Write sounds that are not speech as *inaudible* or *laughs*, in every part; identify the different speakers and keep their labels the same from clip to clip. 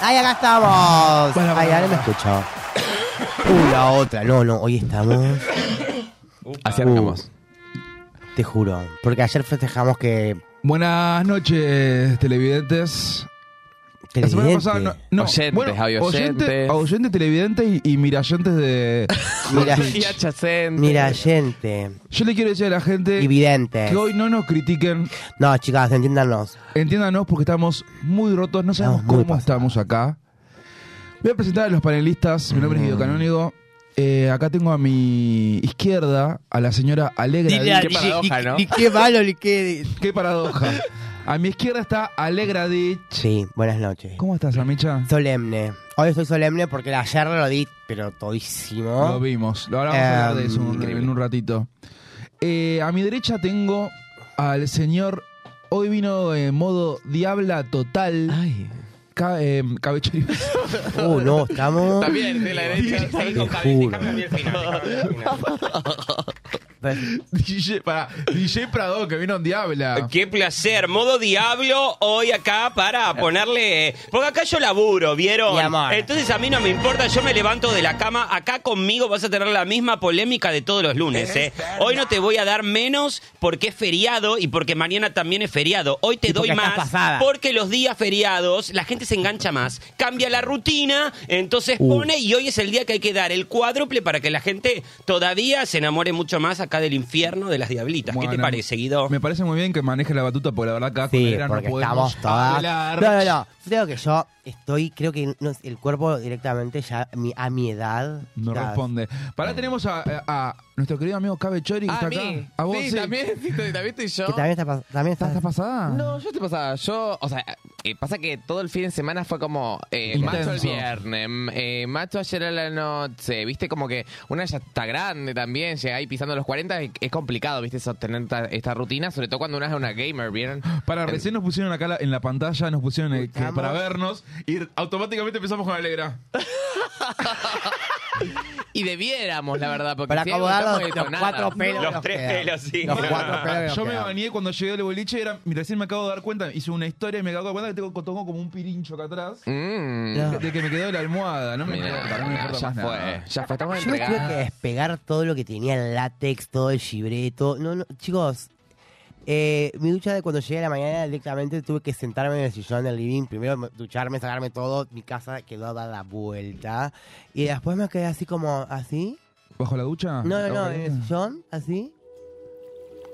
Speaker 1: ¡Ay, acá estamos!
Speaker 2: Bueno,
Speaker 1: Ay,
Speaker 2: bueno,
Speaker 1: ahora me
Speaker 2: bueno.
Speaker 1: escucho. Uh, la otra. No, no, hoy estamos.
Speaker 3: Assim,
Speaker 1: Uh,
Speaker 2: Así arrancamos.
Speaker 1: Te juro. Porque ayer festejamos que.
Speaker 2: Buenas noches, televidentes. La semana pasada no, no,
Speaker 4: Oyentes, hay oyentes.
Speaker 2: oyente, televidente y, y mirallantes
Speaker 4: *laughs*
Speaker 2: de.
Speaker 1: Mira,
Speaker 4: Y adyacente.
Speaker 1: mira, gente.
Speaker 2: Yo le quiero decir a la gente
Speaker 1: Evidente.
Speaker 2: que hoy no nos critiquen,
Speaker 1: No, chicas, entiéndanos.
Speaker 2: entiéndanos porque estamos muy rotos, no sabemos
Speaker 1: Estamos muy
Speaker 2: cómo
Speaker 1: pasados.
Speaker 2: estamos acá. Voy a presentar a los panelistas. Mi nombre es
Speaker 4: Mm.
Speaker 2: Guido Canónigo. Eh, acá tengo a mi izquierda a la señora Alegra. Díaz.
Speaker 4: Qué paradoja, ¿no?
Speaker 1: qué malo, ni qué.
Speaker 2: Qué paradoja. A mi izquierda está Alegra Dich.
Speaker 1: Sí, buenas noches.
Speaker 2: ¿Cómo estás, Amicha?
Speaker 1: Solemne. Hoy estoy solemne porque ayer lo di, pero
Speaker 2: Lo
Speaker 1: todísimo.
Speaker 2: vimos. Lo hablamos a hablar de
Speaker 1: Em,
Speaker 2: eso un-
Speaker 1: increíble.
Speaker 2: en un ratito. Eh, a mi derecha tengo al señor. Hoy vino en modo diabla total.
Speaker 4: Ay.
Speaker 2: Ca- em, cabechero.
Speaker 1: *laughs* Uh, no, estamos.
Speaker 4: También, de la derecha.
Speaker 1: Te juro. *laughs* Pero-
Speaker 2: DJ, para, DJ Prado, que vino en diabla.
Speaker 5: Qué placer, modo diablo hoy acá para ponerle... Porque acá yo laburo, ¿vieron?
Speaker 1: Mi amor.
Speaker 5: Entonces a mí no me importa, yo me levanto de la cama, acá conmigo vas a tener la misma polémica de todos los lunes, ¿eh? Hoy no te voy a dar menos porque es feriado y porque mañana también es feriado. Hoy te
Speaker 1: Y porque
Speaker 5: doy
Speaker 1: estás
Speaker 5: más
Speaker 1: pasada.
Speaker 5: porque los días feriados la gente se engancha más, cambia la rutina, entonces
Speaker 1: Uh.
Speaker 5: pone y hoy es el día que hay que dar el cuádruple para que la gente todavía se enamore mucho más acá del infierno de las diablitas. ¿Qué te
Speaker 2: Bueno,
Speaker 5: parece, Guido?
Speaker 2: Me parece muy bien que maneje la batuta, porque la verdad acá con
Speaker 1: Sí,
Speaker 2: Alegra
Speaker 1: porque
Speaker 2: no podemos
Speaker 1: estamos todas.
Speaker 2: hablar.
Speaker 1: No, no, no. Creo que yo estoy, creo que no- el cuerpo directamente ya a mi- a mi edad.
Speaker 2: No
Speaker 1: ya-
Speaker 2: responde. Para tenemos a, a- a nuestro querido amigo Cabechori que
Speaker 4: Ah,
Speaker 2: está
Speaker 4: ¿A
Speaker 2: acá.
Speaker 4: mí?
Speaker 2: A vos
Speaker 4: *laughs* sí,
Speaker 2: sí.
Speaker 4: También, sí, también estoy yo.
Speaker 1: Que también está, pas- también está,
Speaker 2: ¿Estás, estás pasada?
Speaker 4: No, yo te pasaba. Yo, o sea, eh, pasa que todo el fin de semana fue como eh,
Speaker 2: Intenso.
Speaker 4: macho el viernes, mm, eh, macho ayer a la noche, viste como que una ya está grande también, llega ahí pisando los 40, y es complicado, viste, sostener ta- esta rutina, sobre todo cuando una es una gamer, ¿vieron?
Speaker 2: Para recién nos pusieron acá la- en la pantalla, nos pusieron el- que
Speaker 3: Estamos-
Speaker 2: para vernos y automáticamente empezamos con Alegra.
Speaker 4: *laughs* Y debiéramos, la verdad, porque
Speaker 3: Para
Speaker 4: si
Speaker 3: acomodar
Speaker 4: algo
Speaker 3: los,
Speaker 4: estamos
Speaker 3: los cuatro
Speaker 4: detonadas.
Speaker 3: pelos.
Speaker 5: Los
Speaker 3: que nos
Speaker 5: tres
Speaker 3: quedan.
Speaker 5: pelos, sí.
Speaker 3: Los cuatro pelos. que
Speaker 2: *laughs*
Speaker 3: nos
Speaker 2: Yo me
Speaker 3: quedan.
Speaker 2: bañé cuando llegué al boliche, era, recién me acabo de dar cuenta, hice una historia y me acabo de dar cuenta que tengo, tengo como un pirincho acá atrás.
Speaker 4: Mm,
Speaker 3: No.
Speaker 2: De que me quedó la almohada, no me
Speaker 4: mirá,
Speaker 2: importa, no me importa
Speaker 4: ya
Speaker 2: más
Speaker 4: fue,
Speaker 2: nada.
Speaker 4: ya fue, estamos
Speaker 3: Yo me tuve que
Speaker 4: entregados.
Speaker 3: despegar todo lo que tenía el látex, todo el gibreto. No, no, chicos. eh, mi ducha de cuando llegué a la mañana directamente tuve que sentarme en el sillón del living. Primero me- ducharme, sacarme todo. Mi casa quedó dada la vuelta. Y después me quedé así como, así.
Speaker 2: ¿Bajo la ducha?
Speaker 3: No, no, no,
Speaker 2: ¿Bajo la
Speaker 3: en el
Speaker 2: ducha?
Speaker 3: sillón, así.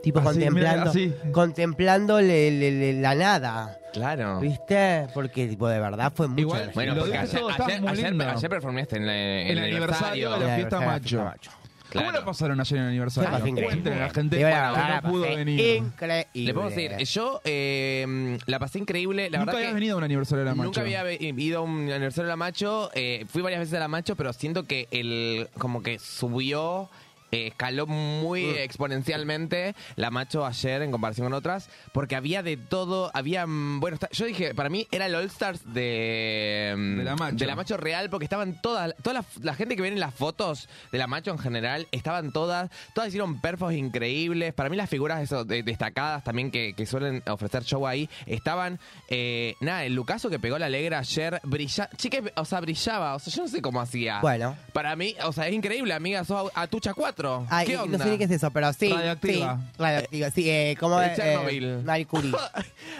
Speaker 3: Tipo
Speaker 2: Así,
Speaker 3: contemplando.
Speaker 2: mira, Ah, así.
Speaker 3: Contemplando le- le- le- la nada.
Speaker 4: Claro.
Speaker 3: ¿Viste? Porque, tipo, de verdad fue mucho.
Speaker 2: Igual,
Speaker 3: energía.
Speaker 4: Bueno,
Speaker 2: Lo
Speaker 4: porque
Speaker 2: dije
Speaker 4: ayer,
Speaker 2: todo, estaba
Speaker 4: ayer,
Speaker 2: muy
Speaker 4: ayer,
Speaker 2: lindo.
Speaker 4: ayer performeaste en, la- en
Speaker 2: El aniversario de la fiesta
Speaker 3: La fiesta
Speaker 2: macho.
Speaker 3: macho.
Speaker 2: ¿Cómo la
Speaker 4: Claro.
Speaker 2: pasaron ayer en el
Speaker 3: Fue
Speaker 2: aniversario?
Speaker 3: más increíble.
Speaker 2: Cuenten a la gente
Speaker 3: Te digo la
Speaker 2: que
Speaker 3: verdad,
Speaker 2: no pudo
Speaker 3: pasé
Speaker 2: venir.
Speaker 3: Increíble.
Speaker 4: Le puedo decir, yo eh, la pasé increíble. La
Speaker 2: Nunca
Speaker 4: verdad
Speaker 2: habías
Speaker 4: que
Speaker 2: venido a un aniversario de la macho.
Speaker 4: Nunca había ve- eh, ido a un aniversario de la Macho. eh, fui varias veces a la Macho, pero siento que el como que subió, eh, escaló muy exponencialmente la Macho ayer en comparación con otras, porque había de todo, había mm, bueno, está- yo dije, para mí era el All Stars de mm,
Speaker 2: De la Macho.
Speaker 4: de la Macho real, porque estaban todas, toda la, la gente que ven en las fotos de la Macho en general estaban todas, todas hicieron perfos increíbles. Para mí las figuras eso, de- destacadas también que, que suelen ofrecer show ahí estaban, eh, nada, el Lucaso que pegó la Alegra ayer, brilla, chica, o sea, brillaba, o sea, yo no sé cómo hacía.
Speaker 3: Bueno.
Speaker 4: Para mí, o sea, es increíble, amiga, sos a- Atucha 4.
Speaker 3: Ay, eh,
Speaker 4: ¿Qué onda?
Speaker 3: No sé ni qué es eso, pero sí.
Speaker 2: Radioactiva.
Speaker 3: Sí, radioactiva. Sí, eh, como.
Speaker 4: de
Speaker 3: Eh,
Speaker 4: Chernobyl.
Speaker 2: *laughs*
Speaker 3: Marie Curie.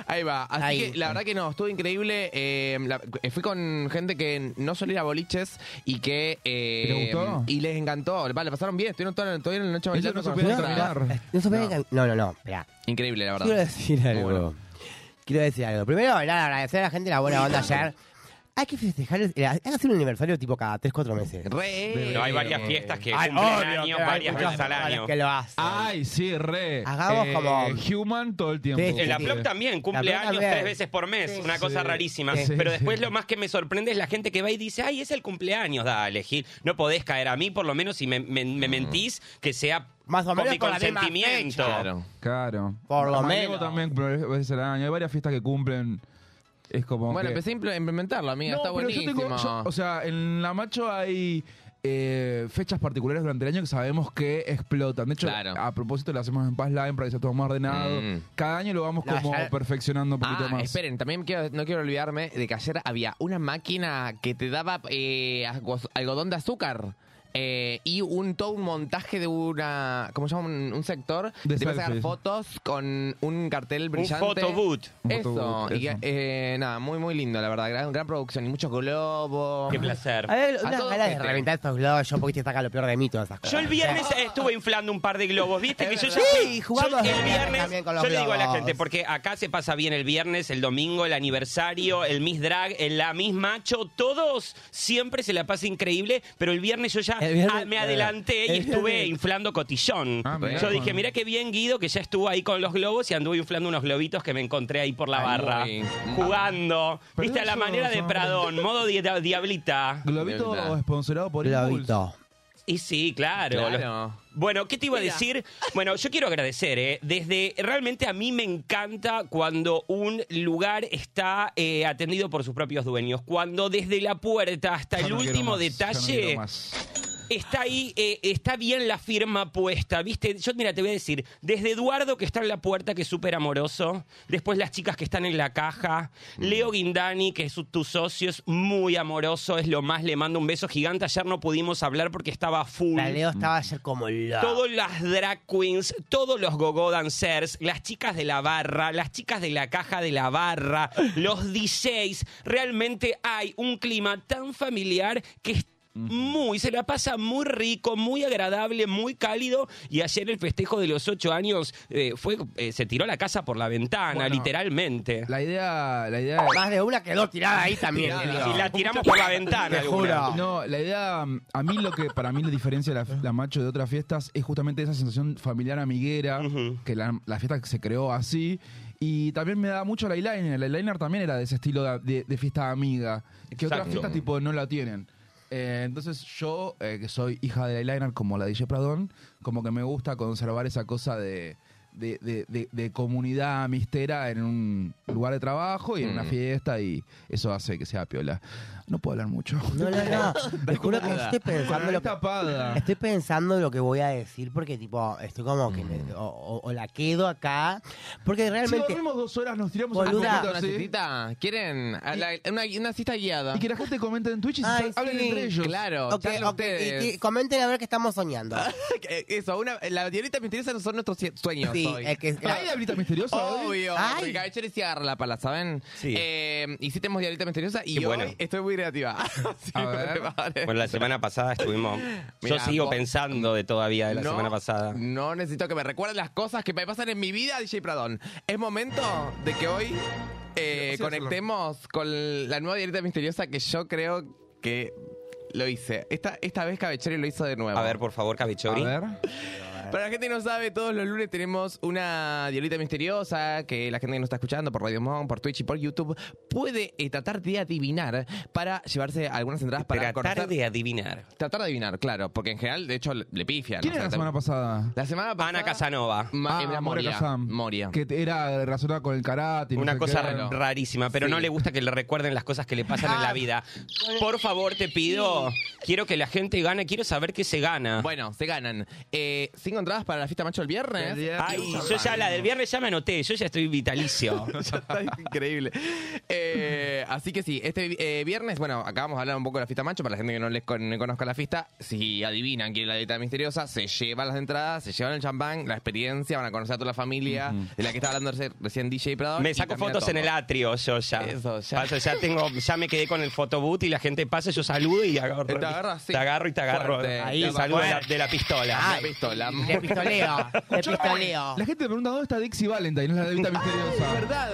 Speaker 4: Ahí va. Así
Speaker 3: Ahí.
Speaker 4: que la verdad que no, estuvo increíble. Eh, la- eh, fui con gente que no solía ir a boliches y que. eh,
Speaker 2: ¿Te gustó?
Speaker 4: Y les encantó. Va, la pasaron bien. Estuvieron toda la, toda la noche
Speaker 2: Ellos
Speaker 4: bailando.
Speaker 2: no
Speaker 4: con
Speaker 2: supieron
Speaker 4: nosotras.
Speaker 2: caminar.
Speaker 3: No se puede can- No, no, no. Espera.
Speaker 4: Increíble, la
Speaker 3: Quiero
Speaker 4: verdad.
Speaker 3: decir algo.
Speaker 4: bueno.
Speaker 3: Quiero decir algo. Primero, nada, agradecer a la gente la buena onda ayer. Hay que festejar. el- el- Hay que hacer un aniversario tipo cada 3-4 meses.
Speaker 4: Re.
Speaker 5: No, hay varias fiestas que
Speaker 3: Eh, Ay,
Speaker 5: cumplen
Speaker 3: obvio
Speaker 5: años
Speaker 3: que hay
Speaker 5: varias
Speaker 3: muchas
Speaker 5: veces al
Speaker 3: personas
Speaker 5: año.
Speaker 3: que lo hacen.
Speaker 2: Ay, sí, re. Eh,
Speaker 3: Hagamos como-
Speaker 2: Human todo el tiempo.
Speaker 3: Sí, sí,
Speaker 5: El
Speaker 3: sí.
Speaker 5: la Plop también cumple
Speaker 3: La Plop
Speaker 5: años
Speaker 3: también.
Speaker 5: tres veces por mes, una cosa
Speaker 2: Sí.
Speaker 5: rarísima.
Speaker 2: Sí.
Speaker 5: Pero después lo más que me sorprende es la gente que va y dice, ay, es el cumpleaños, dale, Gil. No podés caer a mí, por lo menos, si me, me- me mentís, que sea
Speaker 3: Más o
Speaker 5: con
Speaker 3: menos
Speaker 5: mi
Speaker 3: con la misma
Speaker 5: consentimiento.
Speaker 3: fecha.
Speaker 4: Claro.
Speaker 2: Claro.
Speaker 3: Por lo
Speaker 2: Mariego
Speaker 3: menos.
Speaker 2: también cumple veces al año. Hay varias fiestas que cumplen. Es como.
Speaker 4: Bueno,
Speaker 2: que-
Speaker 4: empecé a impl- implementarlo, amiga.
Speaker 2: No,
Speaker 4: Está
Speaker 2: pero
Speaker 4: buenísimo.
Speaker 2: Yo tengo, yo- o sea, en la macho hay eh, fechas particulares durante el año que sabemos que explotan. De hecho,
Speaker 4: Claro.
Speaker 2: a propósito lo hacemos en Paz Line para que sea todo más ordenado.
Speaker 4: Mm.
Speaker 2: Cada año lo vamos
Speaker 3: No,
Speaker 2: como
Speaker 3: ya-
Speaker 2: perfeccionando un poquito
Speaker 4: Ah,
Speaker 2: más.
Speaker 4: esperen, también quiero- no quiero olvidarme de que ayer había una máquina que te daba eh, agu- algodón de azúcar. eh, y un todo un montaje de una ¿cómo se llama? un, un sector
Speaker 2: De
Speaker 4: te vas a sacar
Speaker 2: selfies.
Speaker 4: fotos con un cartel
Speaker 5: Un
Speaker 4: brillante
Speaker 5: photo boot.
Speaker 2: Un
Speaker 4: eso,
Speaker 2: photoboot,
Speaker 4: y que,
Speaker 2: eso.
Speaker 4: eh, nada muy muy lindo la verdad gran, gran producción y muchos globos
Speaker 5: Qué placer.
Speaker 3: A ver,
Speaker 4: A este,
Speaker 3: una
Speaker 4: todo
Speaker 3: gala de
Speaker 4: gente.
Speaker 3: reventar estos globos, yo porque te saca lo peor de mí todas esas cosas.
Speaker 5: Yo el viernes estuve inflando un par de globos, ¿viste?
Speaker 4: Es
Speaker 5: Que yo ya
Speaker 4: verdad.
Speaker 3: Sí,
Speaker 5: fui.
Speaker 3: jugamos
Speaker 5: yo el
Speaker 3: también
Speaker 5: viernes.
Speaker 3: con los
Speaker 5: Yo le digo a la
Speaker 3: globos.
Speaker 5: gente, porque acá se pasa bien el viernes, el domingo, el aniversario, el Miss Drag, el la Miss Macho, todos siempre se la pasa increíble, pero el viernes yo ya
Speaker 3: El viernes- eh,
Speaker 5: ah, me adelanté
Speaker 3: el
Speaker 5: y
Speaker 2: *laughs*
Speaker 5: estuve
Speaker 3: viernes-
Speaker 5: inflando cotillón.
Speaker 2: Ah, mirá,
Speaker 5: yo dije,
Speaker 2: bueno.
Speaker 5: mira qué bien Guido que ya estuvo ahí con los globos y anduve inflando unos globitos que me encontré ahí por la
Speaker 4: Ay,
Speaker 5: barra,
Speaker 4: muy-
Speaker 2: Ah,
Speaker 5: jugando.
Speaker 2: Pero
Speaker 5: Viste, a la
Speaker 2: eso
Speaker 5: manera de
Speaker 2: son- *laughs*
Speaker 5: Pradón, modo di- diablita.
Speaker 2: Globito
Speaker 4: Globito.
Speaker 2: esponsorado por Impulse.
Speaker 3: Globito.
Speaker 5: Y sí, claro.
Speaker 4: Claro.
Speaker 5: Bueno, ¿qué te iba a
Speaker 4: Mira.
Speaker 5: decir? Bueno, yo quiero agradecer, ¿eh? Desde, realmente a mí me encanta cuando un lugar está eh, atendido por sus propios dueños. Cuando desde la puerta hasta
Speaker 2: Ya
Speaker 5: el
Speaker 2: no quiero
Speaker 5: último
Speaker 2: más, ya no
Speaker 5: detalle
Speaker 2: quiero más.
Speaker 5: está ahí, eh, está bien la firma puesta, ¿viste? Yo, mira, te voy a decir, desde Eduardo que está en la puerta, que es súper amoroso, después las chicas que están en la caja, Leo Guindani, que es su- tu socio, es muy amoroso, es lo más, le mando un beso gigante. Ayer no pudimos hablar porque estaba full.
Speaker 3: La Leo estaba ayer como la.
Speaker 5: Todas las drag queens, todos los gogo dancers, las chicas de la barra, las chicas de la caja de la barra, los DJs. Realmente hay un clima tan familiar que es muy, se la pasa muy rico, muy agradable, muy cálido. Y ayer el festejo de los ocho años eh, fue, eh, se tiró la casa por la ventana,
Speaker 2: Bueno,
Speaker 5: literalmente.
Speaker 2: La idea, la idea
Speaker 3: Más de una quedó tirada ahí también. te digo.
Speaker 5: y la tiramos por la ventana.
Speaker 3: Te
Speaker 5: alguna.
Speaker 3: juro.
Speaker 2: No, la idea, mm, a mí lo que para mí la diferencia de la, la macho de otras fiestas es justamente esa sensación familiar amiguera, que la, la fiesta que se creó así Y también me da mucho el eyeliner. El eyeliner también era de ese estilo de, de- de fiesta amiga, que otras
Speaker 5: Exacto.
Speaker 2: fiestas tipo no la tienen. Eh, entonces yo, eh, que soy hija del eyeliner como la DJ Pradón, como que me gusta conservar esa cosa de... de- de- de- de comunidad mistera en un lugar de trabajo y en una
Speaker 4: Mm.
Speaker 2: fiesta y eso hace que sea piola. No puedo hablar mucho.
Speaker 3: No, no, no.
Speaker 5: *laughs*
Speaker 3: Te juro que estoy pensando lo que-
Speaker 2: tapada.
Speaker 3: Estoy pensando lo que voy a decir porque, tipo, estoy como que.
Speaker 2: Mm.
Speaker 3: me- o, o- o la quedo acá. Porque
Speaker 2: Si
Speaker 3: realmente.
Speaker 2: dormimos dos horas, nos tiramos
Speaker 3: Boluda.
Speaker 2: un poquito
Speaker 4: ¿Una
Speaker 2: así.
Speaker 4: citita? ¿Quieren A la- una, una cita guiada?
Speaker 2: Y que la gente comente en Twitch y se sal-
Speaker 3: Ay,
Speaker 2: hablen
Speaker 3: sí.
Speaker 2: entre ellos.
Speaker 4: Claro,
Speaker 3: Ok,
Speaker 4: charlen
Speaker 3: ok,
Speaker 4: ustedes.
Speaker 3: y-
Speaker 2: *laughs*
Speaker 3: y comenten a ver qué
Speaker 4: *laughs*
Speaker 3: estamos soñando.
Speaker 4: Eh, Eso, una, la diablita misteriosa son nuestros sie- sueños
Speaker 3: Sí,
Speaker 4: hoy.
Speaker 3: es que.
Speaker 2: ¿Hay diablita misteriosa? hoy?
Speaker 4: Obvio,
Speaker 3: Ay.
Speaker 4: porque a veces decía agarra la pala, ¿saben?
Speaker 5: Sí.
Speaker 4: Eh, y sí tenemos diablita misteriosa y
Speaker 5: Qué
Speaker 4: hoy
Speaker 5: bueno.
Speaker 4: estoy muy creativa. *laughs* Sí,
Speaker 2: A ver.
Speaker 4: preparen.
Speaker 5: Bueno, Pues la semana pasada estuvimos.
Speaker 4: Mirá,
Speaker 5: yo sigo
Speaker 4: vos-
Speaker 5: pensando de todavía de la
Speaker 4: No,
Speaker 5: semana pasada.
Speaker 4: No necesito que me recuerden las cosas que me pasan en mi vida, DJ Pradón. Es momento de que hoy eh,
Speaker 2: Sí, sí,
Speaker 4: conectemos con la nueva diablita misteriosa que yo creo que lo hice. Esta, esta vez Cabechero lo hizo de nuevo.
Speaker 5: A ver, por favor, Cabichori.
Speaker 2: A ver.
Speaker 4: Para la gente que no sabe, todos los lunes tenemos una diablita misteriosa que la gente que nos está escuchando por Radio Monk, por Twitch y por YouTube puede eh, tratar de adivinar para llevarse algunas entradas para
Speaker 5: Tratar
Speaker 4: conocer-
Speaker 5: de adivinar.
Speaker 4: tratar de adivinar, claro, porque en general, de hecho, le pifian.
Speaker 2: ¿Quién
Speaker 4: o sea,
Speaker 2: era la
Speaker 4: tam-
Speaker 2: semana pasada?
Speaker 4: La semana pasada-
Speaker 5: Ana Casanova. Ah.
Speaker 4: Ma- eh, era Ah, Moria.
Speaker 2: Kazan.
Speaker 4: Moria.
Speaker 2: Que te- era relacionada con el karate. y no
Speaker 5: Una
Speaker 2: sé
Speaker 5: cosa
Speaker 2: qué. *laughs*
Speaker 4: claro.
Speaker 5: rarísima, pero
Speaker 4: Sí. Ah.
Speaker 5: no le gusta que le recuerden las cosas que le pasan en la vida. Por favor, te pido, quiero que la gente gane, quiero saber qué se gana.
Speaker 4: Bueno, se ganan. Eh, cinco entradas para la fiesta macho el viernes.
Speaker 2: El viernes.
Speaker 5: Ay, yo ya la del viernes ya me anoté, yo ya estoy vitalicio.
Speaker 4: *laughs* Ya está, es increíble. Eh, así que sí, este eh, viernes, bueno, acabamos de hablar un poco de la fiesta macho. Para la gente que no les con- no conozca la fiesta, si adivinan quién es la dieta misteriosa, se llevan las entradas, se llevan el champán, la experiencia, van a conocer a toda la familia de la que estaba hablando reci- recién DJ Prado.
Speaker 5: Me saco fotos en el atrio, yo ya.
Speaker 4: Eso, ya.
Speaker 5: Paso, ya tengo, ya me quedé con el fotoboot y la gente pasa, yo saludo y agarro.
Speaker 4: Te agarras, sí.
Speaker 5: Te agarro y te agarro.
Speaker 4: Fuerte.
Speaker 5: Ahí
Speaker 4: Te
Speaker 5: saludo de la,
Speaker 4: agarras.
Speaker 5: de la pistola.
Speaker 4: La pistola.
Speaker 3: De pistoleo. De pistoleo.
Speaker 2: La gente me pregunta dónde está Dixie Valentine, no es la diablita misteriosa.
Speaker 4: ¿Verdad?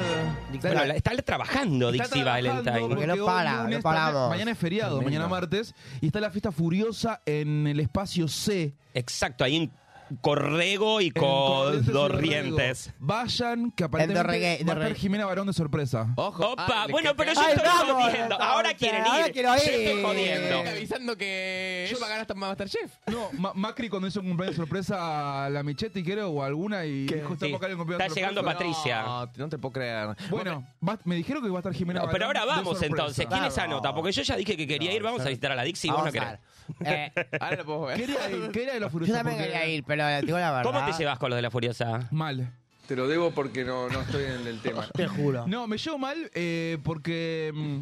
Speaker 5: Bueno, la- está trabajando
Speaker 2: Está
Speaker 5: Dixie
Speaker 2: trabajando
Speaker 5: Valentine.
Speaker 3: porque no
Speaker 2: hoy
Speaker 3: para, no
Speaker 2: lunes,
Speaker 3: paramos.
Speaker 2: también- Mañana es feriado,
Speaker 3: Tremendo.
Speaker 2: mañana martes, y está la fiesta furiosa en el espacio C.
Speaker 5: Exacto, ahí en Corrego y
Speaker 2: en Corrientes y
Speaker 5: Codorrientes.
Speaker 2: Dorrego. Vayan, que aparentemente
Speaker 3: Dorregue-
Speaker 2: va a estar
Speaker 3: Dorregue.
Speaker 2: Jimena Barón de sorpresa.
Speaker 4: Ojo.
Speaker 5: Opa,
Speaker 4: Ah, le-
Speaker 5: bueno, pero yo
Speaker 3: Ay,
Speaker 5: estoy
Speaker 3: vamos,
Speaker 5: jodiendo.
Speaker 3: vamos,
Speaker 5: Ahora quieren ir.
Speaker 3: ahora quiero
Speaker 5: Yo estoy
Speaker 3: ir.
Speaker 5: jodiendo.
Speaker 4: Estoy avisando que yo va a ganar hasta Masterchef.
Speaker 2: No, Ma- Macri cuando hizo un cumpleaños sorpresa a la Michetti, creo, o alguna, y dijo,
Speaker 5: Sí.
Speaker 2: estamos acá en el cumpleaños
Speaker 5: Está llegando
Speaker 2: sorpresa".
Speaker 5: Patricia.
Speaker 4: No, no te puedo creer.
Speaker 2: Bueno, va- me dijeron que va a estar Jimena
Speaker 5: No, pero
Speaker 2: Barón
Speaker 5: ahora
Speaker 2: de
Speaker 5: vamos
Speaker 2: sorpresa.
Speaker 5: entonces. ¿Quién es
Speaker 3: Claro.
Speaker 5: anota? Porque yo ya dije que quería ir. Vamos a visitar a la Dixie. Vos no
Speaker 3: Vamos
Speaker 5: querés.
Speaker 3: a ver. Eh,
Speaker 4: Ahora lo puedo ver.
Speaker 2: ¿Qué era, de- qué era de la
Speaker 3: yo
Speaker 2: furiosa?
Speaker 3: también
Speaker 2: Porque-
Speaker 3: quería ir, pero te digo la verdad.
Speaker 5: *laughs* ¿Cómo te llevas con los de la Furiosa?
Speaker 2: Mal.
Speaker 6: Te lo debo porque no, no estoy en el tema.
Speaker 3: Te juro.
Speaker 2: No, me llevo mal eh, porque mm,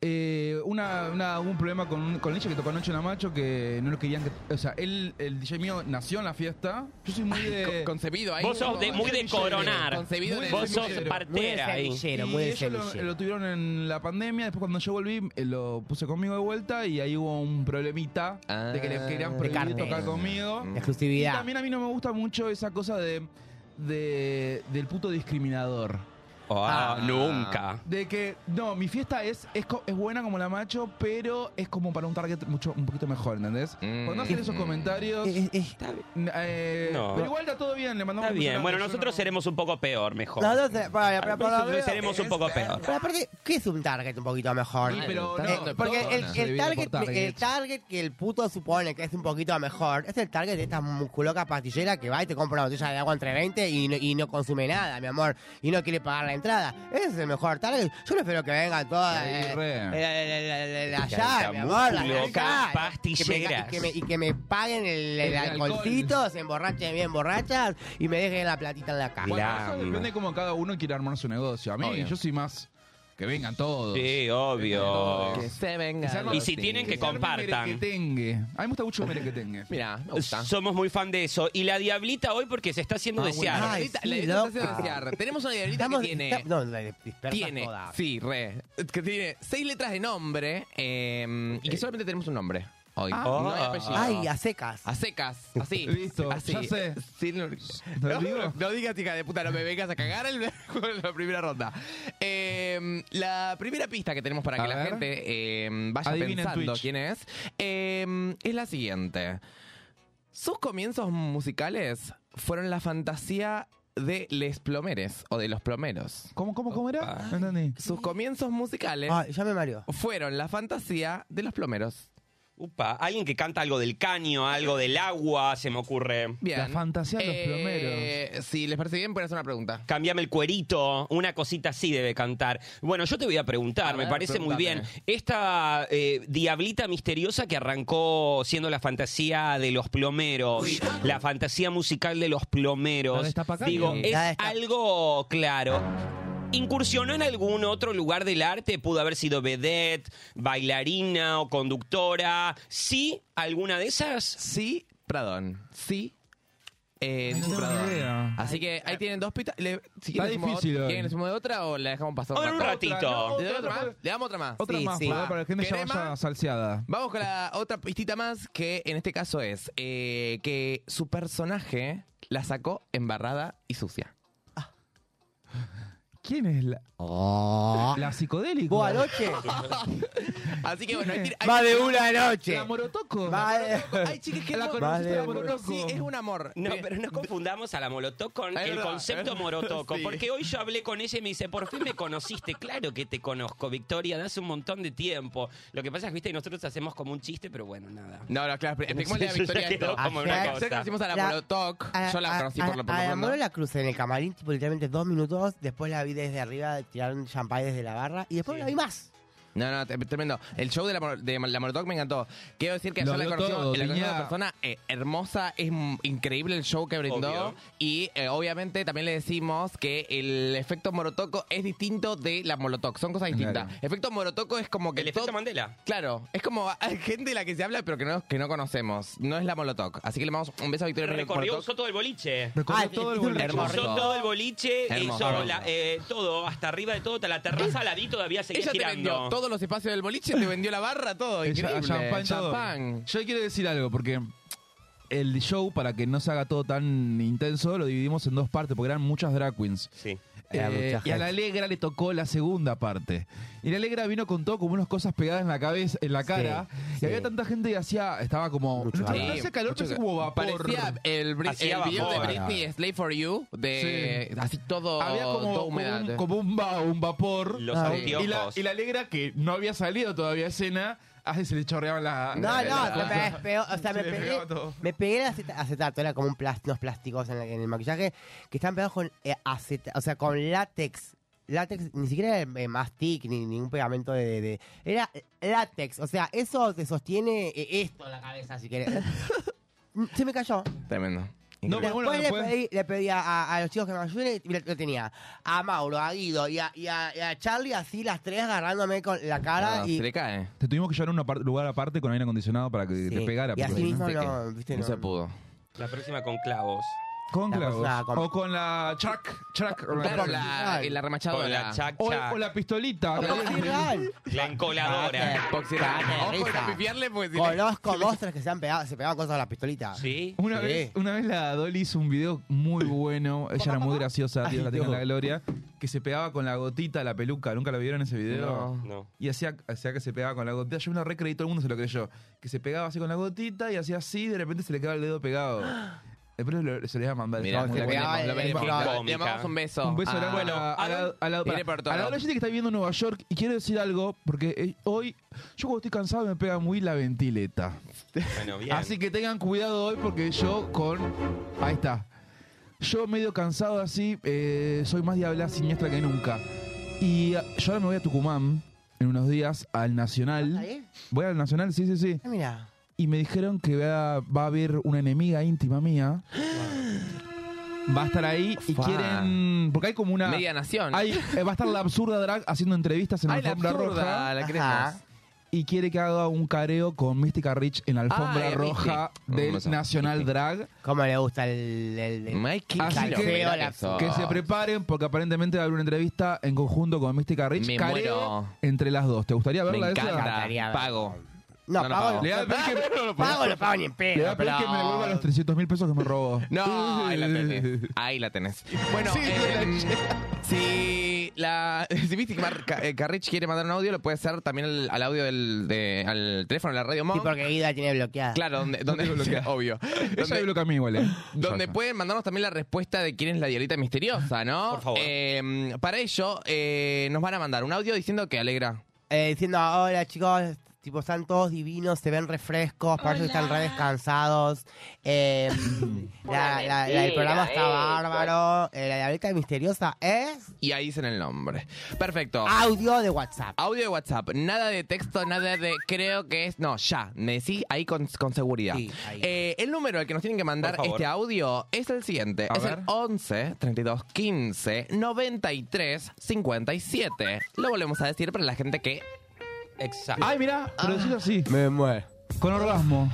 Speaker 2: eh, una, una- hubo un problema con, un- con Licha que tocó anoche una macho que no lo querían que... O sea, él, el DJ mío nació en la fiesta. Yo soy muy de...
Speaker 4: Co- Concebido ahí.
Speaker 5: Vos sos de- muy de coronar.
Speaker 4: Concebido en el
Speaker 5: Vos sos
Speaker 4: semillero.
Speaker 3: Muy de
Speaker 5: partera ahí.
Speaker 3: semillero,
Speaker 2: y
Speaker 3: muy de
Speaker 2: ellos lo,
Speaker 3: semillero.
Speaker 2: lo tuvieron en la pandemia. Después, cuando yo volví, eh, lo puse conmigo de vuelta y ahí hubo un problemita
Speaker 4: Ah.
Speaker 2: de que les querían
Speaker 4: De
Speaker 2: prohibir
Speaker 3: carne.
Speaker 2: tocar conmigo.
Speaker 4: Mm.
Speaker 2: Y
Speaker 3: Exclusividad.
Speaker 2: también a mí no me gusta mucho esa cosa de, de- del puto discriminador.
Speaker 5: Oh,
Speaker 3: Ah.
Speaker 5: Nunca.
Speaker 2: De que, no, mi fiesta es, es, co- es buena como la macho, pero es como para un target mucho, un poquito mejor, ¿entendés?
Speaker 4: Mm.
Speaker 2: Cuando hacen esos comentarios.
Speaker 3: Eh, eh, eh.
Speaker 2: eh,
Speaker 5: No.
Speaker 2: Pero igual está todo bien, le mandamos
Speaker 5: Está
Speaker 2: un
Speaker 5: bien.
Speaker 2: saludo,
Speaker 5: Bueno,
Speaker 2: yo
Speaker 5: nosotros
Speaker 2: no-
Speaker 5: seremos un poco peor, mejor.
Speaker 3: Nosotros para- para- para- para-
Speaker 5: Nosotros seremos un poco peor.
Speaker 3: Pero aparte, ¿qué es un target un poquito mejor?
Speaker 2: Sí, pero
Speaker 3: Eh,
Speaker 4: Está hablando de
Speaker 3: porque el,
Speaker 4: personas.
Speaker 3: el
Speaker 2: Se divide
Speaker 3: target,
Speaker 2: por target.
Speaker 3: el target que el puto supone que es un poquito mejor es el target de esta musculoca pastillera que va y te compra una botella de agua entre 20 y no, y no consume nada, mi amor, y no quiere pagar la entrada. Ese es el mejor target. Yo no espero que vengan todas
Speaker 2: Ahí,
Speaker 3: eh,
Speaker 2: re.
Speaker 3: eh, la- la- la- la- la-
Speaker 5: Canta
Speaker 3: allá, mi amor, la- la-
Speaker 5: musculoca
Speaker 3: la-
Speaker 5: pastilleras.
Speaker 3: que me- Y que me, y que me paguen el, el
Speaker 2: El alcohol.
Speaker 3: alcoholcito, se emborrachen bien borrachas y me dejen la platita en la cara.
Speaker 2: Bueno,
Speaker 5: Mirá.
Speaker 2: eso depende de cómo cada uno quiere armar su negocio. A mí,
Speaker 4: Obvio.
Speaker 2: yo soy más que vengan todos.
Speaker 5: Sí, obvio.
Speaker 4: Que se venga.
Speaker 5: Y si tienen que
Speaker 2: se arme
Speaker 5: compartan.
Speaker 2: merequetengue. A mí me gusta mucho el merequetengue.
Speaker 4: Mira, me gusta.
Speaker 5: Somos muy fan de eso. Y la diablita hoy porque se está haciendo desear.
Speaker 3: Ah, bueno. Ay,
Speaker 4: Diablita-
Speaker 3: sí,
Speaker 4: la diablita
Speaker 3: loco.
Speaker 4: se hace desear. Tenemos una diablita
Speaker 3: Ah. Estamos-
Speaker 4: que tiene.
Speaker 3: está- no, la dispersa
Speaker 4: tiene.
Speaker 3: toda.
Speaker 4: Sí, re. Que tiene seis letras de nombre. eh, Y que solamente tenemos un nombre hoy.
Speaker 5: Ah.
Speaker 4: no hay apellido.
Speaker 3: Ay, a secas.
Speaker 4: A secas, así.
Speaker 2: *laughs* Listo,
Speaker 4: así.
Speaker 2: ya sé.
Speaker 4: Sí, no,
Speaker 2: ¿Lo
Speaker 4: no,
Speaker 2: digo?
Speaker 4: *laughs* no digas, hija de puta, no me vengas a cagar el *laughs* juego de la primera ronda. Eh, la primera pista que tenemos para
Speaker 2: A
Speaker 4: que la
Speaker 2: ver.
Speaker 4: gente eh, vaya
Speaker 2: Adivinen
Speaker 4: pensando
Speaker 2: Twitch.
Speaker 4: quién es eh, es la siguiente. Sus comienzos musicales fueron la fantasía de Les Plomeres o de los plomeros.
Speaker 2: ¿Cómo, cómo, cómo era? No entendí.
Speaker 4: Sus comienzos musicales
Speaker 3: Ay, Ah, ya me mareó.
Speaker 4: fueron la fantasía de los plomeros.
Speaker 5: Upa, alguien que canta algo del caño, algo del agua, se me ocurre.
Speaker 4: Bien.
Speaker 2: La fantasía de los
Speaker 4: plomeros. Eh, Si les parece bien, pueden hacer una pregunta.
Speaker 5: Cambiame el cuerito, una cosita así debe cantar. Bueno, yo te voy a preguntar,
Speaker 4: A ver,
Speaker 5: me parece muy bien.
Speaker 4: pregúntame.
Speaker 5: Esta eh, diablita misteriosa que arrancó siendo la fantasía de los plomeros, la fantasía musical de los
Speaker 2: La
Speaker 5: plomeros.
Speaker 2: destapacaña.
Speaker 5: Digo,
Speaker 2: Sí.
Speaker 5: es
Speaker 3: La destap-
Speaker 5: algo claro. ¿Incursionó en algún otro lugar del arte? ¿Pudo haber sido vedette, bailarina o conductora? ¿Sí? ¿Alguna de esas?
Speaker 4: Sí, Pradón. Sí. eh,
Speaker 2: No tengo
Speaker 4: Pradón.
Speaker 2: ni idea.
Speaker 4: Así que ahí tienen dos pistas. Le- si
Speaker 2: Está
Speaker 4: quieren, sumo
Speaker 2: difícil
Speaker 4: otra-
Speaker 2: hoy.
Speaker 4: ¿Quieren sumo de otra o la dejamos pasar?
Speaker 5: A ver, un
Speaker 4: rato?
Speaker 5: ratito.
Speaker 4: ¿Le damos otra más? ¿Le damos otra más?
Speaker 2: Otra
Speaker 3: Sí,
Speaker 2: más,
Speaker 3: sí.
Speaker 2: para, para que la gente ya
Speaker 4: ¿Querés
Speaker 2: vaya
Speaker 4: más?
Speaker 2: salseada.
Speaker 4: Vamos con la otra pistita más, que en este caso es eh, que su personaje la sacó embarrada y sucia.
Speaker 2: ¿Quién es la,
Speaker 3: Oh.
Speaker 2: la psicodélica? *laughs*
Speaker 3: Vos anoche.
Speaker 4: *laughs* Así que bueno, hay, tir- hay-
Speaker 3: Más de una noche.
Speaker 2: La morotoco.
Speaker 3: Más de-
Speaker 4: hay chicas que
Speaker 2: La
Speaker 4: no-
Speaker 2: conociste,
Speaker 3: *laughs* la
Speaker 4: no-
Speaker 2: Morotoco.
Speaker 4: Sí, es un amor.
Speaker 5: No,
Speaker 4: Eh,
Speaker 5: pero no confundamos a la Molotov con
Speaker 4: Es
Speaker 5: el
Speaker 4: verdad,
Speaker 5: concepto
Speaker 4: es-
Speaker 5: Morotoco.
Speaker 4: sí.
Speaker 5: Porque hoy yo hablé con ella y me dice, por fin me conociste. Claro que te conozco, Victoria, de hace un montón de tiempo. Lo que pasa es que viste, nosotros hacemos como un chiste, pero bueno, nada.
Speaker 4: No, no, claro, expliquémosle a
Speaker 5: Yo *laughs* ya
Speaker 4: Victoria
Speaker 5: quedo
Speaker 4: esto.
Speaker 5: como una
Speaker 3: Ayer-
Speaker 5: cosa.
Speaker 4: Ayer conocimos a la,
Speaker 3: La-
Speaker 4: Molotov.
Speaker 3: A-
Speaker 4: Yo la
Speaker 3: a-
Speaker 4: conocí
Speaker 3: a-
Speaker 4: por lo por
Speaker 3: A
Speaker 4: lo
Speaker 3: la
Speaker 4: pronto.
Speaker 3: Moro la crucé en el camarín, tipo, literalmente dos minutos. Después la vi desde arriba, tiraron champagne desde la barra. Y después no la vi más.
Speaker 4: No, no, te- tremendo. El show de la, Mor- de la Molotov me encantó. Quiero decir que
Speaker 2: Lo
Speaker 4: yo la
Speaker 2: dio
Speaker 4: conocí,
Speaker 2: todo,
Speaker 4: la conocí a
Speaker 2: Piña.
Speaker 4: una persona eh, hermosa, es m- increíble el show que brindó.
Speaker 5: Obvio.
Speaker 4: Y eh, obviamente también le decimos que el efecto Morotoco es distinto de la Molotov, son cosas distintas.
Speaker 2: Claro.
Speaker 4: Efecto Morotoco es como que...
Speaker 5: El efecto
Speaker 4: todo-
Speaker 5: Mandela.
Speaker 4: Claro, es como *laughs* hay gente de la que se habla pero que no, que no conocemos. No es la Molotov. Así que le mandamos un beso a Victoria
Speaker 5: Recorrió,
Speaker 4: Molotov.
Speaker 5: usó todo el boliche.
Speaker 2: Recorrió
Speaker 3: Ah,
Speaker 2: todo el
Speaker 3: es un
Speaker 2: boliche.
Speaker 4: hermoso.
Speaker 5: Usó todo el boliche,
Speaker 4: Hermoso.
Speaker 5: hizo la- eh, todo, hasta arriba de todo, hasta la terraza, la vi todavía seguía
Speaker 4: Ella te vendió
Speaker 5: girando.
Speaker 4: todos los espacios del boliche, te vendió la barra, todo.
Speaker 2: El cha-
Speaker 4: Increíble.
Speaker 2: champán, todo.
Speaker 4: Champán.
Speaker 2: Yo quiero decir algo, porque el show, para que no se haga todo tan intenso, lo dividimos en dos partes, porque eran muchas drag queens.
Speaker 5: Sí.
Speaker 3: Era
Speaker 2: Eh,
Speaker 3: mucha
Speaker 2: y a la
Speaker 3: gente.
Speaker 2: Alegra le tocó la segunda parte. Y la Alegra vino con todo como unas cosas pegadas en la cabeza, en la cara. y
Speaker 3: sí.
Speaker 2: había tanta gente que hacía, estaba como.
Speaker 3: Mucho
Speaker 2: no
Speaker 3: calor.
Speaker 2: no hacía calor, pero
Speaker 4: mucho
Speaker 2: hacía
Speaker 4: calor.
Speaker 2: como vapor.
Speaker 4: Parecía el, Bri-
Speaker 5: Hacía
Speaker 4: el video de
Speaker 5: vapor.
Speaker 4: Britney Slave for You, de así todo,
Speaker 2: había como,
Speaker 4: toda
Speaker 2: como
Speaker 4: humedad.
Speaker 2: un, como un va- un vapor.
Speaker 5: Los
Speaker 2: Ah,
Speaker 5: anteojos.
Speaker 2: y, la, y la Alegra, que no había salido todavía a escena, así se le chorreaban las.
Speaker 3: No, no,
Speaker 4: la-
Speaker 3: se me despegó, o sea,
Speaker 2: se
Speaker 3: me
Speaker 2: le
Speaker 3: pegué,
Speaker 2: pegaba todo.
Speaker 3: me pegué el aceta- acetato, era como un plas- unos plásticos en, la- en el maquillaje que estaban pegados con eh, aceta- o sea, con látex. Látex, ni siquiera era eh, mastic, ni ningún pegamento de, de- de- Era látex, o sea, eso te sostiene eh, esto en la cabeza, si querés. Mm, Se me cayó.
Speaker 4: *laughs* Tremendo.
Speaker 2: No, pero
Speaker 3: Después
Speaker 2: bueno,
Speaker 3: le,
Speaker 2: después-
Speaker 3: pedí, le pedí a, a- a los chicos que me ayuden y lo, lo tenía a Mauro, a Guido y a, y a- y a Charlie así las tres agarrándome con la cara
Speaker 4: No,
Speaker 3: y...
Speaker 4: Ah, Se le cae.
Speaker 2: Te tuvimos que llevar a un apar- lugar aparte con aire acondicionado para que te
Speaker 3: Sí.
Speaker 2: pegara.
Speaker 3: Y así
Speaker 2: porque-
Speaker 3: mismo
Speaker 4: viste
Speaker 3: no,
Speaker 4: que
Speaker 3: viste,
Speaker 4: no
Speaker 3: no.
Speaker 4: se pudo.
Speaker 5: La próxima con clavos.
Speaker 2: Con
Speaker 3: La
Speaker 2: clavos.
Speaker 3: cosa con-
Speaker 2: O con la Chuck. Chuck o,
Speaker 4: Claro,
Speaker 2: la-
Speaker 4: la, la remachadora.
Speaker 5: Con la chacha.
Speaker 2: o- o la
Speaker 4: Ah,
Speaker 2: pistolita.
Speaker 3: Sí, real.
Speaker 5: La encoladora.
Speaker 4: Poxirá.
Speaker 3: Cagate de
Speaker 4: Ojo
Speaker 3: risa.
Speaker 4: con pifiarle, pues. si le-
Speaker 3: Conozco mostras que se han pegado, se pegaban cosas a la pistolita.
Speaker 5: Sí.
Speaker 2: Una,
Speaker 3: Sí.
Speaker 2: vez, una vez la Dolly hizo un video muy bueno. Ella era muy graciosa, Dios la tenga en la gloria. Que se pegaba con la gotita a la peluca. ¿Nunca lo vieron ese video?
Speaker 4: No.
Speaker 5: No.
Speaker 2: Y hacía, hacía que se pegaba con la gotita. Yo me lo recreí, todo el mundo se lo creyó. Que se pegaba así con la gotita y hacía así y de repente se le quedaba el dedo pegado. Después lo- se le iba a mandar.
Speaker 4: Mirá,
Speaker 2: Estaba muy
Speaker 4: lo
Speaker 3: pegaba
Speaker 2: bueno.
Speaker 4: veremos, lo
Speaker 3: el-
Speaker 4: veremos.
Speaker 3: el-
Speaker 4: Le
Speaker 5: cómica.
Speaker 4: mandamos un beso.
Speaker 2: Un beso
Speaker 4: Ah,
Speaker 2: enorme
Speaker 4: bueno,
Speaker 2: a, a la- a la-
Speaker 4: Viene por todo.
Speaker 2: a la- a la gente que está viviendo en Nueva York. Y quiero decir algo, porque eh, hoy, yo cuando estoy cansado me pega muy la ventileta.
Speaker 5: Bueno, bien.
Speaker 2: Así que tengan cuidado hoy, porque yo con. Ahí está. Yo medio cansado así, eh, soy más diabla siniestra que nunca. Y ah, yo ahora me voy a Tucumán en unos días al
Speaker 3: ¿Vas a
Speaker 2: Nacional.
Speaker 3: ir?
Speaker 2: Voy al Nacional, sí, sí, sí.
Speaker 3: Ah, mira.
Speaker 2: Y me dijeron que va, va a haber una enemiga íntima mía. Va a estar ahí y
Speaker 4: Fa.
Speaker 2: quieren. Porque hay como una.
Speaker 4: Media nación.
Speaker 2: Hay- eh, va a estar la absurda drag haciendo entrevistas en
Speaker 4: Ay,
Speaker 2: la
Speaker 4: la
Speaker 2: alfombra roja
Speaker 4: absurda. La queremos.
Speaker 3: Ajá.
Speaker 2: y quiere que haga un careo con Mística Rich en la alfombra
Speaker 4: Ay, a
Speaker 2: roja
Speaker 4: Mystic.
Speaker 2: del
Speaker 4: Un beso.
Speaker 2: Nacional
Speaker 4: Mystic.
Speaker 2: Drag.
Speaker 3: ¿Cómo le gusta el. el, el-
Speaker 4: Mikey,
Speaker 2: Así
Speaker 4: Kilo,
Speaker 2: que-
Speaker 4: mirá
Speaker 3: la-
Speaker 4: eso.
Speaker 2: Que se preparen porque aparentemente va a haber una entrevista en conjunto con Mística Rich.
Speaker 4: Me
Speaker 2: careo
Speaker 4: muero.
Speaker 2: entre las dos. ¿Te gustaría
Speaker 4: *laughs* Me
Speaker 2: verla esa?
Speaker 4: encanta.
Speaker 3: encantaría ver.
Speaker 4: Pago.
Speaker 3: No,
Speaker 4: No, no
Speaker 3: pago.
Speaker 4: pago.
Speaker 2: Le voy a pedir que-
Speaker 3: no, pago, no pago ni
Speaker 2: Le
Speaker 3: en
Speaker 2: voy
Speaker 3: pedo.
Speaker 2: a pedir
Speaker 3: pero-
Speaker 2: que me devuelva los 300 mil pesos que me
Speaker 4: *laughs*
Speaker 2: robó.
Speaker 4: No, ahí la
Speaker 5: *laughs*
Speaker 4: tenés. Ahí la tenés. Bueno,
Speaker 2: Sí,
Speaker 4: em, si, la, *laughs* si viste que Mar- Ca- eh, Carrich quiere mandar un audio, lo puede hacer también al- al audio del de- al teléfono de la Radio
Speaker 3: Sí,
Speaker 4: Monk.
Speaker 3: porque Ida tiene bloqueada.
Speaker 4: Claro, donde,
Speaker 5: *laughs*
Speaker 4: donde obvio.
Speaker 2: Ella
Speaker 4: Donde-
Speaker 2: me bloquea a mí igual. eh.
Speaker 4: donde
Speaker 2: Yo, yo.
Speaker 4: pueden mandarnos también la respuesta de quién es la diablita misteriosa, ¿no?
Speaker 5: Por favor.
Speaker 4: Eh, para ello, eh, nos van a mandar un audio diciendo que alegra.
Speaker 3: Eh, diciendo, hola chicos, tipo, están todos divinos, se ven refrescos, parece que están re descansados. Eh,
Speaker 4: *laughs*
Speaker 3: la- la- la- el programa está bárbaro. Eh, la diablita misteriosa es
Speaker 4: Y ahí dicen el nombre. Perfecto.
Speaker 3: audio de WhatsApp.
Speaker 4: Audio de WhatsApp, nada de texto, nada de creo que es. No, ya, me decís ahí con, con seguridad.
Speaker 3: Sí, ahí.
Speaker 4: Eh, el número al que nos tienen que mandar
Speaker 5: Por favor.
Speaker 4: este audio es el siguiente:
Speaker 2: A
Speaker 4: es
Speaker 2: ver.
Speaker 4: el 11 32 15 93 57. Lo volvemos a decir para la gente que
Speaker 5: Exacto.
Speaker 2: Ay, mirá, Ah, pero decís así,
Speaker 3: Me mueve. Mm,
Speaker 2: con orgasmo.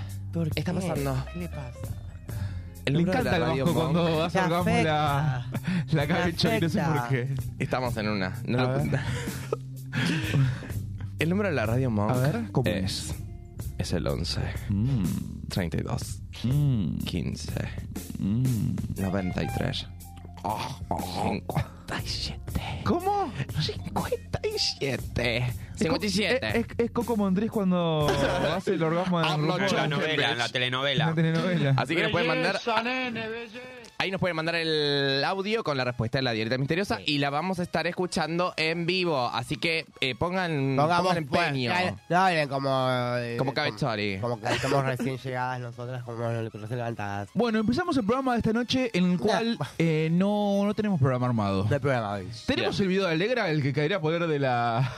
Speaker 4: está pasando.
Speaker 3: ¿Qué le pasa?
Speaker 4: El
Speaker 2: Me
Speaker 4: número de
Speaker 2: encanta el
Speaker 4: la Radio
Speaker 2: vasco
Speaker 4: Monk-
Speaker 2: cuando hace
Speaker 3: Me
Speaker 2: orgasmo la, la cabeza y no sé
Speaker 3: afecta.
Speaker 2: por qué.
Speaker 4: Estamos en una. no
Speaker 2: A
Speaker 4: lo-
Speaker 2: ver.
Speaker 4: *laughs* el número de la radio Monk
Speaker 2: A ver, ¿cómo
Speaker 4: es, es el 11
Speaker 2: Mm,
Speaker 4: 32
Speaker 2: mm,
Speaker 4: 15
Speaker 2: mm.
Speaker 4: 93 57
Speaker 2: ¿Cómo?
Speaker 4: 57
Speaker 2: Es co- Es,
Speaker 4: 57
Speaker 2: es- es Coco Mondrés
Speaker 4: *laughs*
Speaker 2: cuando hace el orgasmo en
Speaker 4: Hablo
Speaker 2: grupo.
Speaker 5: En la
Speaker 4: John
Speaker 5: novela, en la
Speaker 4: Cambridge.
Speaker 5: telenovela.
Speaker 2: Una telenovela.
Speaker 4: Así que nos pueden mandar. Ahí nos pueden mandar el audio con la respuesta de la dieta misteriosa y la vamos a estar escuchando en vivo. Así que eh, pongan,
Speaker 3: Pongamos
Speaker 4: pongan empeño.
Speaker 3: pues, No hablen como. eh,
Speaker 4: Como Cabezori.
Speaker 3: Como que estamos recién *laughs* llegadas nosotras, como recién levantadas.
Speaker 2: Bueno, empezamos el programa de esta noche en el cual eh, no, no tenemos programa armado.
Speaker 3: No hay programa hoy.
Speaker 2: Tenemos el video de Alegra, el que caería a poder de la.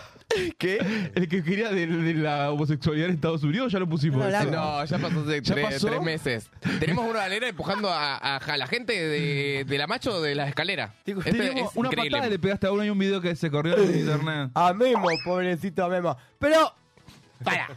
Speaker 2: ¿Qué? *laughs* El que quería de, de la homosexualidad en Estados Unidos, ya lo pusimos. Este,
Speaker 3: No, la-
Speaker 4: No, ya pasó hace
Speaker 2: ¿Ya
Speaker 4: tre-
Speaker 2: pasó?
Speaker 4: tres meses. Tenemos una galera empujando a, a- a la gente de, de la macho de la escalera. Este
Speaker 2: Tenemos
Speaker 4: es
Speaker 2: una
Speaker 4: increíble.
Speaker 2: patada le pegaste a uno y un video que se corrió en internet.
Speaker 3: A Memo, pobrecito Memo. Pero. Para,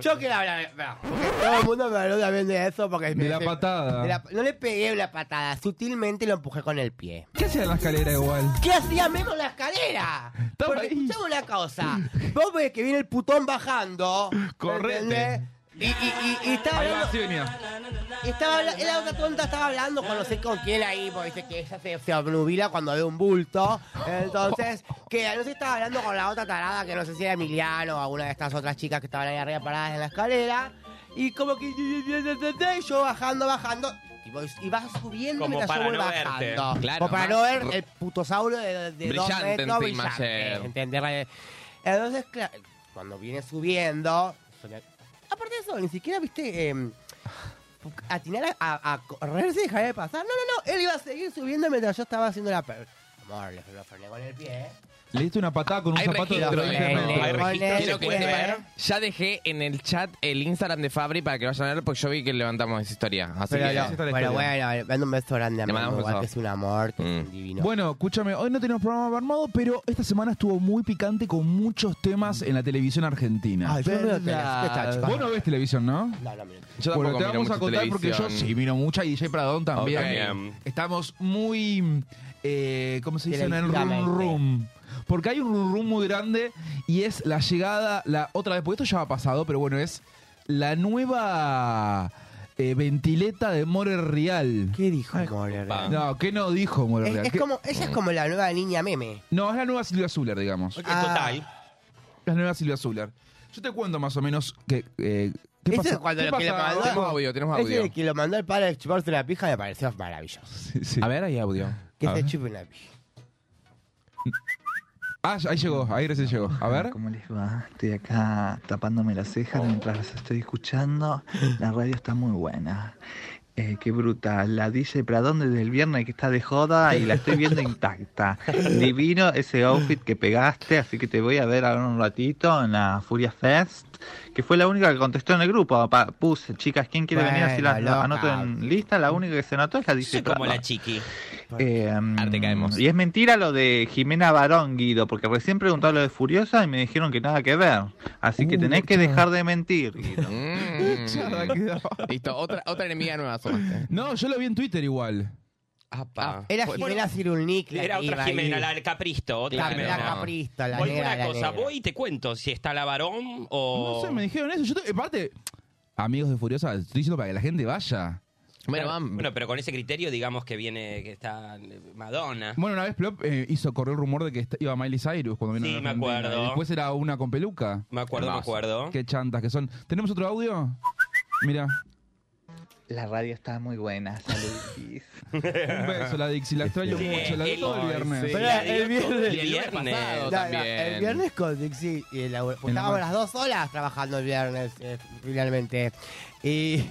Speaker 3: yo quiero hablar. de- pará. Todo el mundo me habló también de eso porque.
Speaker 2: De la patada.
Speaker 3: de la- no le pegué una patada, sutilmente lo empujé con el pie.
Speaker 2: ¿Qué hacía en la escalera igual?
Speaker 3: ¿Qué hacía Memo en la escalera?
Speaker 2: Estaba
Speaker 3: Porque
Speaker 2: ahí.
Speaker 3: escuchame una cosa. Vos ves que viene el putón bajando.
Speaker 2: Correte.
Speaker 3: ¿entendés? Y, y, y, y estaba
Speaker 2: Ahí va,
Speaker 3: hablando.
Speaker 2: así venía.
Speaker 3: Estaba habla- la otra tonta estaba hablando con no sé con quién ahí, porque dice que ella se, se obnubila cuando ve un bulto. Entonces, que no sé, estaba hablando con la otra tarada, que no sé si era Emiliano o alguna de estas otras chicas que estaban ahí arriba paradas en la escalera. Y como que. y yo bajando, bajando. Y, voy- y vas subiendo
Speaker 5: Como
Speaker 3: mientras yo
Speaker 5: para
Speaker 3: voy
Speaker 5: no verte.
Speaker 3: bajando.
Speaker 4: Claro,
Speaker 3: Como para
Speaker 4: más
Speaker 3: no ver el putosauro de, de dos
Speaker 4: Brillante
Speaker 3: metros
Speaker 4: encima
Speaker 3: brillante.
Speaker 4: ayer.
Speaker 3: ¿entendés? Entonces, claro, cuando viene subiendo. Aparte de eso, ni siquiera viste. em, atinar a, a, a correrse y dejar de pasar. No, no, no. Él iba a seguir subiendo mientras yo estaba haciendo la. per- Amor, le lo frené con el pie.
Speaker 2: Le diste una patada con un
Speaker 4: Hay
Speaker 2: zapato de
Speaker 4: registro,
Speaker 2: otro
Speaker 4: eh,
Speaker 2: internet.
Speaker 4: hay
Speaker 3: Con
Speaker 4: registro.
Speaker 3: el
Speaker 4: Quiero que
Speaker 3: juez.
Speaker 4: sepan, ya dejé en el chat el Instagram de Fabri para que vayan a ver porque yo vi que levantamos esa historia. Así
Speaker 3: Pero,
Speaker 4: que-
Speaker 3: no,
Speaker 2: esa es la
Speaker 3: pero
Speaker 2: historia.
Speaker 3: bueno, le mando un beso grande a
Speaker 4: Le
Speaker 3: mi
Speaker 4: mandamos
Speaker 3: igual
Speaker 4: beso.
Speaker 3: que es un amor, que es
Speaker 4: Mm.
Speaker 3: un divino.
Speaker 2: Bueno, escúchame, hoy no tenemos programa armado, pero esta semana estuvo muy picante con muchos temas en la televisión argentina.
Speaker 3: Ay, yo no veo tele, este
Speaker 4: verdad.
Speaker 3: ¿qué tal, chicos?
Speaker 2: Vos no ves televisión, ¿no?
Speaker 3: No, no, mira.
Speaker 4: Yo
Speaker 2: bueno,
Speaker 4: tampoco
Speaker 2: te
Speaker 4: miro
Speaker 2: vamos a
Speaker 4: mucho
Speaker 2: contar porque yo
Speaker 4: televisión.
Speaker 2: sí miro mucha y DJ Pradón también.
Speaker 4: Ok.
Speaker 2: También. Estamos muy, eh, ¿cómo se dice? En el rum
Speaker 3: Televisivamente.
Speaker 2: rum. Porque hay un rum rum muy grande y es la llegada, la otra vez, porque esto ya ha pasado, pero bueno, es la nueva eh, ventileta de More Real.
Speaker 3: ¿Qué dijo More Real?
Speaker 2: No, ¿qué no dijo More
Speaker 3: Es,
Speaker 2: Real?
Speaker 3: es
Speaker 2: ¿Qué-
Speaker 3: como, ella
Speaker 4: Mm.
Speaker 3: es como la nueva
Speaker 4: *laughs*
Speaker 3: niña meme.
Speaker 2: No, es la nueva Silvia Zuller, digamos. Ah,
Speaker 5: Porque, total.
Speaker 2: La nueva Silvia Zuller. Yo te cuento más o menos que, eh, qué
Speaker 3: Eso es
Speaker 2: pasa.
Speaker 3: cuando
Speaker 2: qué
Speaker 3: lo que le
Speaker 2: pasa-
Speaker 3: mandó-
Speaker 4: Tenemos audio, tenemos
Speaker 3: Ese
Speaker 4: audio.
Speaker 3: el que lo mandó el padre de chuparse la pija me pareció maravilloso.
Speaker 2: Sí, sí.
Speaker 4: A ver, hay audio.
Speaker 3: Que
Speaker 2: A
Speaker 3: se
Speaker 2: ver.
Speaker 3: chupe una pija.
Speaker 2: Ah, ahí llegó, ahí recién llegó. A ver. Oh.
Speaker 7: ¿Cómo les va? Estoy acá tapándome las cejas mientras las estoy escuchando. La radio está muy buena. Eh, qué brutal. La DJ Pradón desde el viernes que está de joda y la estoy viendo
Speaker 2: *laughs*
Speaker 7: intacta. Divino ese outfit que pegaste, así que te voy a ver ahora un ratito en la Furia Fest, que fue la única que contestó en el grupo. Pa- puse, chicas, ¿quién quiere venir? Así la, la
Speaker 3: Bueno, loca.
Speaker 7: anoto en lista.
Speaker 2: Mm.
Speaker 7: La única que se anotó es la
Speaker 5: Yo
Speaker 7: DJ
Speaker 5: soy como
Speaker 7: Pradón.
Speaker 5: la chiqui.
Speaker 7: Eh,
Speaker 4: Arte caemos.
Speaker 7: Y es mentira lo de Jimena Barón, Guido, porque recién preguntaba lo de Furiosa y me dijeron que nada que ver. Así que
Speaker 2: Uh,
Speaker 7: tenés que
Speaker 2: chao.
Speaker 7: dejar de mentir, Guido.
Speaker 4: Mm.
Speaker 2: *laughs* Ya la quedó.
Speaker 4: Listo, otra, otra enemiga nueva este. sumaste.
Speaker 2: No, yo lo vi en Twitter igual.
Speaker 5: Apa.
Speaker 3: Ah, Era
Speaker 5: Bueno,
Speaker 3: Jimena Cirulnik la
Speaker 5: Era
Speaker 3: que
Speaker 5: otra
Speaker 3: iba ahí.
Speaker 5: Jimena, la del Capristo. Otra
Speaker 3: La,
Speaker 5: Jimena.
Speaker 3: la caprista, la
Speaker 5: Voy
Speaker 3: negra,
Speaker 5: una
Speaker 3: la
Speaker 5: cosa,
Speaker 3: negra.
Speaker 5: voy y te cuento si está la varón
Speaker 2: No
Speaker 5: o.
Speaker 2: sé, me dijeron eso. Yo te- aparte, amigos de Furiosa, estoy diciendo para que la gente vaya.
Speaker 4: Bueno,
Speaker 5: Claro.
Speaker 4: vamos.
Speaker 5: Bueno, pero con ese criterio, digamos que viene, que está eh, Madonna.
Speaker 2: Bueno, una vez Plop eh, hizo correr el rumor de que est- iba Miley Cyrus cuando vino
Speaker 5: Sí,
Speaker 2: a la
Speaker 5: me
Speaker 2: Argentina.
Speaker 5: acuerdo.
Speaker 2: Y después era una con peluca.
Speaker 5: Me acuerdo, me
Speaker 4: Hermoso.
Speaker 5: acuerdo.
Speaker 2: Qué chantas que son. ¿Tenemos otro audio? Mira,
Speaker 7: La radio está muy buena, Este, saludis.
Speaker 2: *laughs* un beso la Dixie, la extraño
Speaker 5: Sí,
Speaker 2: mucho, la de
Speaker 5: el-
Speaker 2: todo el viernes.
Speaker 4: sí.
Speaker 3: Pero
Speaker 5: la
Speaker 3: el
Speaker 5: dio todo
Speaker 3: viernes-
Speaker 5: el
Speaker 4: El viernes
Speaker 5: viernes.
Speaker 4: pasado.
Speaker 3: La- la-
Speaker 4: también.
Speaker 3: el viernes con Dixie y el laburo.
Speaker 2: En la
Speaker 3: Estábamos
Speaker 2: mar-
Speaker 3: las dos horas trabajando el viernes, eh, finalmente. Y. *laughs*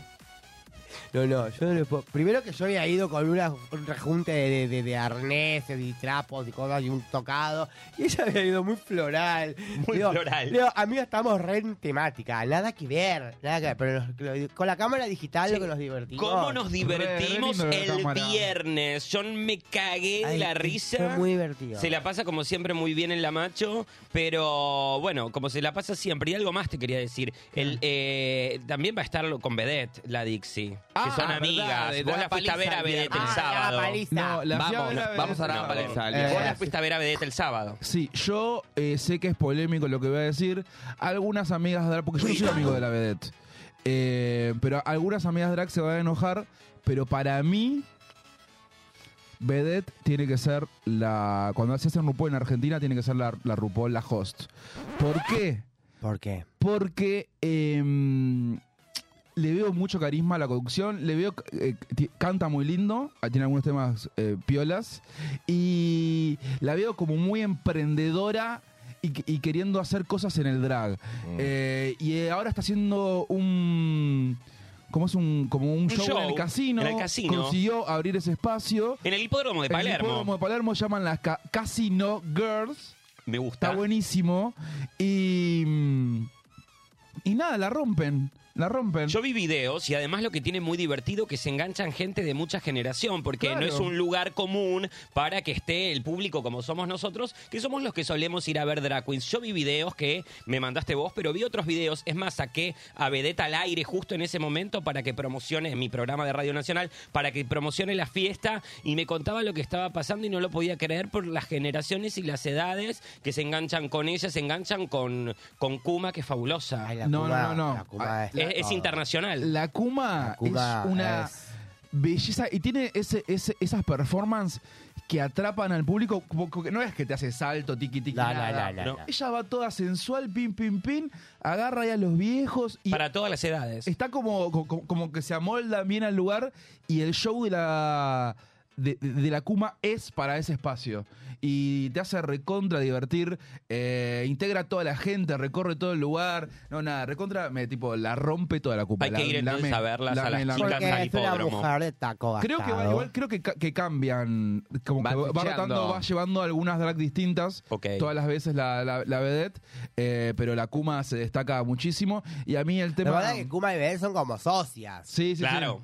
Speaker 3: No, no, yo no le puedo. Primero que yo había ido con una, un rejunte de, de, de arneses y trapos y cosas y un tocado. Y ella había ido muy floral.
Speaker 5: Muy floral.
Speaker 3: Digo, amiga, estamos re en temática. Nada que ver. Nada que ver. Pero nos- lo- con la cámara digital lo que nos divertimos.
Speaker 5: ¿Cómo nos divertimos
Speaker 2: Re, re lindo la
Speaker 5: el
Speaker 2: cámara.
Speaker 5: viernes? Yo me cagué de
Speaker 3: Ay,
Speaker 5: la
Speaker 3: fue
Speaker 5: risa.
Speaker 3: muy divertido.
Speaker 5: Se la pasa como siempre muy bien en la macho, pero bueno, como se la pasa siempre. Y algo más te quería decir. El, eh, también va a estar lo- con Vedette, la Dixie, que
Speaker 4: Ah,
Speaker 5: son
Speaker 4: verdad,
Speaker 5: amigas.
Speaker 4: de
Speaker 5: Vos
Speaker 4: la
Speaker 5: la fuiste a ver
Speaker 4: paliza
Speaker 5: a
Speaker 4: el
Speaker 5: Vedette el
Speaker 4: viernes.
Speaker 3: Ah,
Speaker 5: sábado.
Speaker 3: la paliza.
Speaker 2: No, la
Speaker 5: Vamos,
Speaker 2: fiaba
Speaker 5: no,
Speaker 2: era de-
Speaker 4: vamos a la
Speaker 5: No,
Speaker 4: paliza el
Speaker 5: Vos
Speaker 4: viernes.
Speaker 5: la fuiste a ver a Vedette el sábado.
Speaker 2: Sí, yo eh, sé que es polémico lo que voy a decir. Algunas amigas drag, porque yo no soy amigo de la vedette, Eh, pero algunas amigas drag se van a enojar, pero para mí vedette tiene que ser la cuando se hace RuPaul en Argentina tiene que ser la, la RuPaul, la host. ¿Por qué?
Speaker 3: ¿Por qué?
Speaker 2: Porque em, le veo mucho carisma a la conducción, le veo eh, ti- canta muy lindo, ah, tiene algunos temas eh, piolas y la veo como muy emprendedora y, que- y queriendo hacer cosas en el drag.
Speaker 5: Mm.
Speaker 2: Eh, y eh, ahora está haciendo un como es un como un, show, en
Speaker 5: show
Speaker 2: el casino,
Speaker 5: en el casino.
Speaker 2: consiguió abrir ese espacio.
Speaker 5: En el hipódromo de
Speaker 2: En el
Speaker 5: Palermo.
Speaker 2: hipódromo de Palermo llaman las ca- Casino Girls.
Speaker 5: Me gusta.
Speaker 2: Está buenísimo. Y. mm, Y nada, la rompen. La rompen.
Speaker 5: Yo vi videos y además lo que tiene muy divertido que se enganchan gente de mucha generación, porque no
Speaker 2: Claro.
Speaker 5: es un lugar común para que esté el público como somos nosotros, que somos los que solemos ir a ver drag queens. Yo vi videos que me mandaste vos, pero vi otros videos. Es más, saqué a Vedetta al aire justo en ese momento para que promocione en mi programa de Radio Nacional, para que promocione la fiesta y me contaba lo que estaba pasando y no lo podía creer por las generaciones y las edades que se enganchan con ella, se enganchan con, con Kuma, que es fabulosa.
Speaker 3: Ay, la
Speaker 2: No, no,
Speaker 3: Cuba-
Speaker 2: no, no.
Speaker 3: la Cuba
Speaker 2: Ah,
Speaker 3: es,
Speaker 5: Es, es
Speaker 3: todo.
Speaker 5: internacional.
Speaker 2: La Kuma,
Speaker 3: La Cuba
Speaker 2: es una
Speaker 3: es-
Speaker 2: belleza y tiene ese, ese- esas performances que atrapan al público. como que No es que te hace salto, tiqui, tiqui,
Speaker 3: No, no,
Speaker 2: nada.
Speaker 3: no, no, no.
Speaker 2: Ella va toda sensual, pin, pin, pin, agarra ahí a los viejos y
Speaker 5: para todas las edades.
Speaker 2: está como, como, como que se amolda bien al lugar y el show de la de, de la Kuma es para ese espacio y te hace recontra divertir eh, integra a toda la gente recorre todo el lugar no nada recontra me tipo la rompe toda la Kuma
Speaker 5: Hay que
Speaker 2: La-
Speaker 5: ir entonces
Speaker 2: lame,
Speaker 5: a verlas a
Speaker 2: lame, lame.
Speaker 5: las chicas. al
Speaker 3: Porque es una
Speaker 5: hipódromo.
Speaker 3: mujer de taco
Speaker 2: Creo que va,
Speaker 3: gastado.
Speaker 2: igual creo que, ca- que cambian, como
Speaker 4: Va
Speaker 2: que va
Speaker 4: switchando.
Speaker 2: rotando, va llevando algunas drag distintas,
Speaker 5: Ok.
Speaker 2: todas las veces la, la, la vedette, eh, pero la Kuma se destaca muchísimo y a mí el tema...
Speaker 3: La verdad es que Kuma y Bel son como socias.
Speaker 2: Sí, sí, sí.
Speaker 5: claro. Mm.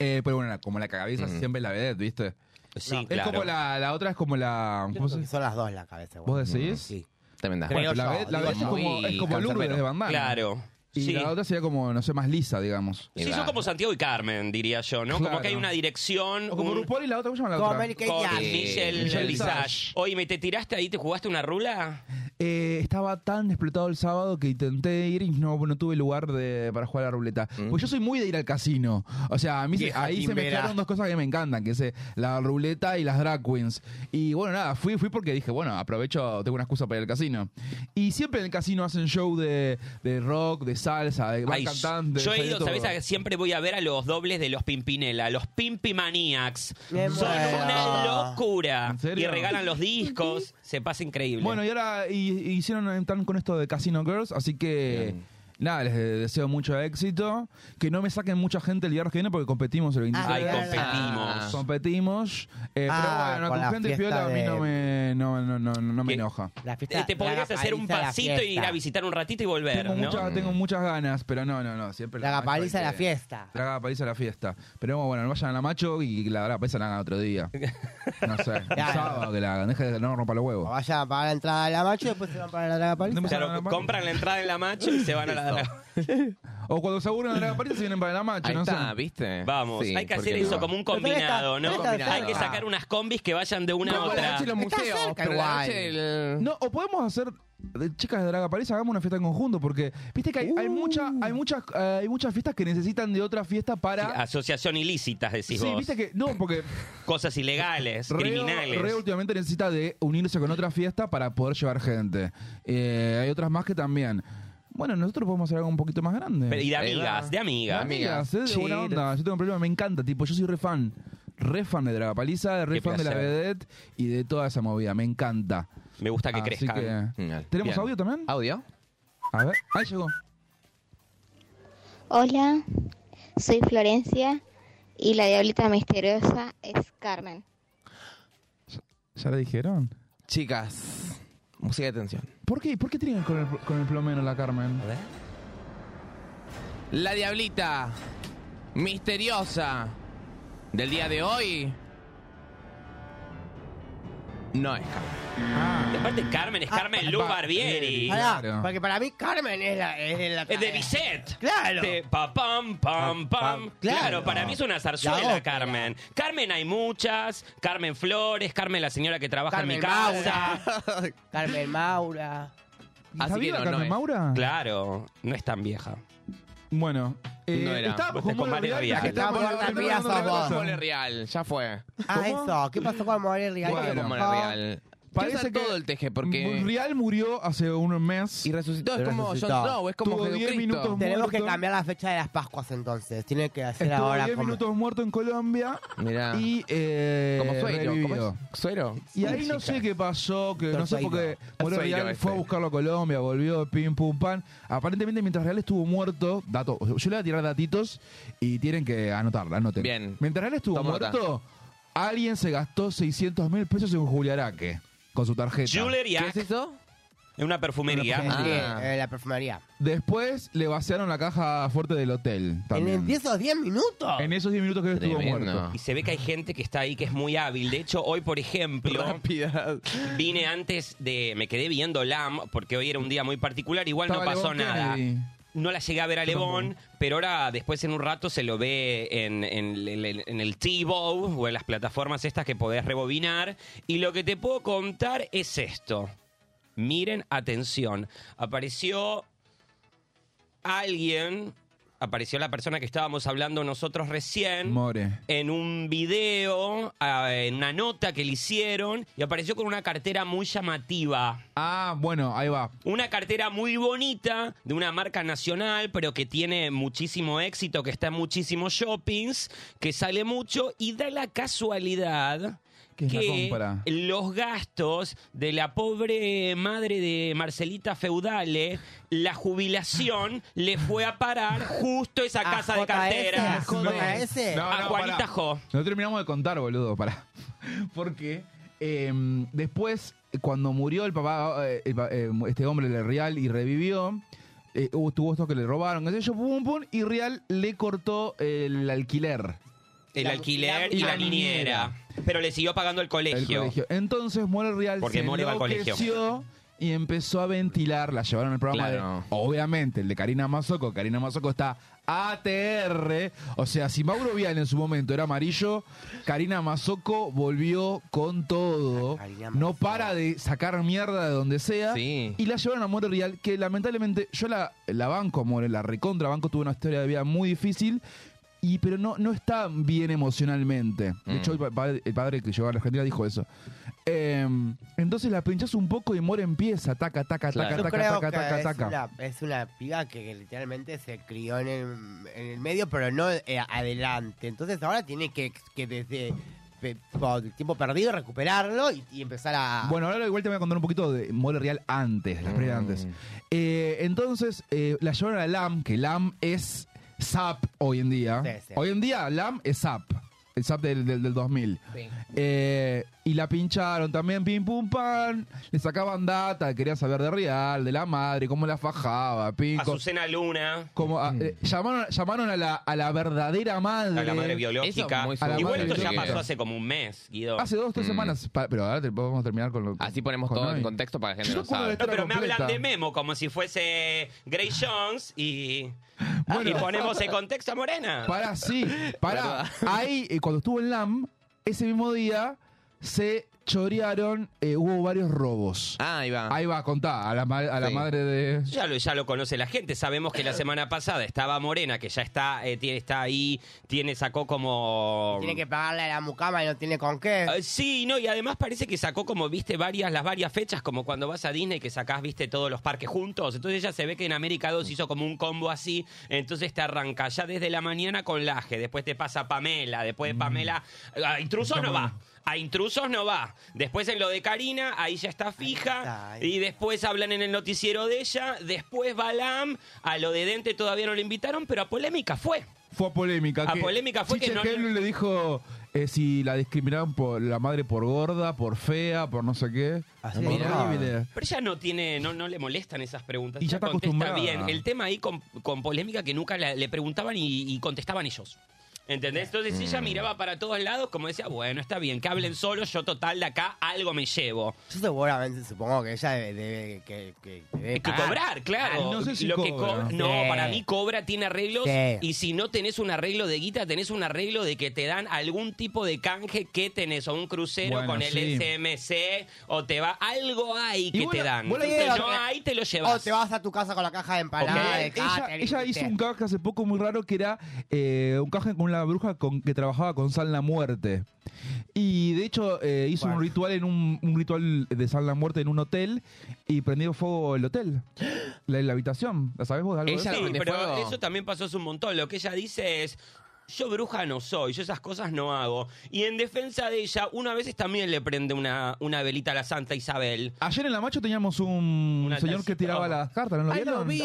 Speaker 2: Eh, pero bueno, la- como la cagabeza siempre es la vedette, ¿viste?
Speaker 5: Sí,
Speaker 2: No, es
Speaker 5: claro.
Speaker 2: como la, la otra es como la. ¿cómo se-
Speaker 3: Porque son las dos la cabeza. güey.
Speaker 2: ¿Vos decís?
Speaker 3: Sí.
Speaker 4: Tremenda.
Speaker 3: Creo
Speaker 2: la
Speaker 3: yo,
Speaker 2: vedette, la
Speaker 3: digo
Speaker 2: vedette es
Speaker 3: yo.
Speaker 2: como,
Speaker 4: Muy
Speaker 2: es como Lourdes
Speaker 4: cancerbero.
Speaker 2: de Bandana.
Speaker 5: Claro.
Speaker 2: Y
Speaker 5: sí.
Speaker 2: la otra sería como, no sé, más lisa, digamos.
Speaker 5: Sí, son
Speaker 4: Claro.
Speaker 5: como Santiago y Carmen, diría yo, ¿no? Como
Speaker 2: Claro.
Speaker 5: que hay una dirección.
Speaker 2: O como
Speaker 5: un-
Speaker 2: RuPaul y la otra, ¿cómo se llama la
Speaker 3: Como
Speaker 2: otra?
Speaker 3: Mary Kay
Speaker 5: con
Speaker 3: Diaz.
Speaker 5: Michelle,
Speaker 2: Michelle
Speaker 5: Visage.
Speaker 2: Visage.
Speaker 5: Oye, ¿me te tiraste ahí? ¿Te jugaste una rula?
Speaker 2: Eh, estaba tan explotado el sábado que intenté ir y no, no tuve lugar de- para jugar a la ruleta.
Speaker 5: Mm.
Speaker 2: Pues yo soy muy de ir al casino. O sea, a mí se-
Speaker 3: Vieja
Speaker 2: ahí se
Speaker 3: quimbera.
Speaker 2: mezclaron dos cosas que me encantan, que es eh, la ruleta y las drag queens. Y bueno, nada, fui, fui porque dije, bueno, aprovecho, tengo una excusa para ir al casino. Y siempre en el casino hacen show de, de rock, de salsa, de van
Speaker 5: Ay,
Speaker 2: cantantes,
Speaker 5: yo he
Speaker 2: hay de
Speaker 5: ido,
Speaker 2: todo.
Speaker 5: ¿sabes? A- Siempre voy a ver a los dobles de los Pimpinela, los Pimpimaniacs.
Speaker 3: Me
Speaker 5: Son
Speaker 3: muero.
Speaker 5: una locura.
Speaker 2: ¿En serio?
Speaker 5: Y regalan los discos. Se pasa increíble.
Speaker 2: Bueno, y ahora y- y hicieron están con esto de Casino Girls, así que nada, les deseo mucho éxito. Que no me saquen mucha gente el viernes que viene porque competimos el 27.
Speaker 5: Ay,
Speaker 3: Ah,
Speaker 5: competimos.
Speaker 4: ah,
Speaker 2: Competimos. eh,
Speaker 3: Ah,
Speaker 2: pero
Speaker 3: con
Speaker 2: bueno,
Speaker 3: la
Speaker 2: con gente piola
Speaker 3: fiesta
Speaker 2: a mí
Speaker 3: de-
Speaker 2: no me, no, no, no, no me
Speaker 5: ¿Qué?
Speaker 2: enoja.
Speaker 3: La
Speaker 5: Eh,
Speaker 4: Este,
Speaker 3: fiesta,
Speaker 5: te podrías
Speaker 3: la
Speaker 5: hacer un
Speaker 3: gapaliza de la
Speaker 5: pasito y ir
Speaker 3: fiesta.
Speaker 5: a visitar un ratito y volver,
Speaker 2: Tengo,
Speaker 5: ¿no?
Speaker 2: mucha- tengo muchas ganas, pero no, no, no. Siempre
Speaker 3: La
Speaker 2: macho
Speaker 3: gapaliza
Speaker 2: hay
Speaker 3: de la
Speaker 2: que-
Speaker 3: fiesta.
Speaker 2: La gapaliza de la fiesta. Pero bueno, no vayan a la macho y la gapaliza la hagan otro
Speaker 3: *laughs*
Speaker 2: día. No sé. Un
Speaker 3: Claro.
Speaker 2: sábado que la hagan. Deja de no rompa los
Speaker 3: O
Speaker 2: huevos.
Speaker 3: vayan Pues a pagar la entrada a la macho y después se van para la gapaliza.
Speaker 2: No me-
Speaker 5: Claro, compran la entrada en la macho y se van a la...
Speaker 2: O cuando se aburren de la París se vienen para la mancha,
Speaker 4: Ahí
Speaker 2: no
Speaker 4: está,
Speaker 2: sé.
Speaker 4: ¿viste?
Speaker 5: Vamos,
Speaker 4: Sí,
Speaker 5: hay que
Speaker 4: ¿por
Speaker 5: hacer
Speaker 4: qué
Speaker 5: eso
Speaker 4: no?
Speaker 5: como un
Speaker 3: Pero está-
Speaker 5: combinado, ¿no?
Speaker 3: está- está-
Speaker 5: Hay que sacar unas combis que vayan de una a
Speaker 2: Vamos a la
Speaker 5: otra.
Speaker 2: noche los
Speaker 3: Está
Speaker 2: museos,
Speaker 3: cerca,
Speaker 2: pero
Speaker 3: igual.
Speaker 2: la
Speaker 4: Ah,
Speaker 2: noche
Speaker 4: che,
Speaker 5: eh,
Speaker 4: el-
Speaker 2: No, o podemos hacer de chicas de Draga París, hagamos una fiesta en conjunto, porque viste que hay,
Speaker 3: Uh.
Speaker 2: hay mucha- hay muchas, eh, hay muchas fiestas que necesitan de otra fiesta para.
Speaker 5: Asociación ilícita, decís vos.
Speaker 2: viste que. No, porque
Speaker 5: Cosas ilegales,
Speaker 2: Reo-
Speaker 5: ah, criminales.
Speaker 2: Reo últimamente necesita de unirse con otra fiesta para poder llevar gente. Eh, hay otras más que también. Bueno, nosotros podemos hacer algo un poquito más grande.
Speaker 5: Pero- y de amigas,
Speaker 4: va.
Speaker 5: de amigas.
Speaker 4: De
Speaker 2: Amigas,
Speaker 4: amigas.
Speaker 2: es de buena
Speaker 4: Cheers.
Speaker 2: onda. Yo tengo un problema, me encanta. Tipo, yo soy re fan. Re fan de Dragapaliza, re
Speaker 5: Qué
Speaker 2: fan de la
Speaker 5: placer.
Speaker 2: vedette y de toda esa movida. Me encanta.
Speaker 5: Me gusta que
Speaker 2: Así
Speaker 5: crezcan.
Speaker 2: que-
Speaker 4: Genial.
Speaker 2: ¿Tenemos
Speaker 4: Bien.
Speaker 2: audio también?
Speaker 4: ¿Audio?
Speaker 2: A ver. Ahí llegó.
Speaker 8: Hola, soy Florencia y la diablita misteriosa es Carmen.
Speaker 2: ¿Ya la dijeron?
Speaker 4: Chicas, música de tensión.
Speaker 2: ¿Por qué? ¿Por qué tienen con el, con el plomero la Carmen?
Speaker 4: La diablita misteriosa del día de hoy no es Carmen.
Speaker 2: Ah,
Speaker 5: Y Aparte, Carmen es Carmen Lu Barbieri.
Speaker 3: Pará,
Speaker 2: eh, Claro.
Speaker 3: Porque para mí Carmen es la... Es, de la
Speaker 5: Eh, Es de Bizet.
Speaker 3: Claro.
Speaker 5: De pa, pam, pam, pam.
Speaker 3: Claro.
Speaker 5: Claro, para mí es una zarzuela,
Speaker 3: ópera.
Speaker 5: Carmen. Carmen hay muchas. Carmen Flores, Carmen la señora que trabaja en
Speaker 3: Carmen
Speaker 5: mi casa.
Speaker 3: Maura.
Speaker 4: *laughs*
Speaker 3: Carmen Maura.
Speaker 2: ¿Está
Speaker 4: Así que
Speaker 2: viva
Speaker 4: no, no
Speaker 2: Carmen
Speaker 4: es.
Speaker 2: Maura?
Speaker 5: Claro, no es tan vieja.
Speaker 2: Bueno, eh,
Speaker 4: No era.
Speaker 2: estábamos
Speaker 5: Vos te
Speaker 2: con Mole
Speaker 5: comparás
Speaker 2: Vidal,
Speaker 5: Vidal.
Speaker 2: que estábamos
Speaker 3: Estábamos
Speaker 2: hablando
Speaker 3: con
Speaker 2: de
Speaker 3: Vidal,
Speaker 2: Vidal.
Speaker 3: vos.
Speaker 4: Mole Real, ya fue.
Speaker 3: Ah,
Speaker 2: ¿Cómo?
Speaker 3: eso. ¿Qué pasó con Amor Real?
Speaker 2: Bueno, Ah,
Speaker 3: ¿Qué pasó?
Speaker 4: Mole Real. Parece todo el teje porque
Speaker 2: Monreal murió hace un mes.
Speaker 4: y resucitó, es como Jon
Speaker 3: Resucitó.
Speaker 4: Snow, es como
Speaker 2: Tuvo 10
Speaker 4: Jesucristo.
Speaker 2: minutos
Speaker 3: Tenemos que
Speaker 2: muerto.
Speaker 3: cambiar la fecha de las Pascuas entonces. Tiene que hacer
Speaker 2: Estuvo
Speaker 3: ahora
Speaker 2: 10
Speaker 3: como-
Speaker 2: minutos muerto en Colombia.
Speaker 4: Mirá.
Speaker 2: Y eh,
Speaker 4: como suero,
Speaker 2: revivió.
Speaker 4: como suero.
Speaker 2: Y ahí no sé qué pasó, que no sé por qué
Speaker 4: Torsuelo.
Speaker 2: Moro
Speaker 4: Torsuelo
Speaker 2: Real
Speaker 4: este.
Speaker 2: fue a buscarlo a Colombia, volvió, pim, pum, pan. Aparentemente mientras Real estuvo muerto, dato, yo le voy a tirar datitos y tienen que anotarla, anoten.
Speaker 4: Bien.
Speaker 2: Mientras Real estuvo
Speaker 4: Tomo nota.
Speaker 2: muerto, alguien se gastó 600 mil pesos en Juliaraque con su tarjeta.
Speaker 5: Jewelry
Speaker 4: ¿Qué
Speaker 5: Act
Speaker 4: es eso?
Speaker 5: es una perfumería.
Speaker 3: Sí,
Speaker 4: Ah.
Speaker 3: eh, la perfumería.
Speaker 2: Después le vaciaron la caja fuerte del hotel.
Speaker 3: En
Speaker 2: También.
Speaker 3: esos 10 minutos.
Speaker 2: En esos 10 minutos que él estuvo
Speaker 4: Tremendo.
Speaker 2: muerto.
Speaker 5: Y se ve que hay gente que está ahí que es muy hábil. De hecho, hoy, por ejemplo,
Speaker 4: Rápida.
Speaker 5: vine antes de. Me quedé viendo LAM porque hoy era un día muy particular. Igual no
Speaker 2: Estaba
Speaker 5: pasó
Speaker 2: Levon
Speaker 5: nada.
Speaker 2: Kennedy.
Speaker 5: No la llegué a ver a Levón, pero ahora después en un rato se lo ve en, en- en- en el T-Bow o en las plataformas estas que podés rebobinar. Y lo que te puedo contar es esto. Miren, atención. Apareció alguien, apareció la persona que estábamos hablando nosotros recién
Speaker 2: More.
Speaker 5: en un video, ah, en una nota que le hicieron, y apareció con una cartera muy llamativa.
Speaker 2: Ah, bueno, ahí va.
Speaker 5: Una cartera muy bonita de una marca nacional, pero que tiene muchísimo éxito, que está en muchísimos shoppings, que sale mucho y da la casualidad
Speaker 2: Que es la
Speaker 5: que
Speaker 2: compra.
Speaker 5: los gastos de la pobre madre de Marcelita Feudale, la jubilación le fue a parar justo esa
Speaker 3: A
Speaker 5: casa de
Speaker 3: JS, a
Speaker 5: carteras.
Speaker 3: JS.
Speaker 4: Ah,
Speaker 2: No,
Speaker 5: A
Speaker 2: no,
Speaker 5: Juanita
Speaker 2: pará.
Speaker 5: Jo.
Speaker 2: No terminamos de contar, boludo, pará. Porque eh, después, cuando murió el papá, eh, el pa- eh, este hombre, el Real, y revivió, eh, hubo- tuvo estos que le robaron, qué sé yo, pum, pum, y Real le cortó el alquiler.
Speaker 5: El
Speaker 3: La-
Speaker 5: alquiler
Speaker 3: la-
Speaker 5: y la,
Speaker 3: la
Speaker 5: niñera. Pero le siguió pagando el colegio.
Speaker 2: El colegio. Entonces More Real
Speaker 5: Porque
Speaker 2: se
Speaker 5: More va al colegio.
Speaker 2: enloqueció Y empezó a ventilar, la llevaron al programa
Speaker 4: Claro.
Speaker 2: de, obviamente, el de Karina Mazoco. Karina Mazoco está ATR. O sea, si Mauro Vial en su momento era amarillo, Karina Mazoco volvió con todo.
Speaker 3: Karina Mazzocco.
Speaker 2: No para de sacar mierda de donde sea.
Speaker 4: Sí.
Speaker 2: Y la llevaron a More Real, que lamentablemente yo la, la banco, a More, la recontra banco, tuvo una historia de vida muy difícil. Y, pero no, no está bien emocionalmente. De hecho, el, pa- padre- el padre que llegó a la Argentina dijo eso. Em, entonces la pinchás un poco y More empieza. Taca, taca,
Speaker 4: Claro.
Speaker 3: Yo
Speaker 2: taca,
Speaker 3: creo
Speaker 2: taca, taca, taca,
Speaker 3: que es,
Speaker 2: taca.
Speaker 3: Una, es una piba que, que literalmente se crió en el, en el medio, pero no eh, adelante. Entonces ahora tiene que, que desde pe- po- el tiempo perdido recuperarlo y, y empezar
Speaker 5: Ah.
Speaker 3: a...
Speaker 2: Bueno, ahora igual te voy a contar un poquito de Mole Real antes, las
Speaker 5: Mm.
Speaker 2: previas antes. Eh, entonces, eh, la llevaron a LAM, que LAM es SAP hoy en día.
Speaker 3: Sí, sí.
Speaker 2: Hoy en día LAM es SAP. El SAP del, del, del 2000. Eh, y la pincharon también, pim pum pam. Le sacaban data, querían saber de Real, de la madre, cómo la fajaba, pico.
Speaker 5: Azucena Luna.
Speaker 2: Como a- eh, llamaron, llamaron a la, a la verdadera madre.
Speaker 5: Mm. A la
Speaker 4: Eso
Speaker 5: madre
Speaker 4: es
Speaker 5: biológica.
Speaker 4: muy
Speaker 2: A la
Speaker 5: Igual
Speaker 2: madre
Speaker 5: esto ya
Speaker 2: biológica.
Speaker 5: pasó hace como un mes, Guido.
Speaker 2: Hace dos, tres
Speaker 4: Mm.
Speaker 2: semanas. Pa- pero ahora te, podemos terminar con lo
Speaker 4: Así ponemos
Speaker 2: con
Speaker 4: todo
Speaker 2: hoy.
Speaker 4: en contexto para la gente
Speaker 2: Yo
Speaker 4: que
Speaker 2: recuerdo
Speaker 4: no sabe.
Speaker 2: la
Speaker 5: No, pero me
Speaker 2: completa.
Speaker 5: hablan de Memo como si fuese Gray Jones y y ponemos en contexto a Morena.
Speaker 2: Para,
Speaker 4: *laughs*
Speaker 2: sí, para. Ahí, eh, cuando estuvo en LAM, ese mismo día se chorearon, eh, hubo varios robos.
Speaker 4: Ah, ahí va.
Speaker 2: Ahí va, contá, a la, ma- a la
Speaker 4: Sí.
Speaker 2: madre de...
Speaker 5: Ya lo, ya lo conoce la gente. Sabemos que la semana pasada estaba Morena, que ya está, eh, tiene, está ahí, tiene, sacó como.
Speaker 3: Tiene que pagarle a la mucama y no tiene con qué.
Speaker 2: Eh,
Speaker 5: Ah, Sí, no, y además parece que sacó como, viste, varias, las varias fechas, como cuando vas a Disney que sacás, viste, todos los parques juntos. Entonces ya se ve que en América 2 hizo como un combo así. Entonces te arranca ya desde la mañana con Laje, después te pasa Pamela, después
Speaker 2: Mm.
Speaker 5: de Pamela. A intrusos no va. A intrusos no va. Después en lo de Karina, ahí ya está fija.
Speaker 3: está, ahí
Speaker 5: Y después hablan en el noticiero de ella. Después Balam. A lo de Dente todavía no lo invitaron, pero a polémica fue.
Speaker 2: Fue a polémica.
Speaker 5: A polémica fue que
Speaker 2: Chiche
Speaker 5: no-
Speaker 2: Helblum le dijo eh, si la discriminaban por la madre por gorda, por fea, por no sé qué.
Speaker 3: Así
Speaker 2: Horrible.
Speaker 5: Pero ella no tiene, no, no le molestan esas preguntas.
Speaker 2: eh. Y ya está
Speaker 5: Ella contesta
Speaker 2: acostumbrada.
Speaker 5: bien. El tema ahí con, con polémica que nunca la- le preguntaban y, y contestaban ellos. ¿Entendés?
Speaker 2: Mm.
Speaker 5: Entonces ella miraba para todos lados como decía, bueno, está bien, que hablen solos, yo total de acá algo me llevo.
Speaker 3: Yo seguramente supongo que ella debe, debe- que, que, que debe
Speaker 5: Hay que
Speaker 3: pagar.
Speaker 5: cobrar, claro.
Speaker 2: Ah, no sé si
Speaker 5: Lo que
Speaker 2: cobra.
Speaker 5: co- no,
Speaker 3: Sí.
Speaker 5: para mí cobra, tiene arreglos.
Speaker 3: Sí.
Speaker 5: Y si no tenés un arreglo de guita, tenés un arreglo de que te dan algún tipo de canje que tenés, o un crucero
Speaker 2: Bueno,
Speaker 5: con el
Speaker 2: sí.
Speaker 5: SMC, o te va. Algo hay que
Speaker 2: vos
Speaker 5: te
Speaker 2: la-
Speaker 5: dan.
Speaker 2: vos la
Speaker 5: Entonces,
Speaker 3: idea-
Speaker 5: no hay, te lo
Speaker 3: O
Speaker 5: llevas.
Speaker 3: te vas a tu casa con la caja de empanadas
Speaker 5: Ok.
Speaker 3: de
Speaker 2: Ah, eh, Ella,
Speaker 3: catering,
Speaker 2: ella hizo
Speaker 3: ¿viste?
Speaker 2: un caje hace poco muy raro que era eh, un caje con una bruja con, que trabajaba con San la Muerte. Y de hecho eh, hizo un
Speaker 3: Bueno.
Speaker 2: ritual en un, un ritual de San la Muerte en un hotel y prendió fuego el hotel, la, la habitación. ¿La sabés vos de algo? de
Speaker 4: Ella
Speaker 2: eso?
Speaker 5: Sí,
Speaker 4: prende
Speaker 5: pero
Speaker 4: fuego.
Speaker 5: eso también pasó hace un montón. Lo que ella dice es. Yo bruja no soy, yo esas cosas no hago. Y en defensa de ella, una vez también le prende una, una velita a la Santa Isabel.
Speaker 2: Ayer en la macho teníamos un
Speaker 5: Una
Speaker 2: señor que
Speaker 5: tacita.
Speaker 2: tiraba las cartas, ¿no lo
Speaker 4: Ay,
Speaker 2: vieron?
Speaker 4: lo vi.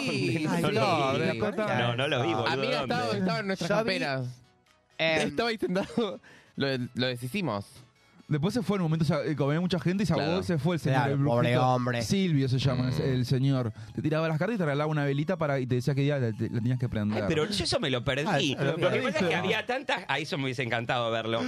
Speaker 3: Ay,
Speaker 4: No, no,
Speaker 3: sí. La
Speaker 4: no,
Speaker 3: concha
Speaker 2: no,
Speaker 3: de-
Speaker 5: no lo vi, boludo.
Speaker 4: Amiga,
Speaker 5: ¿dónde?
Speaker 4: estaba, estaba en nuestras
Speaker 3: Yo vi-
Speaker 4: camperas.
Speaker 3: Em,
Speaker 4: Estaba intentando. Lo, lo deshicimos.
Speaker 2: Después se fue en un momento, se- eh, como había mucha gente y se
Speaker 4: Claro.
Speaker 2: ahogó, se fue el señor.
Speaker 3: Claro,
Speaker 2: el
Speaker 3: pobre
Speaker 2: brujito.
Speaker 3: hombre.
Speaker 2: Silvio se llama el-
Speaker 5: Mm.
Speaker 2: el señor. Te tiraba las cartas y te regalaba una velita para, y te decía que día la, la tenías que prender.
Speaker 5: Ay, pero yo eso me lo perdí.
Speaker 2: Ah, lo
Speaker 5: lo que pasa
Speaker 2: perdiste.
Speaker 5: es que había tantas. A eso me hubiese encantado verlo.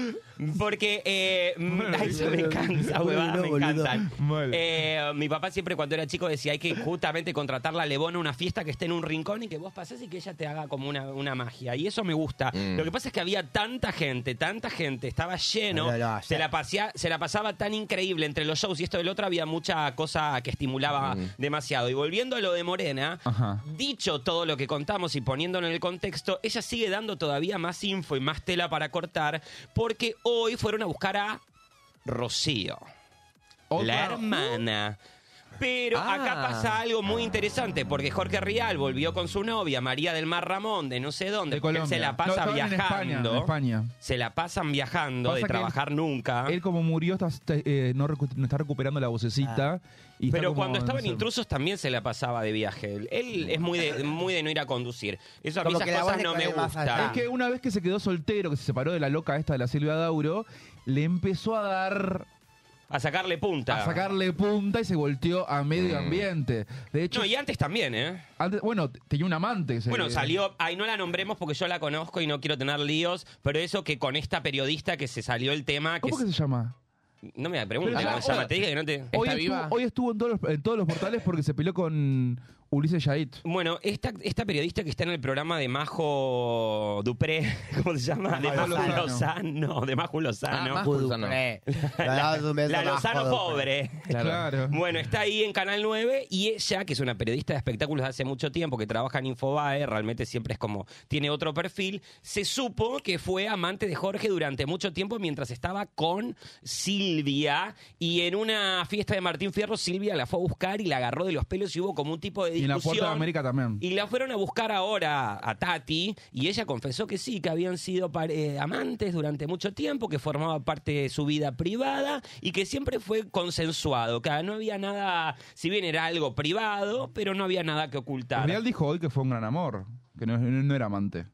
Speaker 5: Porque.
Speaker 2: *laughs*
Speaker 5: Eh, *laughs*
Speaker 2: Bueno,
Speaker 5: a eso me
Speaker 2: boludo.
Speaker 5: encanta, huevada,
Speaker 2: Bueno,
Speaker 5: me
Speaker 2: boludo.
Speaker 5: encantan.
Speaker 2: Mal.
Speaker 5: Eh, mi papá siempre, cuando era chico, decía: hay que justamente contratar la Lebona a una fiesta que esté en un rincón y que vos pases y que ella te haga como una, una magia. Y eso me gusta.
Speaker 4: Mm.
Speaker 5: Lo que pasa es que había tanta gente, tanta gente, estaba lleno.
Speaker 3: No, no, no,
Speaker 5: se,
Speaker 3: ya-
Speaker 5: la pasea- se la pasaba tan increíble entre los shows y esto del otro, había mucha cosa que estimulaba demasiado. Y volviendo a lo de Morena.
Speaker 2: Ajá.
Speaker 5: Dicho todo lo que contamos y poniéndolo en el contexto, ella sigue dando todavía más info y más tela para cortar, porque hoy fueron a buscar a Rocío,
Speaker 2: Oh,
Speaker 5: la hermana.
Speaker 2: Uh.
Speaker 5: Pero
Speaker 4: Ah.
Speaker 5: acá pasa algo muy interesante, porque Jorge Rial volvió con su novia, María del Mar Ramón, de no sé dónde,
Speaker 2: De
Speaker 5: porque él
Speaker 2: Colombia.
Speaker 5: se la pasa
Speaker 2: No, estaban en España,
Speaker 5: viajando.
Speaker 2: en España.
Speaker 5: Se la pasan viajando
Speaker 2: Pasa
Speaker 5: de
Speaker 2: que
Speaker 5: trabajar nunca.
Speaker 2: Él como murió está, está, eh, no, recu- no está recuperando la vocecita. y está
Speaker 5: Ah. Pero
Speaker 2: como,
Speaker 5: cuando
Speaker 2: no
Speaker 5: estaba en
Speaker 2: sé.
Speaker 5: intrusos también se la pasaba de viaje. Él, él es muy de, muy de no ir a conducir. Eso a mí
Speaker 3: Como
Speaker 5: esas
Speaker 3: que la voz
Speaker 5: cosas
Speaker 3: le
Speaker 5: no me
Speaker 3: cae más
Speaker 5: gusta.
Speaker 3: allá.
Speaker 2: Es que una vez que se quedó soltero, que se separó de la loca esta de la Silvia Dauro, le empezó a dar
Speaker 5: A sacarle punta.
Speaker 2: a sacarle punta y se volteó a medio ambiente. De hecho,
Speaker 5: Mm. No, y antes también, ¿eh?
Speaker 2: antes- bueno, t- tenía un amante. que se-
Speaker 5: Bueno, salió, ahí no la nombremos porque yo la conozco y no quiero tener líos, pero eso que con esta periodista que se salió el tema, que,
Speaker 2: ¿Cómo que
Speaker 5: s-
Speaker 2: se llama?
Speaker 5: no me preguntes
Speaker 2: Pero
Speaker 5: cómo
Speaker 2: ya-
Speaker 5: se llama, te dije que no te...
Speaker 2: Hoy
Speaker 4: ¿Está
Speaker 2: estuvo,
Speaker 4: viva?
Speaker 2: hoy estuvo en todos, los, en todos los portales porque se peleó con Ulises Yait.
Speaker 5: Bueno, esta, esta periodista que está en el programa de Majo Dupré, *laughs* ¿cómo se llama? De
Speaker 2: Majo
Speaker 5: Majo
Speaker 2: Lozano.
Speaker 5: Lozano, de Majo Lozano.
Speaker 4: Ah, Majo. Lozano.
Speaker 5: *laughs*
Speaker 3: Dupré. Le damos un beso
Speaker 5: la
Speaker 3: a Majo
Speaker 5: Lozano
Speaker 3: Dupré.
Speaker 5: pobre.
Speaker 2: Claro.
Speaker 5: Bueno, está ahí en Canal 9 y ella, que es una periodista de espectáculos de hace mucho tiempo, que trabaja en Infobae, realmente siempre es como, tiene otro perfil, se supo que fue amante de Jorge durante mucho tiempo mientras estaba con Silvia y en una fiesta de Martín Fierro Silvia la fue a buscar y la agarró de los pelos y hubo como un tipo de
Speaker 2: Y en
Speaker 5: discusión.
Speaker 2: la Puerta de América también.
Speaker 5: Y la fueron a buscar ahora a Tati y ella confesó que sí, que habían sido par- eh, amantes durante mucho tiempo, que formaba parte de su vida privada y que siempre fue consensuado, que no había nada, si bien era algo privado, pero no había nada que ocultar.
Speaker 2: Real dijo hoy que fue un gran amor, que no, no era amante.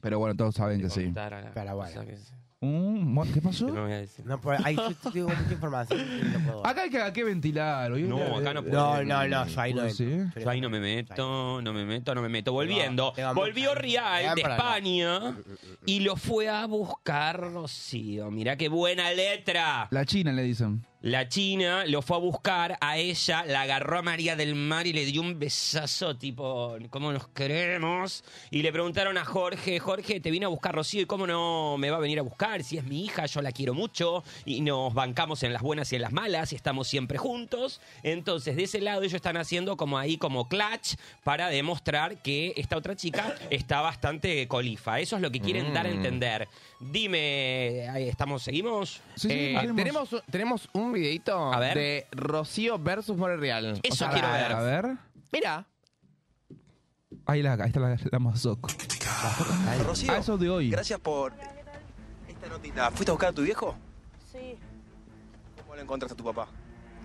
Speaker 2: Pero bueno, todos saben que sí.
Speaker 5: Ocultar a la-
Speaker 3: Pero bueno.
Speaker 5: o sea que-
Speaker 2: Mm, bueno, ¿Qué pasó?
Speaker 5: que no voy a decir.
Speaker 3: No, por- ahí yo tengo mucha información. que no puedo dar.
Speaker 2: Acá hay que, hay que ventilar. hoy-
Speaker 5: No,
Speaker 2: eh,
Speaker 5: acá no puedo.
Speaker 3: No, no, no, yo ahí no.
Speaker 2: ¿Sí?
Speaker 3: entro.
Speaker 5: Yo ahí no me meto, no me meto, no me meto. Volviendo,
Speaker 3: Te va- te va
Speaker 5: volvió
Speaker 3: mucho.
Speaker 5: Rial de
Speaker 3: Te va para acá.
Speaker 5: España y lo fue a buscar Rocío. Mirá qué buena letra.
Speaker 2: La China le dicen.
Speaker 5: La China lo fue a buscar a ella, la agarró a María del Mar y le dio un besazo, tipo, ¿cómo nos queremos? Y le preguntaron a Jorge, Jorge, te vino a buscar Rocío, ¿y cómo no me va a venir a buscar? Si es mi hija, yo la quiero mucho, y nos bancamos en las buenas y en las malas, y estamos siempre juntos. Entonces, de ese lado ellos están haciendo como ahí, como clutch, para demostrar que esta otra chica está bastante colifa. Eso es lo que quieren dar a
Speaker 2: Mm.
Speaker 5: entender. Dime, ahí estamos, seguimos.
Speaker 2: Sí, sí,
Speaker 4: Eh,
Speaker 2: tenemos-
Speaker 4: tenemos, un- tenemos un videito
Speaker 5: A ver.
Speaker 4: de Rocío versus More Real.
Speaker 5: Eso
Speaker 2: A
Speaker 5: quiero
Speaker 2: ver,
Speaker 5: ver.
Speaker 2: A ver.
Speaker 4: Mira.
Speaker 2: Ahí, la, ahí está la, la mazoco.
Speaker 9: Rocío,
Speaker 2: Ah, eso de hoy.
Speaker 9: gracias por esta notita. ¿Fuiste a buscar a tu viejo?
Speaker 10: Sí,
Speaker 9: ¿Cómo lo encontraste a tu papá?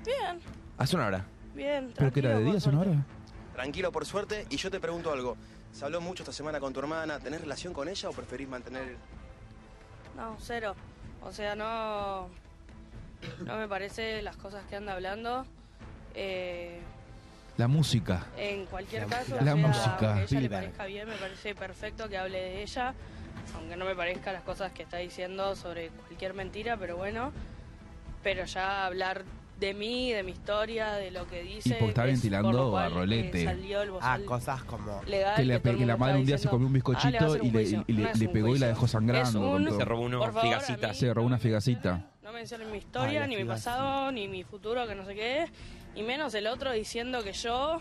Speaker 10: bien,
Speaker 4: Hace una hora.
Speaker 10: bien.
Speaker 2: ¿Pero que era de
Speaker 10: tranquilo,
Speaker 2: día,
Speaker 10: por suerte.
Speaker 2: Sonora?
Speaker 9: Tranquilo, por suerte. Y yo te pregunto algo. ¿Se habló mucho esta semana con tu hermana? ¿Tenés relación con ella o preferís mantener...?
Speaker 10: No, cero. O sea, no. No me parece las cosas que anda hablando. Eh,
Speaker 2: La música.
Speaker 10: en cualquier
Speaker 3: La-
Speaker 10: caso,
Speaker 2: la
Speaker 10: o sea,
Speaker 2: música,
Speaker 10: aunque a ella le
Speaker 3: Bieber.
Speaker 10: parezca bien, me parece perfecto que hable de ella. Aunque no me parezca las cosas que está diciendo sobre cualquier mentira, pero bueno. Pero ya hablar de mí, de mi historia, de lo que dice.
Speaker 2: porque está
Speaker 10: es
Speaker 2: ventilando
Speaker 10: por lo
Speaker 2: a
Speaker 10: cual, eh,
Speaker 2: Rolete.
Speaker 10: salió el
Speaker 3: Ah,
Speaker 10: bozal
Speaker 3: cosas como.
Speaker 10: legal
Speaker 2: Que, la,
Speaker 10: todo el
Speaker 2: que la
Speaker 10: mundo
Speaker 2: madre
Speaker 10: está
Speaker 2: un día se
Speaker 10: diciendo,
Speaker 2: comió un
Speaker 10: "Ah, le va a
Speaker 2: bizcochito
Speaker 10: hacer un
Speaker 2: y le,
Speaker 10: juicio".
Speaker 2: y le-
Speaker 10: No es
Speaker 2: le
Speaker 10: un
Speaker 2: pegó y la
Speaker 10: juicio.
Speaker 2: dejó sangrando.
Speaker 10: Es
Speaker 2: con
Speaker 10: un-
Speaker 2: todo.
Speaker 5: Se robó unos
Speaker 10: Por favor,
Speaker 5: figacitas.
Speaker 10: a mí
Speaker 2: Se robó
Speaker 10: no
Speaker 2: una
Speaker 10: me
Speaker 2: figacita.
Speaker 10: mencionen- No mencionen mi
Speaker 3: Ay,
Speaker 10: historia,
Speaker 3: la
Speaker 10: ni mi
Speaker 3: figacita.
Speaker 10: pasado, ni mi futuro, que no sé qué. Y menos el otro diciendo que yo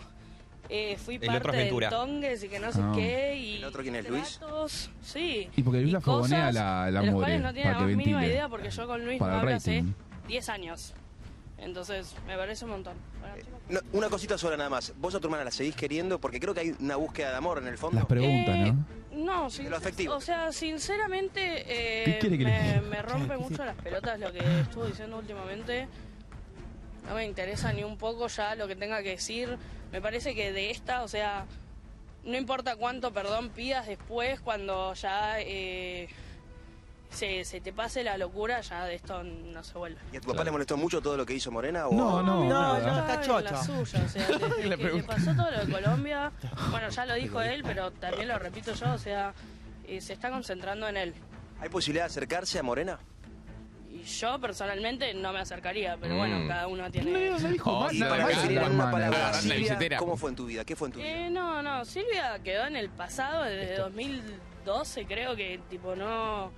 Speaker 10: eh, fui
Speaker 5: El otro
Speaker 10: parte
Speaker 5: es Ventura.
Speaker 10: de Tongues y que no sé
Speaker 2: Ah.
Speaker 10: qué. Y
Speaker 9: ¿El otro quién es, Luis?
Speaker 10: tratos, Sí.
Speaker 2: Y porque Luis la
Speaker 10: cosas
Speaker 2: fogonea la- la
Speaker 10: de los
Speaker 2: More,
Speaker 10: cuales no tiene
Speaker 2: para
Speaker 10: la
Speaker 2: que
Speaker 10: más mínima
Speaker 2: ventile.
Speaker 10: idea porque yo con Luis
Speaker 2: Para
Speaker 10: no
Speaker 2: el
Speaker 10: hablo hace
Speaker 2: rating.
Speaker 10: 10 años. Entonces, me parece un montón. Bueno, chicos.
Speaker 9: No, una cosita sola nada más. ¿Vos a tu hermana la seguís queriendo? Porque creo que hay una búsqueda de amor en el fondo.
Speaker 2: Las preguntas,
Speaker 10: Eh,
Speaker 2: ¿no?
Speaker 10: No,
Speaker 9: De
Speaker 10: sin,
Speaker 9: lo afectivo.
Speaker 10: o sea, sinceramente eh,
Speaker 2: ¿Qué quiere que le
Speaker 10: me,
Speaker 2: diga?
Speaker 10: me
Speaker 2: *laughs*
Speaker 10: rompe mucho las pelotas lo que estuvo diciendo últimamente. No me interesa ni un poco ya lo que tenga que decir. Me parece que de esta, o sea, no importa cuánto perdón pidas después, cuando ya eh, se, se te pase la locura, ya de esto no se vuelve.
Speaker 9: ¿Y a tu papá le molestó mucho todo lo que hizo Morena? O...
Speaker 2: No, no,
Speaker 3: no,
Speaker 2: nada.
Speaker 3: no. está
Speaker 10: Estaba en
Speaker 3: chocho.
Speaker 10: La suya, o sea, desde que le pasó todo lo de Colombia, bueno, ya lo dijo él, pero también lo repito yo, o sea, eh, se está concentrando en él.
Speaker 9: ¿Hay posibilidad de acercarse a Morena?
Speaker 10: Y yo personalmente no me acercaría, pero
Speaker 4: Mm.
Speaker 10: bueno, cada uno tiene...
Speaker 4: Oh,
Speaker 2: más
Speaker 4: y
Speaker 2: nada,
Speaker 4: para
Speaker 9: Para
Speaker 2: más
Speaker 4: acá,
Speaker 9: definir en
Speaker 2: nada,
Speaker 9: una
Speaker 2: más
Speaker 9: palabra,
Speaker 2: nada.
Speaker 4: Agarrar la
Speaker 9: Silvia,
Speaker 4: billetera.
Speaker 9: ¿cómo fue en tu vida? ¿Qué fue en tu vida?
Speaker 10: Eh, no, no, Silvia quedó en el pasado desde 2012, creo que tipo no...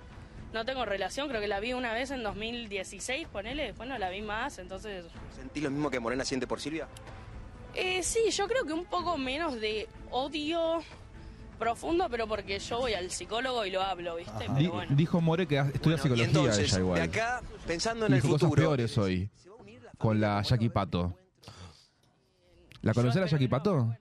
Speaker 10: No tengo relación, creo que la vi una vez en 2016, ponele, después no la vi más, entonces
Speaker 9: ¿Sentís lo mismo que Morena siente por Silvia?
Speaker 10: Eh, sí, yo creo que un poco menos de odio profundo, pero porque yo voy al psicólogo y lo hablo, ¿viste?
Speaker 2: Di-
Speaker 10: Pero bueno.
Speaker 2: Dijo More que estudia
Speaker 9: Y
Speaker 2: psicología
Speaker 9: entonces,
Speaker 2: ella igual.
Speaker 9: de acá, pensando
Speaker 2: Y
Speaker 9: en el
Speaker 2: dijo cosas
Speaker 9: futuro...
Speaker 2: peores hoy.
Speaker 9: ¿se va a unir
Speaker 2: Con
Speaker 9: familia
Speaker 2: la
Speaker 9: Moreno?
Speaker 2: Jackie Pato. ¿La
Speaker 10: Yo
Speaker 2: conocés la
Speaker 10: espero
Speaker 2: Jackie
Speaker 10: que no,
Speaker 2: Pato?
Speaker 10: bueno,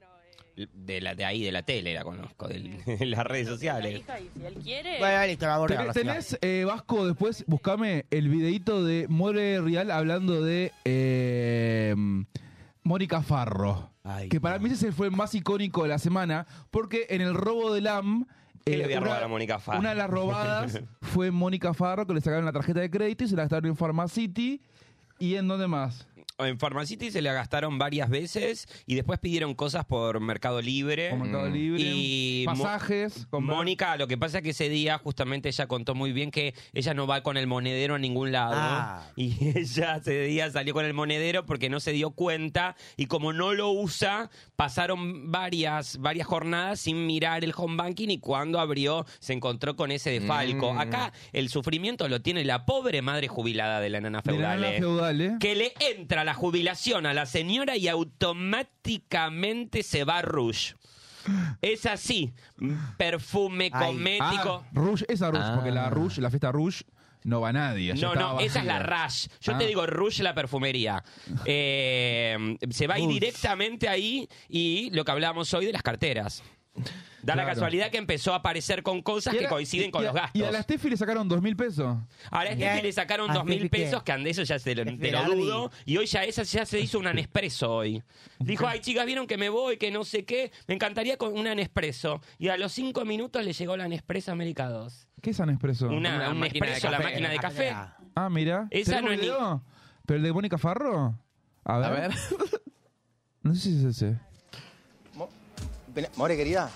Speaker 10: eh,
Speaker 5: De, la, de ahí, de la tele, la conozco, del- de, las redes
Speaker 10: la
Speaker 5: sociales.
Speaker 10: hija, y si él quiere,
Speaker 3: Bueno, listo, me aburrí.
Speaker 2: Tenés-
Speaker 3: ahora sí,
Speaker 2: Tenés, eh, Vasco, después buscame el videito de More Real hablando de eh, Mónica Farro.
Speaker 3: Ay,
Speaker 2: que para
Speaker 3: no.
Speaker 2: mí ese fue el más icónico de la semana, porque en el robo del AM... eh,
Speaker 5: ¿Qué le voy a robar a Mónica Farro?
Speaker 2: Una de las
Speaker 5: *laughs*
Speaker 2: robadas fue Mónica Farro, que le sacaron la tarjeta de crédito y se la gastaron en Pharmacity. ¿Y en dónde más?
Speaker 5: En Pharmacity se la gastaron varias veces y después pidieron cosas por Mercado Libre. Mm.
Speaker 2: Por Mercado Libre,
Speaker 5: Y Mo-
Speaker 2: pasajes, con-
Speaker 5: Mónica, lo que pasa es que ese día justamente ella contó muy bien que ella no va con el monedero a ningún lado.
Speaker 3: Ah.
Speaker 5: *laughs* Y ella ese día salió con el monedero porque no se dio cuenta y como no lo usa, pasaron varias, varias jornadas sin mirar el home banking y cuando abrió se encontró con ese defalco.
Speaker 4: Mm.
Speaker 5: Acá el sufrimiento lo tiene la pobre madre jubilada de la nana
Speaker 2: de la
Speaker 5: feudal.
Speaker 2: nana
Speaker 5: eh
Speaker 2: feudal, ¿eh?
Speaker 5: que le entra la jubilación a la señora y automáticamente se va Rush. Es así, perfume,
Speaker 3: Ay.
Speaker 5: cosmético.
Speaker 2: Ah, Rush, esa Rush, porque
Speaker 3: Ah.
Speaker 2: la Rush, la fiesta Rush, no va nadie. ya
Speaker 5: no,
Speaker 2: estaba
Speaker 5: no, esa es la
Speaker 2: vacía.
Speaker 5: Rush. Yo
Speaker 2: Ah.
Speaker 5: te digo Rush la perfumería. Eh, se va a ir directamente ahí y lo que hablábamos hoy de las carteras. Da la
Speaker 2: Claro.
Speaker 5: casualidad que empezó a aparecer con cosas
Speaker 2: Y
Speaker 5: que
Speaker 2: era-
Speaker 5: coinciden
Speaker 2: y-
Speaker 5: con
Speaker 2: y a-
Speaker 5: los gastos.
Speaker 2: Y a la Steffi le sacaron dos mil pesos.
Speaker 5: Ahora es
Speaker 3: Bien.
Speaker 5: que le sacaron
Speaker 3: Así
Speaker 5: dos mil
Speaker 3: que-
Speaker 5: pesos, que Andés ya se lo, te lo
Speaker 3: Berardi.
Speaker 5: dudo. Y hoy ya esa ya se hizo una Nespresso hoy. Dijo, ay chicas, vieron que me voy, que no sé qué. Me encantaría con una Nespresso. Y a los cinco minutos le llegó la Nespresso América 2.
Speaker 2: ¿Qué es San Expreso?
Speaker 5: Una,
Speaker 4: Una
Speaker 5: un
Speaker 4: máquina de
Speaker 5: Nespresso, la
Speaker 4: café.
Speaker 5: máquina de café.
Speaker 2: Ah, mira.
Speaker 5: Esa
Speaker 2: ¿Tenemos
Speaker 5: no es ni-
Speaker 2: video? ¿Pero el de Mónica Farro? A ver.
Speaker 4: A ver.
Speaker 9: *laughs*
Speaker 2: No sé si es ese.
Speaker 9: Mo- Ven- More, querida.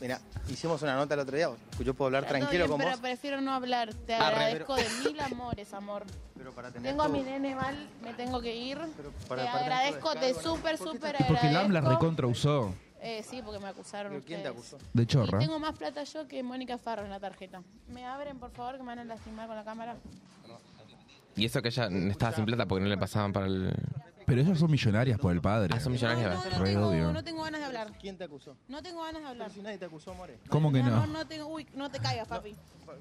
Speaker 9: Mira, hicimos una nota el otro día, yo puedo hablar
Speaker 11: Está todo
Speaker 9: tranquilo
Speaker 11: bien,
Speaker 9: con
Speaker 11: pero
Speaker 9: vos. Ah,
Speaker 11: prefiero no hablar. Te
Speaker 9: Arre,
Speaker 11: agradezco
Speaker 9: *laughs*
Speaker 11: de mil amores, amor.
Speaker 9: Pero para tener
Speaker 11: Tengo a
Speaker 9: todo.
Speaker 11: mi nene mal, me tengo que ir.
Speaker 9: para-
Speaker 11: te
Speaker 9: para tener
Speaker 11: agradezco,
Speaker 9: todo
Speaker 11: te
Speaker 9: descargo,
Speaker 11: súper, súper
Speaker 2: Porque el AM la
Speaker 11: agradezco.
Speaker 2: recontra usó
Speaker 11: Eh, sí, porque me acusaron
Speaker 9: ¿Pero quién te
Speaker 11: ustedes.
Speaker 2: de chorra.
Speaker 11: Y tengo más plata yo que Mónica Farro en la tarjeta. ¿Me abren, por favor, que me van a lastimar con la cámara?
Speaker 4: Y eso que ella estaba sin plata porque no le pasaban para el.
Speaker 2: Pero ellas son millonarias por el padre.
Speaker 4: Ah, son millonarias.
Speaker 11: No, no,
Speaker 4: Re
Speaker 11: tengo,
Speaker 4: obvio.
Speaker 11: no tengo ganas de hablar.
Speaker 9: ¿Quién te acusó?
Speaker 11: No tengo ganas de hablar.
Speaker 9: Si nadie te acusó, More.
Speaker 2: ¿Cómo que
Speaker 11: Mi
Speaker 2: no?
Speaker 11: amor, no tengo... Uy, no te caigas, papi.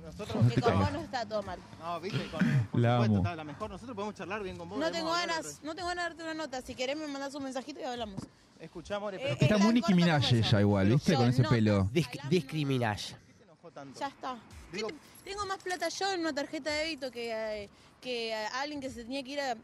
Speaker 9: Nosotros
Speaker 11: que con vos no está todo mal.
Speaker 9: No, viste, con, con
Speaker 2: La
Speaker 9: supuesto,
Speaker 2: amo.
Speaker 9: está la mejor. Nosotros podemos charlar bien con vos.
Speaker 11: No
Speaker 9: podemos
Speaker 11: tengo
Speaker 9: hablar
Speaker 11: ganas, no tengo ganas de darte una nota. Si querés me mandás un mensajito y hablamos.
Speaker 9: otro- Escuchá, More, pero
Speaker 11: Eh,
Speaker 9: ¿qué
Speaker 2: Está
Speaker 11: la
Speaker 2: muy Nicki
Speaker 11: corta
Speaker 2: Minaj
Speaker 11: como yo.
Speaker 2: ella igual,
Speaker 11: Pero
Speaker 2: ¿viste?
Speaker 11: yo
Speaker 2: Con ese
Speaker 11: no-
Speaker 2: pelo.
Speaker 3: discriminás.
Speaker 9: te enojó tanto?
Speaker 11: Ya está. ¿Qué te- tengo más plata yo en una tarjeta de débito que, eh, que eh, alguien que se tenía que ir a,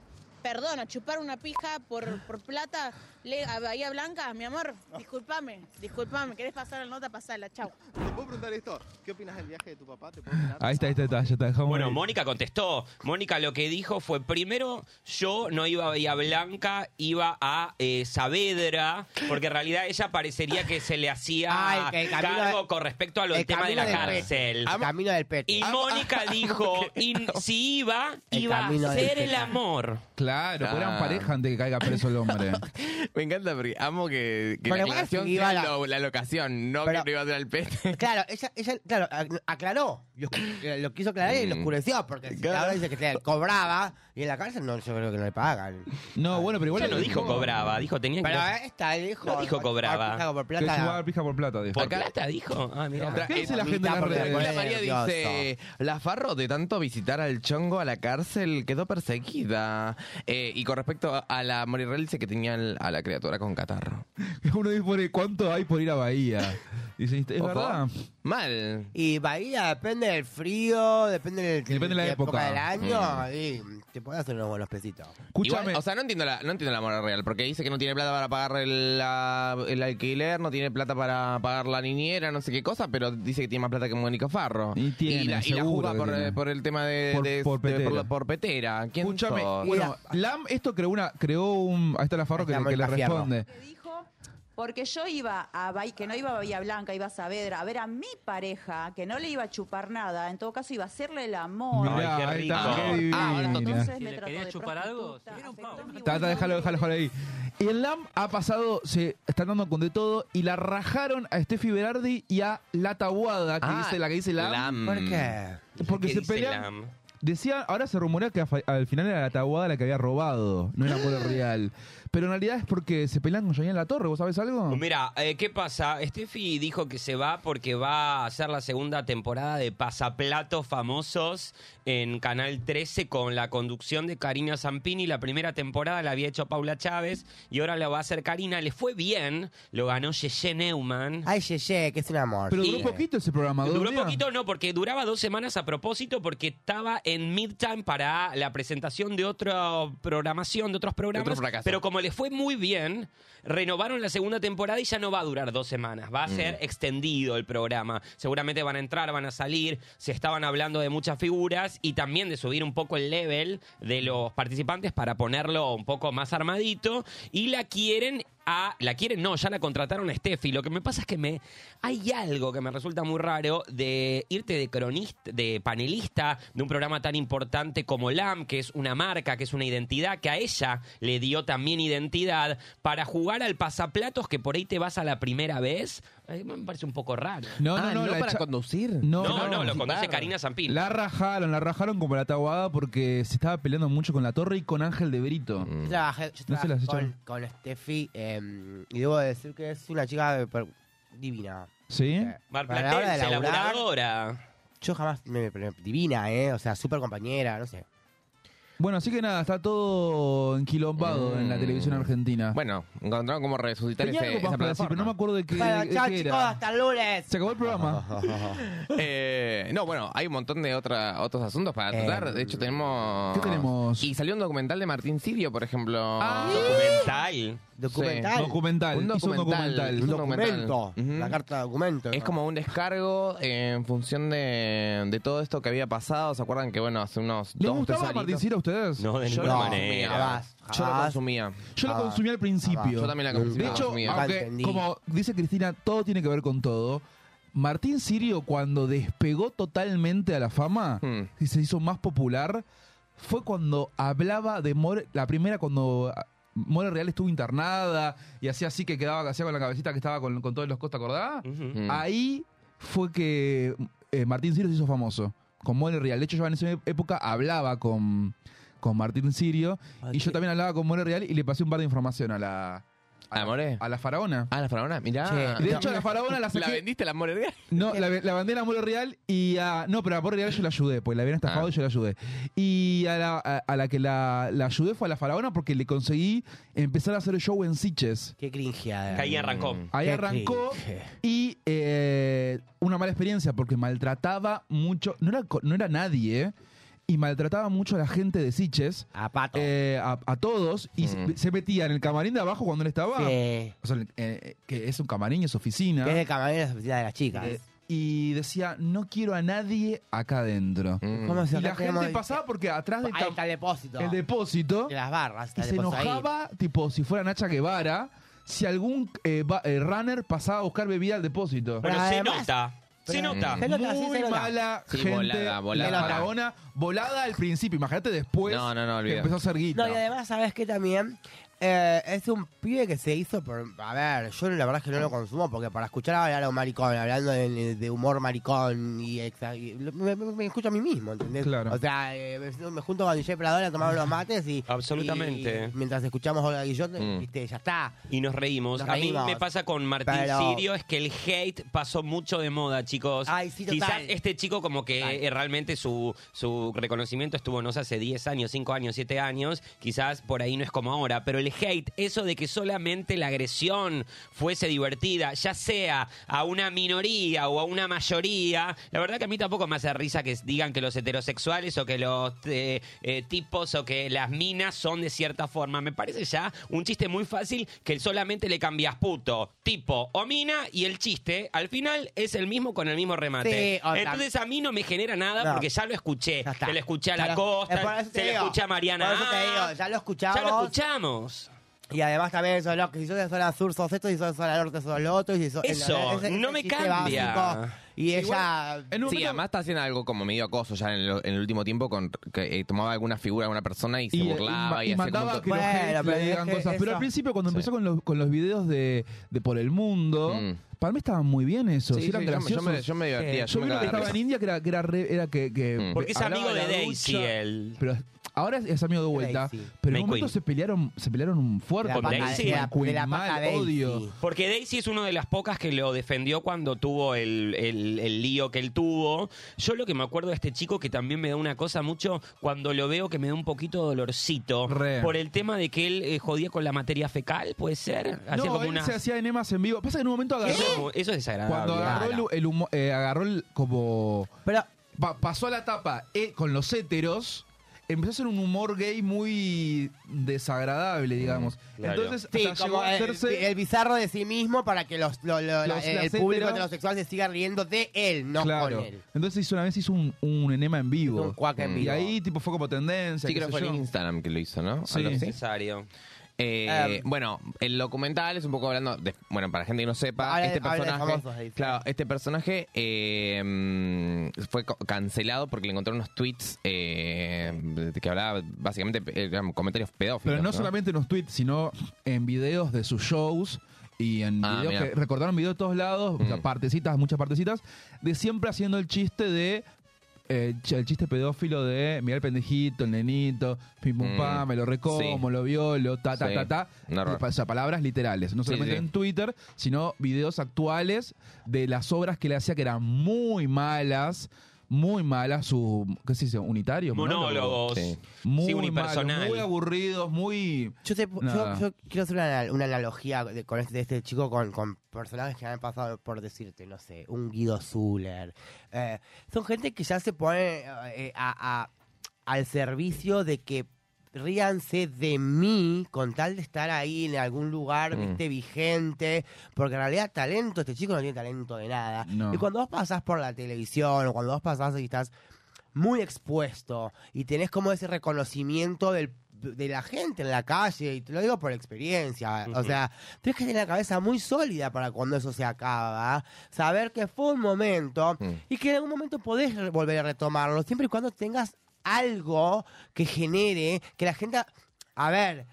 Speaker 11: perdón, a chupar una pija por, por plata le- a Bahía Blanca. Mi amor, discúlpame, discúlpame. ¿Querés pasar la nota? Pasala, chau.
Speaker 9: *laughs* ¿Te puedo preguntar esto? ¿Qué opinas del viaje de tu papá? ¿Te puedo opinar?
Speaker 2: Ahí está, ahí está, ahí está, ya está. dejamos
Speaker 5: Bueno,
Speaker 2: ir.
Speaker 5: Mónica contestó. Mónica lo que dijo fue, primero, yo no iba a Bahía Blanca, iba a eh, Saavedra, porque en realidad ella parecería que se le hacía
Speaker 3: *laughs* Ah, el- el camino
Speaker 5: cargo
Speaker 3: de-
Speaker 5: con respecto a lo del
Speaker 3: el
Speaker 5: tema de la
Speaker 3: camino del
Speaker 5: cárcel.
Speaker 3: El camino del Ah, pecho.
Speaker 5: Y Mónica
Speaker 3: *laughs* ah,
Speaker 5: dijo, y si iba,
Speaker 3: El
Speaker 5: iba a
Speaker 3: camino del
Speaker 5: hacer el
Speaker 3: pecado.
Speaker 5: amor.
Speaker 2: Claro, pero eran
Speaker 4: Ah.
Speaker 2: pareja antes que caiga preso el hombre.
Speaker 4: Me encanta porque amo que, que
Speaker 3: Porque
Speaker 4: la
Speaker 3: bueno,
Speaker 4: aclaración
Speaker 3: si iba
Speaker 4: sea
Speaker 3: la-
Speaker 4: lo- la locación, no
Speaker 3: Pero-
Speaker 4: que no iba a ser al pete.
Speaker 3: Claro, ella, ella claro, ac- aclaró. Lo, eh, lo quiso aclarar y lo
Speaker 4: Mm.
Speaker 3: oscureció. Porque si
Speaker 4: Claro.
Speaker 3: ahora dice que te cobraba y en la cárcel no, yo creo que no le pagan.
Speaker 2: No, bueno, pero igual.
Speaker 5: Ella no dijo cobraba, dijo tenía que...
Speaker 3: Pero esta dijo.
Speaker 5: No dijo cobraba.
Speaker 3: Pija por
Speaker 2: Que
Speaker 3: plata.
Speaker 2: chupaba pija por plata, dijo.
Speaker 5: ¿Por plata dijo? Ah, mira.
Speaker 4: Otra-
Speaker 2: ¿Qué dice la
Speaker 4: eh,
Speaker 2: gente en las
Speaker 3: Por la
Speaker 4: Nicola
Speaker 2: redes?
Speaker 3: Nicolás.
Speaker 4: María
Speaker 3: Nervioso.
Speaker 4: dice, la Farro de tanto visitar al chongo a la cárcel quedó perseguida. Eh, y con respecto a la Morirrel dice que tenía el- a la criatura con catarro.
Speaker 2: Uno dice por- cuánto hay por ir a Bahía. Dice, es
Speaker 4: Ojo.
Speaker 2: verdad.
Speaker 4: Mal.
Speaker 3: Y Bahía depende del frío, depende del,
Speaker 2: Depende de la época.
Speaker 3: del
Speaker 5: Mm.
Speaker 3: año. Y te puedes hacer unos buenos pesitos.
Speaker 2: Escúchame.
Speaker 4: Igual, o sea, no entiendo la, no entiendo la moral real, porque dice que no tiene plata para pagar el, la- el alquiler, no tiene plata para pagar la niñera, no sé qué cosa, pero dice que tiene más plata que Mónica Farro.
Speaker 2: Y tiene,
Speaker 4: la, y la
Speaker 2: seguro
Speaker 4: juzga
Speaker 2: que
Speaker 4: por,
Speaker 2: tiene.
Speaker 4: eh, por el tema de.
Speaker 2: Por-
Speaker 4: de-
Speaker 2: por
Speaker 4: de-
Speaker 2: petera.
Speaker 4: la- por petera. ¿Quién
Speaker 2: Escúchame,
Speaker 4: sos?
Speaker 2: bueno, Lam, esto creó una, creó un. Ahí está la Farro
Speaker 3: Ahí está
Speaker 2: que, que le
Speaker 3: Mónica Fierro.
Speaker 2: responde.
Speaker 12: que dijo, porque yo iba a Bahía, que no iba a Bahía Blanca, iba a Saavedra, a ver a mi pareja, que no le iba a chupar nada, en todo caso iba a hacerle el amor.
Speaker 2: Mirá,
Speaker 5: Ay, qué
Speaker 2: ahí está,
Speaker 5: rico.
Speaker 2: qué
Speaker 4: Ah, ahora
Speaker 2: divina.
Speaker 12: Entonces me trató de chupar algo?
Speaker 2: Tata, déjalo, déjalo, déjalo ahí. El LAM ha pasado, se están dando con de todo y la rajaron a Steffi Berardi y a La Tabuada, que
Speaker 4: Ah,
Speaker 2: dice la que dice LAM.
Speaker 3: ¿Por qué?
Speaker 2: Porque
Speaker 5: ¿Qué
Speaker 2: se
Speaker 5: dice
Speaker 2: pelean.
Speaker 5: Lam?
Speaker 2: Decía, ahora se rumorea que a fa- al final era la Tabuada la que había robado, no era *gasps* Moro Real. Pero en realidad es porque se pelean con Janina La Torre, ¿vos sabés algo?
Speaker 5: Mira, eh, ¿qué pasa? Steffi dijo que se va porque va a hacer la segunda temporada de Pasaplatos Famosos en Canal 13 con la conducción de Karina Zampini. La primera temporada la había hecho Paula Chávez y ahora la va a hacer Karina. Le fue bien, lo ganó Yeye Neumann.
Speaker 3: Ay, Yeye, que es un amor.
Speaker 2: Pero
Speaker 3: Sí.
Speaker 2: duró poquito ese programa,
Speaker 5: Duró
Speaker 2: ¿duró
Speaker 5: poquito, no, porque duraba dos semanas a propósito, porque estaba en midtime para la presentación de otra programación, de otros programas.
Speaker 4: Otro fracaso.
Speaker 5: pero como les fue muy bien, renovaron la segunda temporada y ya no va a durar dos semanas. Va a
Speaker 4: Mm.
Speaker 5: ser extendido el programa. Seguramente van a entrar, van a salir. Se estaban hablando de muchas figuras y también de subir un poco el level de los participantes para ponerlo un poco más armadito. Y la quieren a. La quieren, no, ya la contrataron a Steffi. Lo que me pasa es que me. Hay algo que me resulta muy raro de irte de cronista, de panelista de un programa tan importante como LAM, que es una marca, que es una identidad, que a ella le dio también identidad, para jugar al pasaplatos que por ahí te vas a la primera vez. Eh, Me parece un poco raro.
Speaker 2: No,
Speaker 4: Ah,
Speaker 2: no, no, la
Speaker 4: para
Speaker 2: echa-
Speaker 4: conducir.
Speaker 2: No,
Speaker 5: No, no,
Speaker 2: no,
Speaker 5: lo conduce
Speaker 4: claro.
Speaker 5: Karina Zampini.
Speaker 2: La rajaron, la rajaron como la Tabuada porque se estaba peleando mucho con La Torre y con Ángel de Brito.
Speaker 3: Yo trabajé, yo
Speaker 2: No se
Speaker 3: trabajé
Speaker 2: las
Speaker 3: con,
Speaker 2: echaron.
Speaker 3: con Steffi eh, y debo decir que es una chica eh, per- divina.
Speaker 2: ¿Sí?
Speaker 3: Eh,
Speaker 5: Mar
Speaker 3: para la hora de
Speaker 5: Platense,
Speaker 3: laburar,
Speaker 5: laburadora.
Speaker 3: yo jamás me, me- divina, ¿eh? O sea, súper compañera, no sé.
Speaker 2: Bueno, así que nada, está todo enquilombado
Speaker 4: Mm.
Speaker 2: en la televisión argentina.
Speaker 4: Bueno, encontraron cómo resucitar
Speaker 2: Tenía
Speaker 4: ese,
Speaker 2: algo
Speaker 4: esa
Speaker 2: para decir, pero no me
Speaker 4: plataforma.
Speaker 2: acuerdo de qué,
Speaker 3: Bueno,
Speaker 2: de
Speaker 3: chao
Speaker 2: qué
Speaker 3: chicos,
Speaker 2: era.
Speaker 3: hasta el lunes.
Speaker 2: Se acabó el programa.
Speaker 4: *laughs* Eh, no, bueno, hay un montón de otra, otros asuntos para tratar.
Speaker 3: Eh,
Speaker 4: de hecho, tenemos.
Speaker 2: ¿Qué tenemos?
Speaker 4: Y salió un documental de Martín Sirio, por ejemplo.
Speaker 2: Ah,
Speaker 5: Documental.
Speaker 3: Documental.
Speaker 2: Documental.
Speaker 4: Un
Speaker 2: hizo un
Speaker 4: documental.
Speaker 2: documental.
Speaker 3: Un
Speaker 4: Un documental.
Speaker 3: documento.
Speaker 4: Ujú.
Speaker 3: La carta de documento.
Speaker 4: Es
Speaker 3: ¿no?
Speaker 4: como un descargo eh, en función de, de todo esto que había pasado. ¿Se acuerdan que, bueno, hace unos
Speaker 2: ¿Les
Speaker 4: dos o tres
Speaker 2: gustaba Martín
Speaker 4: años?
Speaker 2: Ciro a ustedes?
Speaker 5: No, de
Speaker 4: Yo
Speaker 5: ninguna
Speaker 4: lo
Speaker 3: No,
Speaker 5: manera.
Speaker 3: jamás,
Speaker 4: Yo lo
Speaker 3: jamás.
Speaker 4: consumía.
Speaker 2: Yo lo
Speaker 3: Ah,
Speaker 2: consumí al principio.
Speaker 4: Yo también la
Speaker 2: De
Speaker 4: consumía.
Speaker 2: hecho,
Speaker 4: consumía.
Speaker 3: Ah,
Speaker 2: aunque,
Speaker 3: entendí.
Speaker 2: como dice Cristina, todo tiene que ver con todo. Martín Sirio, cuando despegó totalmente a la fama
Speaker 4: Hmm.
Speaker 2: y se hizo más popular, fue cuando hablaba de More, la primera cuando ah, More Real estuvo internada y hacía así que quedaba hacía con la cabecita que estaba con, con todos los costas, ¿acordás?
Speaker 4: Mm.
Speaker 5: Ujú.
Speaker 2: Ahí fue que eh, Martín Sirio se hizo famoso con More Real. De hecho, yo en esa época hablaba con, con Martín Sirio
Speaker 5: Ah,
Speaker 2: y yo también hablaba con More Real y le pasé un par de información a la.
Speaker 4: ¿A la More?
Speaker 2: A la faraona.
Speaker 4: Ah, la faraona, mirá.
Speaker 2: Y de hecho, a la faraona la saqué.
Speaker 4: vendiste *laughs* la More Real?
Speaker 2: No, la, ve- la mandé a la Mole Real y a. No, pero a la Mole Real yo la ayudé, porque la
Speaker 4: Ah.
Speaker 2: habían estafado y yo la ayudé. Y a la, a, a la que la, la ayudé fue a la Faraona porque le conseguí empezar a hacer show en Siches.
Speaker 3: Qué cringeada.
Speaker 5: Que ahí arrancó.
Speaker 2: Ahí
Speaker 5: Qué
Speaker 2: arrancó
Speaker 5: cringe.
Speaker 2: y eh, una mala experiencia porque maltrataba mucho. No era, co- no era nadie, ¿eh? Y maltrataba mucho a la gente de Siches. eh,
Speaker 3: A Pato. Mm.
Speaker 2: a, a todos. Y se- se metía en el camarín de abajo cuando él estaba.
Speaker 3: Sí.
Speaker 2: O sea, eh, que es un camarín, es oficina.
Speaker 3: Es el camarín de las oficinas de las chicas.
Speaker 2: Eh, y decía, no quiero a nadie acá adentro.
Speaker 4: Mm.
Speaker 3: ¿Cómo se
Speaker 2: y la
Speaker 3: acá
Speaker 2: gente
Speaker 3: tenemos-
Speaker 2: pasaba porque atrás del
Speaker 3: Ahí
Speaker 2: cam-
Speaker 3: está el depósito.
Speaker 2: el depósito
Speaker 3: de las barras.
Speaker 2: y
Speaker 4: Ah,
Speaker 3: está el
Speaker 2: se
Speaker 3: depósito ahí.
Speaker 2: enojaba, tipo, si fuera Nacha Guevara, si algún eh, ba- eh, runner pasaba a buscar bebida al depósito.
Speaker 5: Pero se nota. Se nota.
Speaker 2: Muy mala
Speaker 4: Sí,
Speaker 2: gente.
Speaker 4: volada, volada.
Speaker 2: La Faraona, volada al principio. Imagínate después
Speaker 4: No, no, no,
Speaker 2: que
Speaker 4: olvidé.
Speaker 2: empezó a ser guita.
Speaker 3: No, y además, ¿sabes qué también? Eh, es un pibe que se hizo por... A ver, yo la verdad es que no lo consumo porque para escuchar hablar a un maricón, hablando de, de humor maricón y... exa- y- me, me- me escucho a mí mismo, ¿entendés?
Speaker 5: Claro.
Speaker 3: O sea, eh, me, me junto con DJ Pradón a tomar unos mates y...
Speaker 5: Absolutamente.
Speaker 3: y mientras escuchamos Olga Guillot,
Speaker 5: Mm.
Speaker 3: viste, ya está.
Speaker 5: Y nos reímos.
Speaker 3: Nos
Speaker 5: a mí
Speaker 3: reímos.
Speaker 5: me pasa con Martín
Speaker 3: Pero-
Speaker 5: Sirio, es que el hate pasó mucho de moda, chicos.
Speaker 3: Ay, sí, total.
Speaker 5: Quizás este chico como que eh, realmente su, su reconocimiento estuvo, no sé, hace 10 años, 5 años, 7 años. Quizás por ahí no es como ahora. Pero el hate, eso de que solamente la agresión fuese divertida, ya sea a una minoría o a una mayoría, la verdad que a mí tampoco me hace risa que digan que los heterosexuales o que los eh, eh, tipos o que las minas son de cierta forma. Me parece ya un chiste muy fácil que solamente le cambias puto, tipo o mina y el chiste al final es el mismo con el mismo remate.
Speaker 3: Sí, o sea-
Speaker 5: Entonces a mí no me genera nada
Speaker 3: No.
Speaker 5: porque ya lo escuché. Se lo escuché a
Speaker 3: Ya lo-
Speaker 5: la
Speaker 3: eh, por
Speaker 5: costa,
Speaker 3: eso te
Speaker 5: se lo
Speaker 3: digo,
Speaker 5: escuché a Mariana.
Speaker 3: por eso te
Speaker 5: Ah,
Speaker 3: digo, ya lo escuchamos.
Speaker 5: ya lo escuchamos.
Speaker 3: Y además también eso, ¿no? que si sos de zona sur sos esto, si sos de zona norte sos lo otro, y si sos...
Speaker 5: Eso,
Speaker 3: ese- ese
Speaker 5: no me
Speaker 3: chiste
Speaker 5: cambia.
Speaker 3: básico. Y ella...
Speaker 4: sí, además está haciendo algo como medio acoso ya en, lo- en el último tiempo, con que eh, tomaba alguna figura de una persona y se
Speaker 2: Y- y
Speaker 4: burlaba
Speaker 2: ma-
Speaker 4: y,
Speaker 2: y
Speaker 4: hacía como
Speaker 2: mandaba
Speaker 4: un-
Speaker 2: que los haters le digan cosas. Pero al principio, cuando empezó con los, con los videos de, de Por el Mundo, para mí estaban muy bien esos.
Speaker 4: Mm. Sí,
Speaker 2: eran
Speaker 4: sí, yo me-
Speaker 2: graciosos. Eh,
Speaker 4: yo me- yo me divertía, yo
Speaker 2: Yo
Speaker 4: me
Speaker 2: vi uno que
Speaker 4: cagaba de
Speaker 2: estaba en
Speaker 4: risa. Mm.
Speaker 2: India que era, que era, re- era que, que-
Speaker 5: Porque es
Speaker 2: hablaba
Speaker 5: amigo de
Speaker 2: la
Speaker 5: Daisy eh.
Speaker 2: ducha.
Speaker 5: él.
Speaker 2: Pero ahora es amigo de vuelta.
Speaker 5: Daisy.
Speaker 2: Pero en
Speaker 5: May
Speaker 2: un momento
Speaker 5: Queen.
Speaker 2: se pelearon, se pelearon fuerte.
Speaker 5: Con
Speaker 2: Mal,
Speaker 5: Daisy.
Speaker 2: mal,
Speaker 5: De la
Speaker 2: Queen,
Speaker 5: pata
Speaker 2: mal,
Speaker 5: Daisy.
Speaker 2: odio.
Speaker 5: Porque Daisy es una de las pocas que lo defendió cuando tuvo el, el- el lío que él tuvo. Yo lo que me acuerdo de este chico que también me da una cosa mucho cuando lo veo que me da un poquito dolorcito.
Speaker 2: Re.
Speaker 5: Por el tema de que él eh, jodía con la materia fecal, puede ser. Hacía
Speaker 2: No,
Speaker 5: como
Speaker 2: él
Speaker 5: una.
Speaker 2: se hacía enemas en vivo. Pasa que en un momento agarró.
Speaker 5: Eso, eso es desagradable.
Speaker 2: Cuando agarró el, el humo- eh, agarró el- como. Pa- pasó a la tapa eh, con los héteros. Empezó a hacer un humor gay muy desagradable, digamos.
Speaker 3: Claro.
Speaker 2: Entonces,
Speaker 3: Sí,
Speaker 2: hasta
Speaker 3: como
Speaker 2: llegó a
Speaker 3: el,
Speaker 2: hacerse.
Speaker 3: el bizarro de sí mismo para que los, lo- lo- la-
Speaker 2: Los-
Speaker 3: el,
Speaker 2: las
Speaker 3: público
Speaker 2: hetero-
Speaker 3: heterosexual se siga riendo de él, no
Speaker 2: claro.
Speaker 3: con él.
Speaker 2: Entonces hizo una vez hizo un, un enema en vivo.
Speaker 3: Un cuac en
Speaker 2: y
Speaker 3: vivo.
Speaker 2: ahí tipo fue como tendencia.
Speaker 4: Sí,
Speaker 2: qué
Speaker 4: creo que
Speaker 2: sé
Speaker 4: fue
Speaker 2: yo.
Speaker 4: en Instagram que lo hizo, ¿no?
Speaker 2: Sí.
Speaker 4: Algo así.
Speaker 5: Necesario.
Speaker 4: Eh, bueno, el documental es un poco hablando de, bueno, para gente que no sepa,
Speaker 3: Habla de-
Speaker 4: este
Speaker 3: habla de
Speaker 4: personaje,
Speaker 3: famosos, dice.
Speaker 4: claro, este personaje eh, mm, fue co- cancelado porque le encontró unos tweets eh, de- que hablaba básicamente eh, eran comentarios pedófilos.
Speaker 2: Pero no, solamente en los tweets, sino en videos de sus shows y en
Speaker 4: Ah, Mm.
Speaker 2: videos
Speaker 4: mirá.
Speaker 2: que recordaron videos de todos lados, o sea, partecitas, muchas partecitas, de siempre haciendo el chiste de. eh, ch- el chiste pedófilo de Miguel Pendejito, el nenito, pim pum
Speaker 4: Mm.
Speaker 2: pam, me lo recomo,
Speaker 4: Sí.
Speaker 2: lo violo, ta ta
Speaker 4: Sí.
Speaker 2: ta ta.
Speaker 4: Un horror.
Speaker 2: O sea, palabras literales. No
Speaker 4: Sí,
Speaker 2: solamente
Speaker 4: sí.
Speaker 2: en Twitter, sino videos actuales de las obras que le hacía que eran muy malas. Muy malas, su. ¿Qué se dice? ¿Unitario?
Speaker 5: Monólogos. Sí.
Speaker 2: Muy
Speaker 5: Sí, unipersonal.
Speaker 2: unipersonal. Muy aburridos, muy.
Speaker 3: Yo, te- yo-
Speaker 2: Nada.
Speaker 3: yo quiero hacer una, anal- una analogía de, con este, de este chico con, con personajes que han pasado por decirte, no sé, un Guido Zuller. Eh, son gente que ya se pone eh, a- a- al servicio de que ríanse de mí con tal de estar ahí en algún lugar,
Speaker 13: Mm.
Speaker 3: viste, vigente, porque en realidad talento, este chico no tiene talento de nada.
Speaker 13: No.
Speaker 3: Y cuando vos pasás por la televisión o cuando vos pasás y estás muy expuesto y tenés como ese reconocimiento del, de la gente en la calle, y te lo digo por experiencia. O sea, tienes que tener la cabeza muy sólida para cuando eso se acaba. Saber que fue un momento
Speaker 4: Mm.
Speaker 3: y que en algún momento podés re- volver a retomarlo, siempre y cuando tengas algo que genere que la gente. A ver.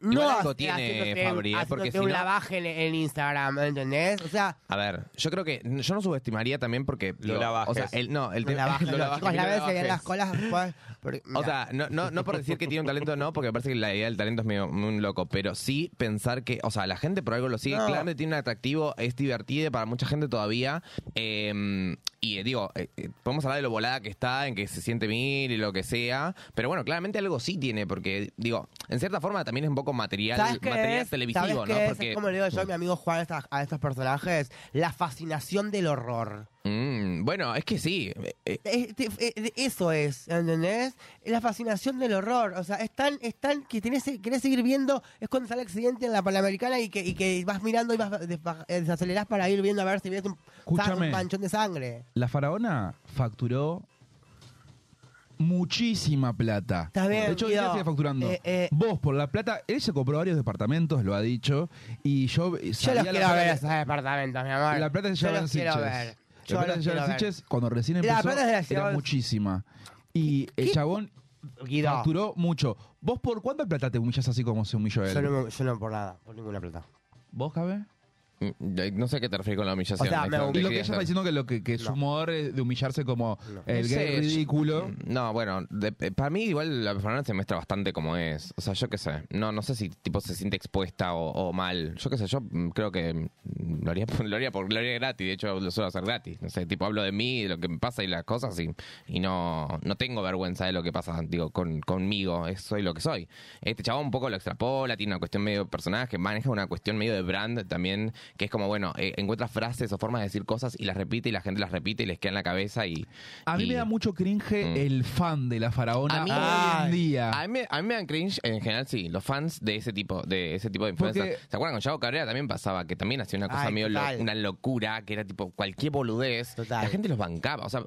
Speaker 4: Igual algo
Speaker 3: estés
Speaker 4: tiene,
Speaker 3: haciéndote-
Speaker 4: Fabri, ¿eh? Porque
Speaker 3: haciéndote
Speaker 4: si
Speaker 3: un
Speaker 4: no-
Speaker 3: lavaje en, en Instagram, ¿entendés? O sea,
Speaker 4: A ver, yo creo que yo no subestimaría también porque
Speaker 5: Lo
Speaker 4: digo,
Speaker 5: lavajes.
Speaker 4: O sea, el, no, el
Speaker 5: Lo
Speaker 4: tema-
Speaker 5: lavajes,
Speaker 4: *laughs* lo
Speaker 5: los
Speaker 4: lavajes,
Speaker 3: chicos,
Speaker 4: lo
Speaker 3: lávense bien
Speaker 4: lavajes.
Speaker 3: las colas. pues, porque-
Speaker 4: O sea, no, no, no por decir que tiene un talento, no, porque me parece que la idea del talento es medio un loco, pero sí pensar que, o sea, la gente por algo lo sigue,
Speaker 3: No.
Speaker 4: claramente tiene un atractivo, es divertido para mucha gente todavía. eh, y eh, digo, eh, eh, podemos hablar de lo volada que está, en que se siente mil y lo que sea, pero bueno, claramente algo sí tiene, porque digo, en cierta forma también es un poco material,
Speaker 3: ¿Sabes qué
Speaker 4: material
Speaker 3: es?
Speaker 4: televisivo,
Speaker 3: ¿Sabes
Speaker 4: ¿no?
Speaker 3: qué es?
Speaker 4: Porque Mm.
Speaker 3: Es como le digo yo a mi amigo Juan a, estas- a estos personajes, la fascinación del horror.
Speaker 4: Mm, bueno, es que sí. eh, eh,
Speaker 3: Es- te- eh, Eso es, ¿entendés? Es La fascinación del horror. O sea, es tan, es tan que tenés, querés seguir viendo, es cuando sale accidente en la Panamericana y que, y que vas mirando y vas despa- eh, desacelerás para ir viendo a ver si ves un, sa-
Speaker 2: Escúchame.
Speaker 3: un manchón de sangre.
Speaker 2: La faraona facturó muchísima plata.
Speaker 3: Está bien,
Speaker 2: de hecho,
Speaker 3: Guido.
Speaker 2: ella sigue facturando.
Speaker 3: Eh, eh.
Speaker 2: Vos, por la plata, él se compró varios departamentos, lo ha dicho. Y yo. eh,
Speaker 3: Yo
Speaker 2: sabía
Speaker 3: los
Speaker 2: la
Speaker 3: quiero
Speaker 2: plata
Speaker 3: ver
Speaker 2: que-
Speaker 3: esos departamentos, mi amor.
Speaker 2: La plata se
Speaker 3: Yo
Speaker 2: lleva en
Speaker 3: los quiero
Speaker 2: Sitges.
Speaker 3: ver. Yo
Speaker 2: La plata se
Speaker 3: los
Speaker 2: lleva
Speaker 3: quiero
Speaker 2: en
Speaker 3: ver.
Speaker 2: Sitges cuando recién
Speaker 3: La
Speaker 2: empezó.
Speaker 3: plata se la lleva
Speaker 2: era
Speaker 3: en-
Speaker 2: muchísima. Y el chabón
Speaker 3: Guido.
Speaker 2: facturó mucho. ¿Vos por cuánta plata te humillas así como se humilló él?
Speaker 3: Yo no, me- yo no por nada, por ninguna plata.
Speaker 2: ¿Vos, Cabe?
Speaker 4: mm, eh, no sé a qué te refieres con la humillación.
Speaker 2: O sea,
Speaker 4: es
Speaker 2: me-
Speaker 4: lo que
Speaker 2: y lo que
Speaker 4: quería
Speaker 2: ella está
Speaker 4: saber.
Speaker 2: diciendo que, lo que, que su humor es de humillarse como el
Speaker 4: No
Speaker 2: gay
Speaker 4: sé,
Speaker 2: ridículo.
Speaker 4: yo- no, bueno, de- eh, para mí igual la persona se muestra bastante como es. O sea, yo qué sé. No, no sé si tipo se siente expuesta o, o mal. Yo qué sé, yo mm, creo que mm, lo haría, *laughs* por- lo haría por lo haría gratis. De hecho, lo suelo hacer gratis. No sé, tipo hablo de mí, de lo que me pasa y las cosas y, y no, no tengo vergüenza de lo que pasa, digo, con, conmigo. Es- soy lo que soy. Este chabón un poco lo extrapola, tiene una cuestión medio de personaje, maneja una cuestión medio de brand también, que es como, bueno, eh, encuentra frases o formas de decir cosas y las repite y la gente las repite y les queda en la cabeza y...
Speaker 2: A mí
Speaker 4: y-
Speaker 2: me da mucho cringe el fan de la faraona
Speaker 4: Mm. a mí,
Speaker 2: hoy en día.
Speaker 4: A mí, me- a mí me dan cringe en general, sí, los fans de ese tipo de ese tipo de influencers.
Speaker 2: Porque-
Speaker 4: ¿Se acuerdan con Chavo Cabrera también pasaba que también hacía una cosa
Speaker 3: Ay,
Speaker 4: medio lo-
Speaker 3: total.
Speaker 4: una locura, que era tipo cualquier boludez. La gente los bancaba, o sea, o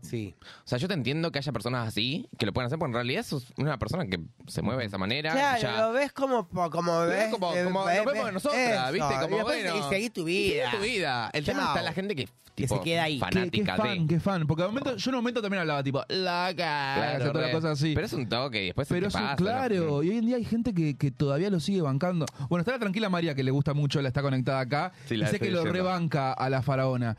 Speaker 4: sea, yo te entiendo que haya personas así que lo pueden hacer, porque en realidad sos una persona que se mueve de esa manera.
Speaker 3: Claro,
Speaker 4: ya-
Speaker 3: lo ves como, po- como
Speaker 4: Lo ves
Speaker 3: ves.
Speaker 4: como-
Speaker 3: eh,
Speaker 4: como
Speaker 3: ves-
Speaker 4: nos vemos
Speaker 3: ves
Speaker 4: nosotras, ¿viste?
Speaker 3: eso.
Speaker 4: Como,
Speaker 3: y después
Speaker 4: bueno,
Speaker 3: y seguí tu vida.
Speaker 4: seguí tu vida. El tema está en la gente que, tipo,
Speaker 3: se queda ahí.
Speaker 2: Qué-
Speaker 4: fanática
Speaker 2: qué,
Speaker 4: de.
Speaker 2: fan, qué fan. Porque de momento, yo en un momento también hablaba tipo, la cara, o
Speaker 4: Claro,
Speaker 2: sea, toda la
Speaker 4: re.
Speaker 2: cosa así.
Speaker 4: Pero es un toque y después se
Speaker 2: Pero
Speaker 4: te
Speaker 2: eso,
Speaker 4: pasa, ¿no?
Speaker 2: claro, y hoy en día hay gente que, que todavía lo sigue bancando. Bueno, está la tranquila María, que le gusta mucho, la está conectada acá.
Speaker 4: Sí,
Speaker 2: y
Speaker 4: la
Speaker 2: sé
Speaker 4: estoy
Speaker 2: que lo
Speaker 4: diciendo.
Speaker 2: rebanca a la faraona.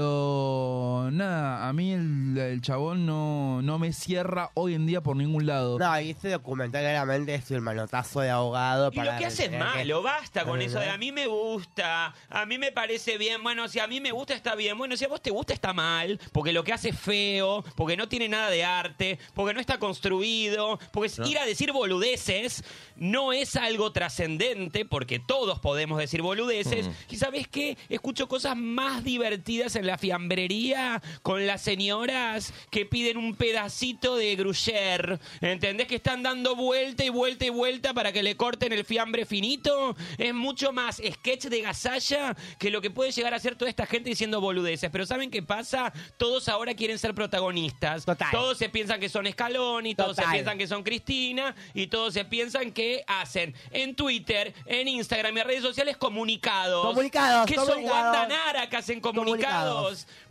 Speaker 2: Pero nada, a mí el, el chabón no, no me cierra hoy en día por ningún lado.
Speaker 3: No, y este documental claramente es el manotazo de ahogado.
Speaker 5: Y lo que hace es malo, basta con eso de a
Speaker 3: la
Speaker 5: mí me gusta, a mí me parece bien, bueno, si a mí me gusta está bien, bueno, si a vos te gusta está mal, porque lo que hace es feo, porque no tiene nada de arte, porque no está construido, porque es ir a decir boludeces no es algo trascendente, porque todos podemos decir boludeces, y sabes qué, escucho cosas más divertidas en la fiambrería con las señoras que piden un pedacito de gruyère, ¿entendés? Que están dando vuelta y vuelta y vuelta para que le corten el fiambre finito, es mucho más sketch de gasalla que lo que puede llegar a hacer toda esta gente diciendo boludeces. Pero ¿saben qué pasa? Todos ahora quieren ser protagonistas. Todos se piensan que son Scaloni, todos se
Speaker 3: Total.
Speaker 5: piensan que son Cristina y todos se piensan que hacen en Twitter, en Instagram y en redes sociales comunicados.
Speaker 3: Comunicados,
Speaker 5: Que son
Speaker 3: comunicados.
Speaker 5: Wanda Nara que hacen comunicados.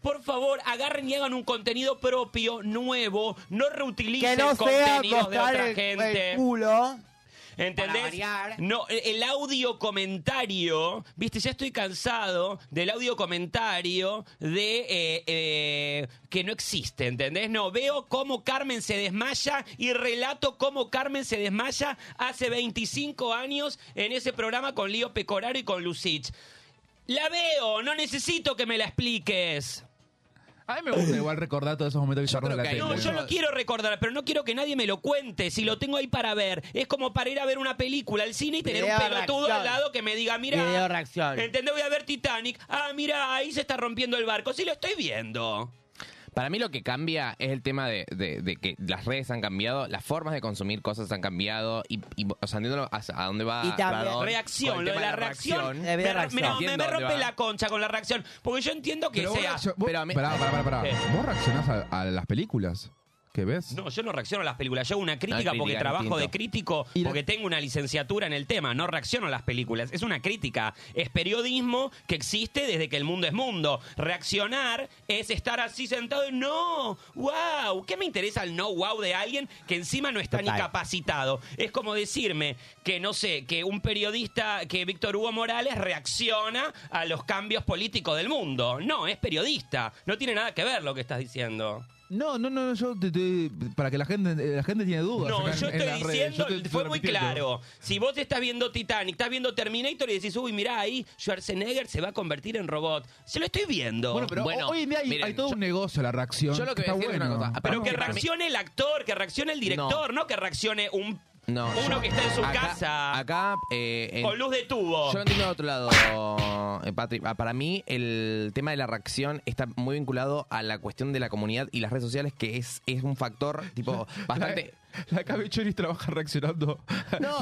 Speaker 5: Por favor, agarren y hagan un contenido propio, nuevo. No reutilicen
Speaker 3: Que no sea
Speaker 5: contenidos de
Speaker 3: mostrar
Speaker 5: otra
Speaker 3: el,
Speaker 5: gente.
Speaker 3: el culo.
Speaker 5: ¿Entendés? No, e-, el audio comentario, viste, ya estoy cansado del audio comentario de eh, eh, que no existe, ¿entendés? No, veo cómo Carmen se desmaya y relato cómo Carmen se desmaya hace 25 años en ese programa con Lío Pecoraro y con Lucich. La veo, no necesito que me la expliques.
Speaker 2: A mí me gusta igual recordar todos esos momentos bizarros de la tele.
Speaker 5: No, yo lo quiero recordar, pero no quiero que nadie me lo cuente. Si lo tengo ahí para ver, es como para ir a ver una película al cine y tener
Speaker 3: Video
Speaker 5: un pelotudo
Speaker 3: reacción.
Speaker 5: al lado que me diga, mira,
Speaker 3: Video reacción.
Speaker 5: ¿entendés? Voy a ver Titanic. Ah, mira, ahí se está rompiendo el barco. Sí, lo estoy viendo.
Speaker 4: Para mí lo que cambia es el tema de, de- de que las redes han cambiado, las formas de consumir cosas han cambiado y, y, o sea, entiendo a, a dónde va.
Speaker 5: Y también-
Speaker 4: Radón con el
Speaker 5: reacción, lo de
Speaker 4: tema
Speaker 5: la reacción.
Speaker 4: Me-
Speaker 5: me-
Speaker 4: me-
Speaker 5: no,
Speaker 4: no,
Speaker 5: me, me rompe la concha con la reacción. Porque yo entiendo que
Speaker 2: Pero vos
Speaker 5: sea.
Speaker 2: Ah, reaccion- vos- Pará, pará, pará, pará. Vos reaccionás a, a las películas. que ves?
Speaker 5: No, yo no reacciono a las películas. Yo hago una crítica
Speaker 2: crítica
Speaker 5: porque
Speaker 2: es
Speaker 5: trabajo
Speaker 2: distinto.
Speaker 5: de crítico, porque tengo una licenciatura en el tema. No reacciono a las películas. Es una crítica. Es periodismo que existe desde que el mundo es mundo. Reaccionar es estar así sentado y no, wow. ¿Qué me interesa el no wow de alguien que encima no está ni
Speaker 3: Total.
Speaker 5: capacitado? Es como decirme que, no sé, que un periodista, que Víctor Hugo Morales reacciona a los cambios políticos del mundo. No, es periodista. No tiene nada que ver lo que estás diciendo.
Speaker 2: No, no, no, no, yo te, te- para que la gente, eh, la gente tiene dudas.
Speaker 5: No,
Speaker 2: acá en-
Speaker 5: yo
Speaker 2: en
Speaker 5: estoy
Speaker 2: las redes.
Speaker 5: diciendo,
Speaker 2: Yo te- te
Speaker 5: fue
Speaker 2: lo
Speaker 5: muy
Speaker 2: repito.
Speaker 5: claro. Si vos estás viendo Titanic, estás viendo Terminator y decís, uy, mirá ahí, Schwarzenegger se va a convertir en robot. Se lo estoy viendo.
Speaker 2: Bueno, pero ho- hoy en día hay, hay todo un negocio la reacción.
Speaker 5: yo lo que
Speaker 2: está
Speaker 5: voy a decir es
Speaker 2: bueno.
Speaker 5: una cosa, pero que reaccione el actor, que reaccione el director, no, que reaccione un uno que está en su
Speaker 4: Acá-
Speaker 5: casa
Speaker 4: Acá. eh, en-
Speaker 5: con luz de tubo.
Speaker 4: Yo no entiendo de otro lado, eh, Patrick. Ah, Para mí, el tema de la reacción está muy vinculado a la cuestión de la comunidad y las redes sociales, que es, es un factor,
Speaker 5: *laughs*
Speaker 4: tipo, bastante.
Speaker 2: *laughs* La Cabechoris trabaja reaccionando.
Speaker 5: *laughs* No,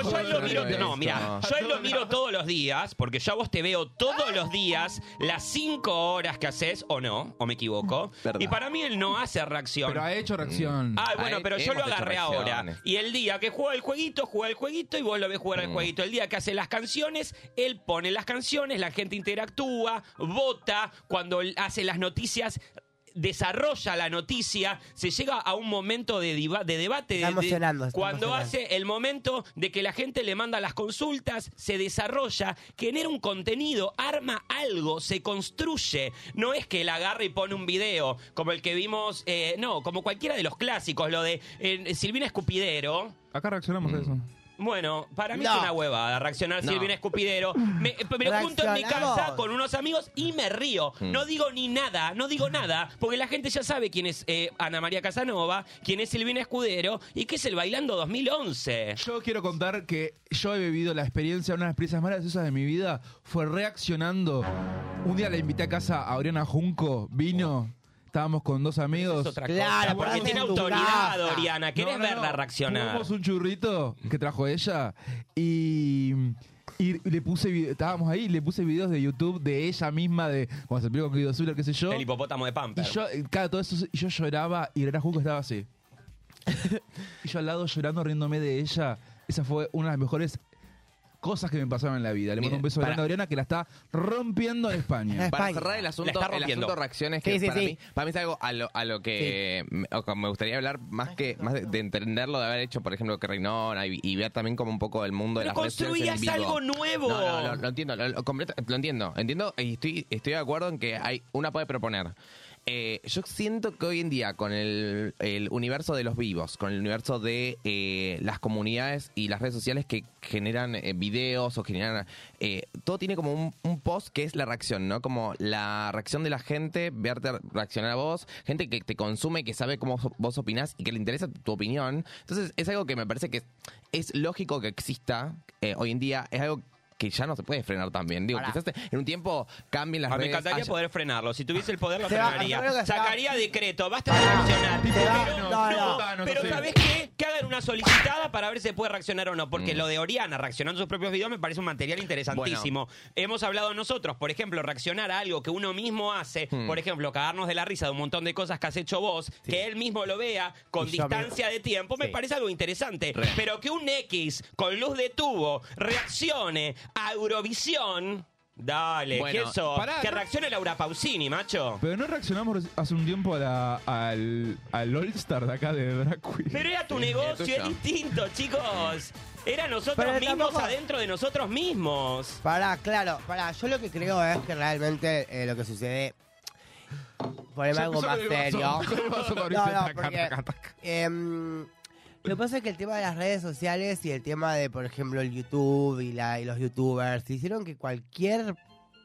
Speaker 5: yo a él lo miro, no,
Speaker 4: Esto.
Speaker 5: mira, yo a él lo miro todos los días, porque yo a vos te veo todos los días las cinco horas que haces, o no, o me equivoco. Y para mí él no hace reacción.
Speaker 2: Pero ha hecho reacción.
Speaker 5: Ah, bueno,
Speaker 2: Ha-
Speaker 5: pero yo lo
Speaker 2: hemos hecho
Speaker 5: agarré ahora.
Speaker 2: reacciones.
Speaker 5: Y el día que juega el jueguito, juega el jueguito y vos lo ves jugar al
Speaker 4: Mm.
Speaker 5: jueguito. El día que hace las canciones, él pone las canciones, la gente interactúa, vota, cuando él hace las noticias desarrolla la noticia, se llega a un momento de, diva- de debate. de-
Speaker 3: Está
Speaker 5: de-
Speaker 3: emocionando, está
Speaker 5: cuando
Speaker 3: emocionando.
Speaker 5: hace el momento de que la gente le manda las consultas, se desarrolla, genera un contenido, arma algo, se construye. No es que él agarra y pone un video, como el que vimos, eh, no, como cualquiera de los clásicos, lo de eh, Silvina Escupidero.
Speaker 2: Acá reaccionamos a eso.
Speaker 5: Bueno, para mí
Speaker 2: No.
Speaker 5: es una huevada reaccionar
Speaker 2: No.
Speaker 5: Silvina Escupidero. Me, eh, me lo junto en mi
Speaker 3: Reaccionamos.
Speaker 5: casa con unos amigos y me río.
Speaker 4: Mm.
Speaker 5: No digo ni nada, no digo nada, porque la gente ya sabe quién es eh, Ana María Casanova, quién es Silvina Escudero y qué es el Bailando 2011.
Speaker 2: Yo quiero contar que yo he vivido la experiencia, una de las experiencias más graciosas de mi vida fue reaccionando. Un día la invité a casa a Oriana Junco, vino,
Speaker 5: Oh.
Speaker 2: estábamos con dos amigos.
Speaker 5: Claro, porque
Speaker 2: Jugamos-
Speaker 5: tiene
Speaker 3: en tu
Speaker 5: autoridad,
Speaker 3: casa.
Speaker 5: Oriana. ¿Querés verla reaccionar?
Speaker 2: Jugamos un churrito que trajo ella y, y le puse, vi- estábamos ahí, le puse videos de YouTube de ella misma, de cuando se peleó con Guido Zuller, qué sé yo.
Speaker 5: El hipopótamo de Pampa.
Speaker 2: Y yo, eh, claro, todo eso, y yo lloraba y Irena Junco estaba así. *laughs* y yo al lado llorando, riéndome de ella. Esa fue una de las mejores cosas que me pasaron en la vida. Le mando
Speaker 4: Mira,
Speaker 2: un beso
Speaker 4: para-
Speaker 2: grande a Oriana que la está rompiendo en España.
Speaker 4: Para cerrar el asunto,
Speaker 2: La está
Speaker 4: el
Speaker 2: rompiendo.
Speaker 4: asunto reacciones que
Speaker 2: Sí, sí,
Speaker 4: para,
Speaker 2: sí.
Speaker 4: Mí, para mí es algo a lo, a lo que me, o que me gustaría hablar más que más de, de entenderlo, de haber hecho, por ejemplo, que Reinona y, y ver también como un poco el mundo de las
Speaker 5: Pero
Speaker 4: redes sociales en
Speaker 5: construías
Speaker 4: vivo.
Speaker 5: algo nuevo.
Speaker 4: No, no, no, lo entiendo, lo, lo completo- lo entiendo, entiendo y estoy, estoy de acuerdo en que hay una puede proponer. Eh, yo siento que hoy en día con el, el universo de los vivos, con el universo de eh, las comunidades y las redes sociales que generan eh, videos o generan... eh, todo tiene como un, un post que es la reacción, ¿no? Como la reacción de la gente, verte reaccionar a vos, gente que te consume, que sabe cómo so- vos opinás y que le interesa tu opinión. Entonces es algo que me parece que es lógico que exista eh, hoy en día, es algo que ya no se puede frenar también. Digo,
Speaker 5: Pará.
Speaker 4: quizás te- en un tiempo cambien las
Speaker 5: Ah, me
Speaker 4: redes.
Speaker 5: encantaría
Speaker 4: haya-
Speaker 5: poder frenarlo. Si tuviese el poder, lo
Speaker 4: Se va, yo creo
Speaker 5: frenaría.
Speaker 4: que se va.
Speaker 5: Sacaría decreto, basta de reaccionar. Pero,
Speaker 3: no,
Speaker 5: no,
Speaker 3: no, no,
Speaker 5: pero
Speaker 3: sí.
Speaker 5: ¿sabés qué? Que hagan una solicitada para ver si se puede reaccionar o no.
Speaker 4: Mm.
Speaker 5: Porque lo de Oriana reaccionando a sus propios videos me parece un material interesantísimo. Hemos hablado nosotros, por ejemplo, reaccionar a algo que uno mismo hace.
Speaker 4: Mm.
Speaker 5: Por ejemplo, cagarnos de la risa de un montón de cosas que has hecho vos. Que él mismo lo vea con
Speaker 4: Y yo me-
Speaker 5: distancia de tiempo. Me
Speaker 4: Sí.
Speaker 5: parece algo interesante.
Speaker 4: Re.
Speaker 5: Pero que un X con luz de tubo reaccione a Eurovisión. Dale,
Speaker 2: Bueno,
Speaker 5: ¿quién sos?
Speaker 2: pará,
Speaker 5: que
Speaker 2: no-
Speaker 5: reaccione Laura Pausini, macho.
Speaker 2: Pero no reaccionamos hace un tiempo a la- al, al All Star de acá de Drag Queen.
Speaker 5: Pero era tu negocio, es distinto, chicos. Era nosotros
Speaker 3: Pero
Speaker 5: mismos
Speaker 3: tampoco-
Speaker 5: adentro de nosotros mismos.
Speaker 3: Pará, claro, pará. Yo lo que creo es que realmente eh, lo que sucede. Poneme
Speaker 2: Ya
Speaker 3: algo
Speaker 2: empezó
Speaker 3: más
Speaker 2: con el vaso,
Speaker 3: serio.
Speaker 2: *laughs* con el vaso,
Speaker 3: no,
Speaker 2: Mauricio,
Speaker 3: no,
Speaker 2: taca,
Speaker 3: porque.
Speaker 2: taca,
Speaker 3: em, lo que pasa es que el tema de las redes sociales y el tema de, por ejemplo, el YouTube y, la, y los YouTubers hicieron que cualquier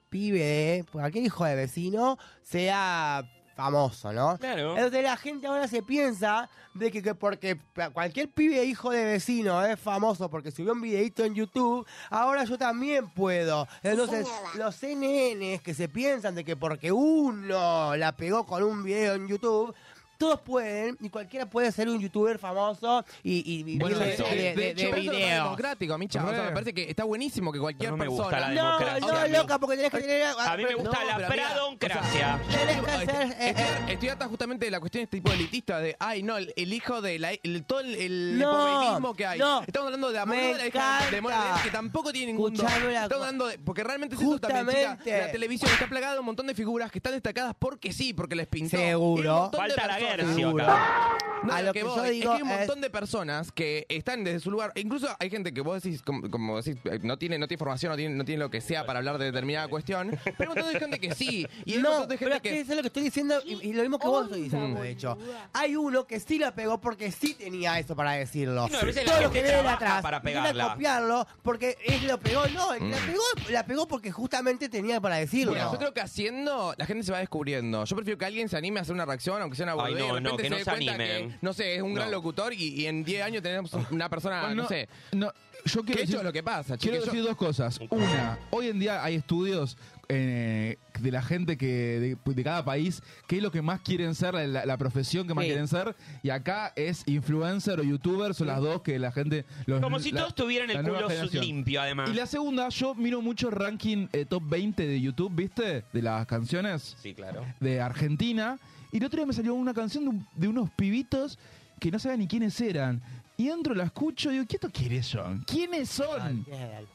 Speaker 3: pibe, cualquier hijo de vecino, sea famoso, ¿no?
Speaker 5: Claro.
Speaker 3: Entonces la gente ahora se piensa de que, que porque cualquier pibe hijo de vecino es famoso porque subió un videito en YouTube, ahora yo también puedo. Entonces los NNs que se piensan de que porque uno la pegó con un video en YouTube, todos pueden y cualquiera puede ser un youtuber famoso y, y vivir
Speaker 4: Bueno,
Speaker 3: de,
Speaker 4: eso.
Speaker 3: de- de-
Speaker 4: hecho, pero
Speaker 3: de
Speaker 4: eso no es
Speaker 3: videos.
Speaker 4: democrático, Micha. O sea, me
Speaker 3: Re.
Speaker 4: parece que está buenísimo que cualquier
Speaker 5: Pero no me
Speaker 4: persona.
Speaker 5: gusta la No, democracia,
Speaker 3: no, loca, porque tenés que tener.
Speaker 5: A mí me gusta la pradoncracia.
Speaker 3: Tenés que hacer. eh, eh,
Speaker 4: Estoy harta justamente de la cuestión este tipo elitista de, ay, no, el, el hijo de la, el- todo el, el
Speaker 3: No,
Speaker 4: populismo que hay.
Speaker 3: no.
Speaker 4: Estamos hablando de amor
Speaker 3: Me
Speaker 4: de la hija de
Speaker 3: encanta.
Speaker 4: Mora Leal, que tampoco tiene ningún don.
Speaker 3: Escuchame una
Speaker 4: Estamos
Speaker 3: cosa.
Speaker 4: hablando de, porque realmente es eso también, chica.
Speaker 3: Justamente.
Speaker 4: La televisión está plagada de un montón de figuras que están destacadas porque sí, porque les pintó.
Speaker 3: Seguro.
Speaker 4: Y un montón de
Speaker 5: Falta la
Speaker 4: personas-
Speaker 5: Guercio
Speaker 4: Seguro.
Speaker 5: acá.
Speaker 4: No,
Speaker 3: A
Speaker 4: lo,
Speaker 3: lo
Speaker 4: que,
Speaker 3: que yo
Speaker 4: voy
Speaker 3: digo
Speaker 4: es que hay un
Speaker 3: es-
Speaker 4: montón de personas que están desde su lugar. Incluso hay gente que vos decís, como, como decís, eh, no tiene, no tiene formación, no tiene, no tiene lo que sea para hablar de determinada cuestión. Pero hay un montón de gente que sí. Y hay un
Speaker 3: no,
Speaker 4: montón de
Speaker 3: pero
Speaker 4: gente
Speaker 3: es que
Speaker 4: que.
Speaker 3: eso es lo que estoy diciendo y, y lo mismo que vos estoy diciendo, de hecho. Hay uno que sí la pegó porque sí tenía eso para decirlo.
Speaker 5: Y no, a veces la
Speaker 3: Todo lo
Speaker 5: gente
Speaker 3: que viene de
Speaker 5: trabaja
Speaker 3: atrás
Speaker 5: para
Speaker 3: viene a
Speaker 5: pegarla. Mm.
Speaker 3: copiarlo porque él lo pegó. No, el que la pegó, la pegó porque justamente tenía para decirlo.
Speaker 4: Bueno, yo creo que haciendo, la gente se va descubriendo. Yo prefiero que alguien se anime a hacer una reacción, aunque sea una
Speaker 5: Ay,
Speaker 4: boludez,
Speaker 5: no,
Speaker 4: y de repente
Speaker 5: no, que no
Speaker 4: dé
Speaker 5: se
Speaker 4: cuenta
Speaker 5: animen.
Speaker 4: que, no sé, es un gran
Speaker 5: No.
Speaker 4: locutor y, y en 10 años tenemos una persona,
Speaker 2: Bueno,
Speaker 4: no sé.
Speaker 2: No, yo quiero
Speaker 4: ¿Qué
Speaker 2: decir,
Speaker 4: hecho lo que pasa?
Speaker 2: Quiero
Speaker 4: chique? Yo-
Speaker 2: decir dos cosas. Una, hoy en día hay estudios eh, de la gente que de, de cada país, qué es lo que más quieren ser, la, la profesión que más
Speaker 5: Sí.
Speaker 2: quieren ser, y acá es influencer o youtuber, son las dos que la gente... los-
Speaker 5: Como si
Speaker 2: la-
Speaker 5: todos tuvieran
Speaker 2: la
Speaker 5: el
Speaker 2: nueva
Speaker 5: culo
Speaker 2: generación.
Speaker 5: limpio, además.
Speaker 2: Y la segunda, yo miro mucho el ranking eh, top 20 de YouTube, ¿viste? De las canciones
Speaker 5: Sí, claro.
Speaker 2: de Argentina. Y el otro día me salió una canción de, un- de unos pibitos que no sabía ni quiénes eran. Y entro, la escucho y digo, ¿qué estos quiénes son? ¿Quiénes son?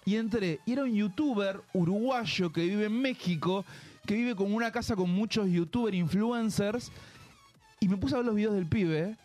Speaker 2: Y entré, y era un youtuber uruguayo que vive en México, que vive con una casa con muchos youtuber influencers. Y me puse a ver los videos del pibe.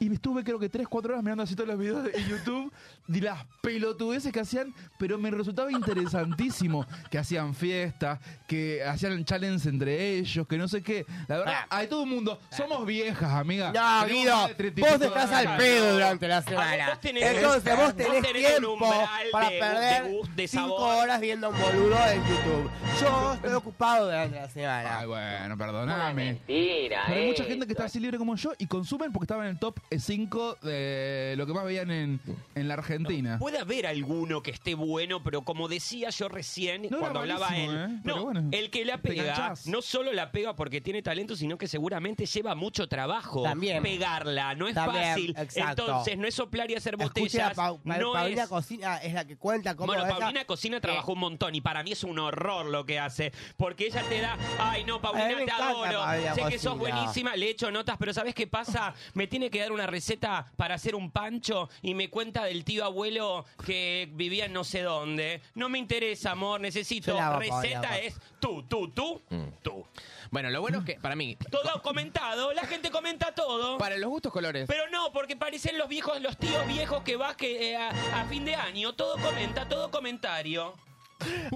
Speaker 2: Y me estuve creo que 3, 4 horas mirando así todos los videos de YouTube de las pelotudeces que hacían, pero me resultaba interesantísimo que hacían fiestas, que hacían challenge entre ellos, que no sé qué. La verdad, hay todo el mundo. Somos viejas, amiga.
Speaker 3: Ah. No,
Speaker 2: Tenemos
Speaker 3: Guido,
Speaker 2: más de 35
Speaker 3: vos estás
Speaker 2: años.
Speaker 3: al pedo durante la
Speaker 5: A ver,
Speaker 3: semana.
Speaker 5: Ah, vos tenés un-
Speaker 3: Entonces vos tenés
Speaker 5: vos tenés un
Speaker 3: tiempo
Speaker 5: umbral
Speaker 3: para
Speaker 5: de-
Speaker 3: perder
Speaker 5: de gust- de
Speaker 3: cinco
Speaker 5: sabor.
Speaker 3: horas viendo un boludo en YouTube. Yo estoy ocupado durante la semana.
Speaker 2: Ay, bueno, perdoname.
Speaker 5: Mentira,
Speaker 2: Pero hay
Speaker 3: eh,
Speaker 2: mucha gente que está así libre como yo y consumen porque estaba en el top 5 de lo que más veían en, en la Argentina.
Speaker 5: Puede haber alguno que esté bueno, pero como decía yo recién
Speaker 2: era
Speaker 5: cuando hablaba él,
Speaker 2: malísimo, ¿eh? Pero
Speaker 5: no,
Speaker 2: bueno,
Speaker 5: el que la
Speaker 2: te
Speaker 5: pega
Speaker 2: enganchás.
Speaker 5: no solo la pega porque tiene talento, sino que seguramente lleva mucho trabajo
Speaker 3: También.
Speaker 5: pegarla, no es
Speaker 3: También,
Speaker 5: fácil.
Speaker 3: exacto.
Speaker 5: Entonces no es soplar y hacer
Speaker 3: Escuchen a
Speaker 5: botellas,
Speaker 3: Pau- Pa-
Speaker 5: no
Speaker 3: Paulina
Speaker 5: es
Speaker 3: Cocina es la que cuenta cómo
Speaker 5: bueno,
Speaker 3: ella-
Speaker 5: Paulina
Speaker 3: Eh.
Speaker 5: Cocina trabajó un montón y para mí es un horror lo que hace. Porque ella te da, ay no, Paulina,
Speaker 3: A mí
Speaker 5: te
Speaker 3: me encanta
Speaker 5: adoro.
Speaker 3: Paulina
Speaker 5: sé que sos
Speaker 3: Cocina.
Speaker 5: buenísima, le echo notas, pero ¿sabes qué pasa? Me tiene que dar una receta para hacer un pancho y me cuenta del tío abuelo que vivía en no sé dónde. No me interesa, amor, necesito.
Speaker 3: Yo la amo,
Speaker 5: receta
Speaker 3: Paulina.
Speaker 5: es tú, tú, tú, tú.
Speaker 4: Bueno, lo bueno es que, para mí,
Speaker 5: Mm. Todo comentado, la gente comenta todo.
Speaker 4: para los gustos colores.
Speaker 5: Pero no, porque parecen los viejos, los tíos viejos que vas que, eh, a, a fin de año. Todo comenta, todo comentario.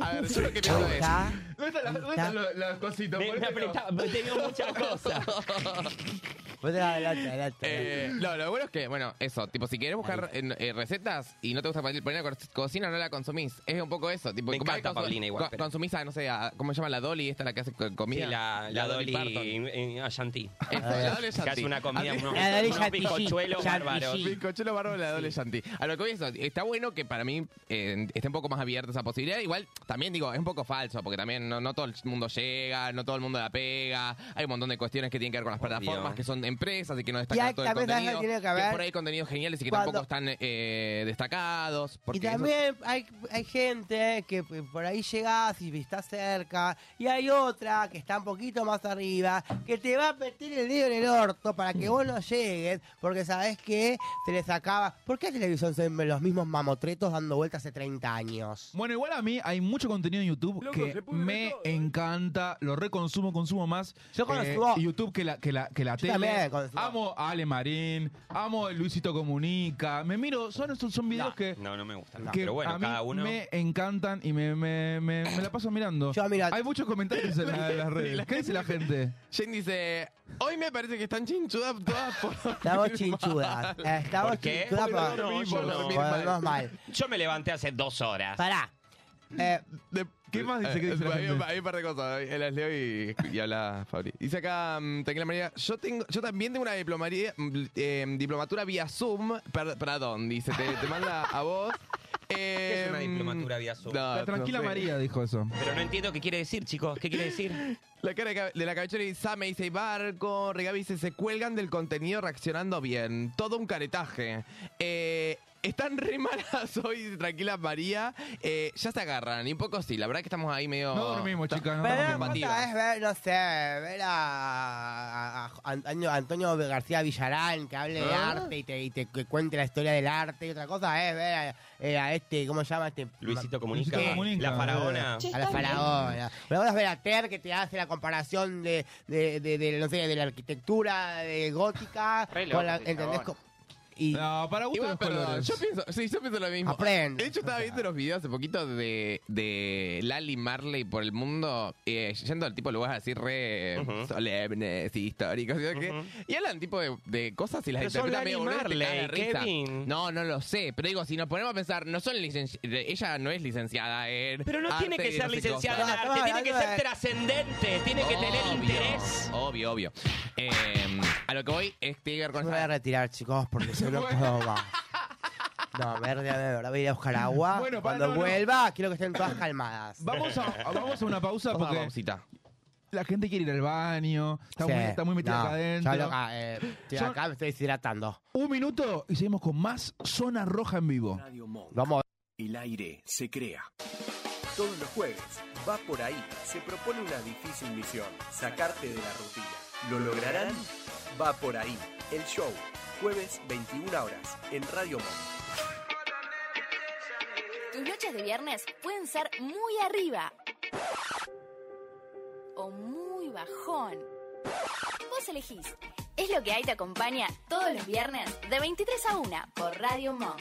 Speaker 4: A ver, yo lo que pienso es.
Speaker 3: Está-
Speaker 2: ¿Dónde están las, dónde están los- las cositas?
Speaker 5: Me,
Speaker 2: Por
Speaker 5: me
Speaker 2: eso no.
Speaker 5: apretaba, tenía
Speaker 4: *laughs*
Speaker 5: muchas cosas.
Speaker 3: Vos te la adelante, adelante.
Speaker 4: Eh, no, lo bueno es que, bueno, eso, tipo, si querés buscar eh, eh, recetas y no te gusta poner poner la co- cocina, no la consumís. Es un poco eso. Tipo,
Speaker 5: Me
Speaker 4: capaz
Speaker 5: encanta
Speaker 4: que consu-
Speaker 5: Paulina igual,
Speaker 4: co-
Speaker 5: pero-
Speaker 4: Consumís a, no sé, a- ¿cómo se llama? La Dolly, esta la que hace co-
Speaker 5: Sí,
Speaker 4: comida.
Speaker 5: la, la Dolly
Speaker 4: Parton.
Speaker 5: en, en Ashanti.
Speaker 4: Eso, la Dolly
Speaker 5: Que
Speaker 4: Shanti.
Speaker 5: hace Ah, una comida,
Speaker 4: A-
Speaker 5: unos,
Speaker 3: La Dolly
Speaker 5: unos
Speaker 3: Shanti, sí.
Speaker 5: bizcochuelos
Speaker 3: Shanti,
Speaker 5: bárbaros.
Speaker 3: sí.
Speaker 4: Bizcochuelo bárbaro de la doble Shanti. A lo que voy es eso, está bueno que para mí eh, esté un poco más abierta esa posibilidad. Igual, también digo, es un poco falso, porque también no, no todo el mundo llega, no todo el mundo la pega. Hay un montón de cuestiones que tienen que ver con las plataformas, que son de empresas y que no
Speaker 3: Y
Speaker 4: destacan
Speaker 3: hay-
Speaker 4: todo el
Speaker 3: también sabes que
Speaker 4: contenido.
Speaker 3: tiene que haber
Speaker 4: por ahí hay contenidos geniales y que
Speaker 3: cuando-
Speaker 4: tampoco están eh, destacados. Porque
Speaker 3: Y también hay, hay gente que p- por ahí llegás y está cerca, y hay otra que está un poquito más arriba, que te va a meter el dedo en el orto para que vos no llegues, porque sabés que se les acaba. ¿Por qué televisión son los mismos mamotretos dando vueltas hace 30 años?
Speaker 2: *laughs* Bueno, igual a mí hay mucho contenido en YouTube
Speaker 6: Loco,
Speaker 2: que
Speaker 6: se pudre
Speaker 2: me
Speaker 6: todo, ¿eh?
Speaker 2: encanta, lo reconsumo, consumo más. eh,
Speaker 3: Yo consumo-
Speaker 2: YouTube que la, que la, que la tele.
Speaker 3: también consumo.
Speaker 2: Amo a Ale Marín, amo a Luisito Comunica. Me miro, son, estos son videos
Speaker 5: No,
Speaker 2: que,
Speaker 5: no, no me gusta.
Speaker 2: que
Speaker 5: pero bueno,
Speaker 2: a mí
Speaker 5: cada uno.
Speaker 2: me encantan y me, me, me, me la paso mirando.
Speaker 3: Yo, mira-
Speaker 2: Hay muchos comentarios en
Speaker 3: *laughs*
Speaker 2: la- en las redes. ¿Qué dice la gente?
Speaker 4: Jen dice, hoy me parece que están chinchudas todas *laughs* por... *laughs*
Speaker 3: Estamos chinchudas. eh, Estamos
Speaker 5: ¿Por qué?
Speaker 3: chinchudas
Speaker 5: Porque
Speaker 3: por-
Speaker 5: no dormimos,
Speaker 3: por-
Speaker 5: no dormimos
Speaker 3: por- dormimos
Speaker 5: *laughs*
Speaker 3: mal.
Speaker 5: Yo me levanté hace dos horas.
Speaker 3: Pará. Eh,
Speaker 4: De-
Speaker 2: ¿Qué más dice?
Speaker 4: Eh,
Speaker 2: ¿Qué dice la
Speaker 4: hay,
Speaker 2: gente?
Speaker 4: hay un par de cosas, eh, las leo y, y habla Fabri. Dice acá, mm, Tranquila María, yo tengo, yo también tengo una diplomaría, mm, eh, diplomatura vía Zoom, per- perdón, dice, te, te manda a vos.
Speaker 5: *laughs* ¿Qué es una diplomatura vía Zoom?
Speaker 2: La tranquila María dijo eso.
Speaker 5: Pero no entiendo qué quiere decir, chicos. ¿Qué quiere decir?
Speaker 4: *laughs* La cara de Cab- de la cabellera y Same dice, Barco, Regabi dice, se cuelgan del contenido reaccionando bien. Todo un caretaje. Eh, están re malas *laughs* hoy, tranquila María. Eh, ya se agarran, y un poco sí. La verdad que estamos ahí medio...
Speaker 2: No dormimos, chicas, no
Speaker 4: estamos
Speaker 2: dormimos.
Speaker 4: combativas.
Speaker 3: Otra vez ver, no sé, ver a, a- a Antonio, Antonio García Villarán que hable de
Speaker 4: ¿Ah?
Speaker 3: arte y te, y te cu- cuente la historia del arte y otra cosa es ver a, eh, a este, ¿cómo se llama este?
Speaker 5: Luisito Comunica.
Speaker 2: Ah,
Speaker 3: Luisito
Speaker 5: La faraona.
Speaker 3: A la faraona. Pero ahora es ver a Ter que te hace la comparación de, de, de, de, no sé, de la arquitectura de gótica.
Speaker 4: loco,
Speaker 3: con la-
Speaker 4: sí,
Speaker 3: ¿Entendés?
Speaker 4: chabón.
Speaker 3: Co- Y
Speaker 2: No, para gusto
Speaker 4: Igual,
Speaker 2: los
Speaker 4: perdón,
Speaker 2: colores.
Speaker 4: Yo pienso, sí, yo pienso lo mismo.
Speaker 3: Aprende.
Speaker 4: De hecho, estaba viendo los videos hace poquito de, de Lali Marley por el mundo, eh, yendo al tipo de lugares así re
Speaker 5: Ujú.
Speaker 4: solemnes y históricos. ¿sí? ¿Qué? Y hablan tipo de, de cosas y las
Speaker 5: Pero son
Speaker 4: interpretan
Speaker 5: Lali
Speaker 4: medio boludo y te caga de
Speaker 5: Marley,
Speaker 4: risa.
Speaker 5: Kevin.
Speaker 4: No, no lo sé. Pero digo, si nos ponemos a pensar, no son licenci- ella no es licenciada en.
Speaker 5: Pero no tiene
Speaker 4: arte
Speaker 5: que
Speaker 4: y
Speaker 5: ser
Speaker 4: no sé qué
Speaker 5: licenciada en
Speaker 4: cosa.
Speaker 5: arte, tiene que ser trascendente, tiene que tener
Speaker 4: Obvio,
Speaker 5: interés.
Speaker 4: Obvio, obvio. Eh, a lo que voy es que tiene que ver con
Speaker 3: me
Speaker 4: esa-
Speaker 3: voy a retirar, chicos, porque yo no puedo más. No, verde, de verdad voy a ir a buscar agua.
Speaker 2: *laughs* Bueno, para,
Speaker 3: Cuando
Speaker 2: no, no.
Speaker 3: vuelva, quiero que estén todas calmadas.
Speaker 2: Vamos a, a- vamos a una pausa
Speaker 4: Vamos a
Speaker 2: porque
Speaker 4: la pausita.
Speaker 2: la gente quiere ir al baño, está,
Speaker 3: Sí,
Speaker 2: muy, está muy metida
Speaker 3: no,
Speaker 2: acá
Speaker 3: ya
Speaker 2: adentro.
Speaker 3: lo- ah, eh, estoy
Speaker 2: Son-
Speaker 3: acá, me estoy deshidratando.
Speaker 2: Un minuto y seguimos con más Zona Roja en vivo.
Speaker 14: Radio Monk.
Speaker 3: Vamos.
Speaker 14: El aire se crea. Todos los jueves, va por ahí, se propone una difícil misión, sacarte de la rutina. ¿Lo lograrán? Va por ahí, el show, jueves 21 horas, en Radio Monk.
Speaker 13: Tus noches de viernes pueden ser muy arriba o muy bajón. Vos elegís. Es lo que hay te acompaña todos los viernes de 23 a 1 por Radio Monk.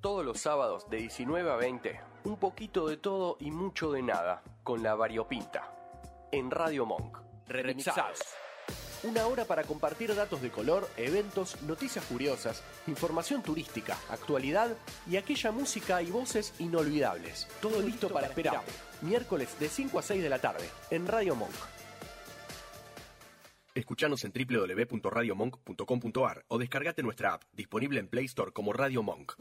Speaker 14: Todos los sábados de 19 a 20, un poquito de todo y mucho de nada, con la variopinta. En Radio Monk. Remixados. Una hora para compartir datos de color, eventos, noticias curiosas, información turística, actualidad y aquella música y voces inolvidables. Todo, listo, para esperarte. Miércoles de 5 a 6 de la tarde, en Radio Monk. Escuchanos en www.radiomonk.com.ar o descargate nuestra app, disponible en Play Store como Radio Monk.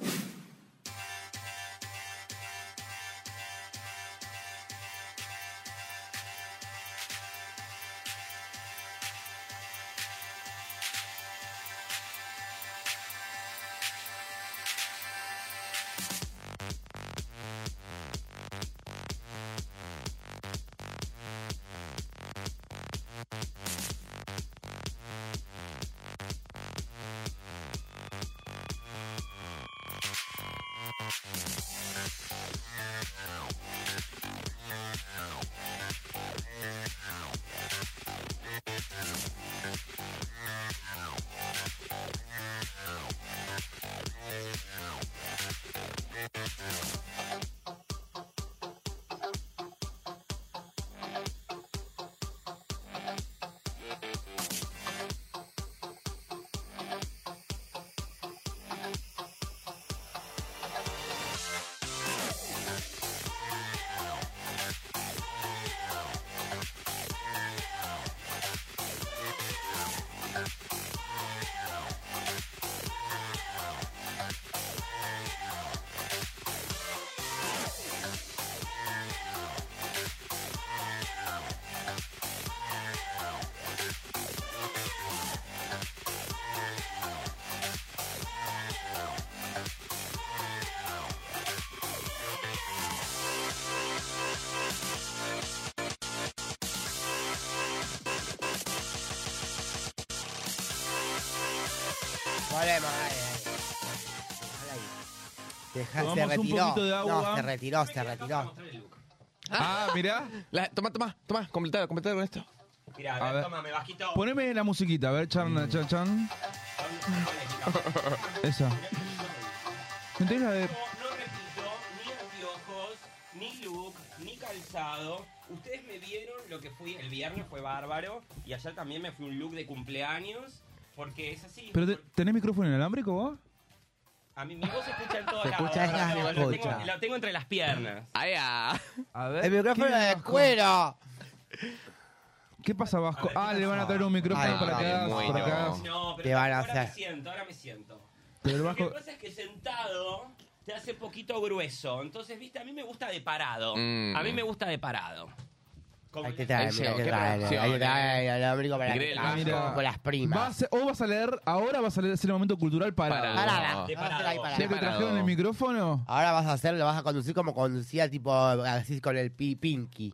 Speaker 3: Volvemos, dale, dale. Dale ahí. Deja- se
Speaker 2: Tomamos un
Speaker 3: retiró.
Speaker 2: poquito de agua.
Speaker 3: No, se retiró, se retiró.
Speaker 2: Ah, mirá.
Speaker 4: La- toma, toma, toma, completalo, completalo con esto.
Speaker 5: Mira,
Speaker 2: A ver.
Speaker 5: toma, me bajito.
Speaker 2: Poneme la musiquita, a ver,
Speaker 3: Mm.
Speaker 2: chan, chan, chan. Esa. ¿No tenés la de
Speaker 5: cansado. Ustedes me vieron lo que fui el viernes, fue bárbaro. Y ayer también me fui un look de cumpleaños. Porque es así.
Speaker 2: ¿Pero te- tenés micrófono inalámbrico vos?
Speaker 5: A mí mi voz se escucha en todos
Speaker 2: Se
Speaker 5: lados.
Speaker 2: escucha, hija de
Speaker 5: Lo tengo-
Speaker 2: puta.
Speaker 5: lo tengo entre las piernas.
Speaker 4: Ahí
Speaker 2: A
Speaker 3: El micrófono de cuero.
Speaker 2: ¿Qué pasa, Vasco? Ah, le van a traer un micrófono
Speaker 3: Ay,
Speaker 2: para que
Speaker 3: me
Speaker 2: hagas.
Speaker 3: muero.
Speaker 2: para que hagas-
Speaker 5: No, pero
Speaker 3: Te van a
Speaker 5: ahora
Speaker 3: hacer.
Speaker 5: me siento, ahora me siento.
Speaker 2: Pero el
Speaker 5: Lo que
Speaker 2: Vasco.
Speaker 5: pasa es que sentado te hace poquito grueso. Entonces, viste, a mí me gusta de parado.
Speaker 4: Mm.
Speaker 5: A mí me gusta de parado.
Speaker 3: Ahí te trae,
Speaker 4: Ahí
Speaker 3: mira,
Speaker 4: llegó,
Speaker 3: ahí te
Speaker 4: qué
Speaker 3: trae.
Speaker 4: producción,
Speaker 3: Ahí te trae el alámbrico para
Speaker 4: Miguel,
Speaker 3: que
Speaker 4: Ah,
Speaker 3: trabajes
Speaker 4: mira.
Speaker 3: con las primas.
Speaker 2: Vas, o vas a leer, ahora vas a leer es el momento cultural para.
Speaker 3: Parada.
Speaker 2: ¿Te
Speaker 3: Ahora será ahí parada.
Speaker 2: trajeron el micrófono?
Speaker 3: Ahora vas a hacer, lo vas a conducir como conducía tipo así con el pi- pinky,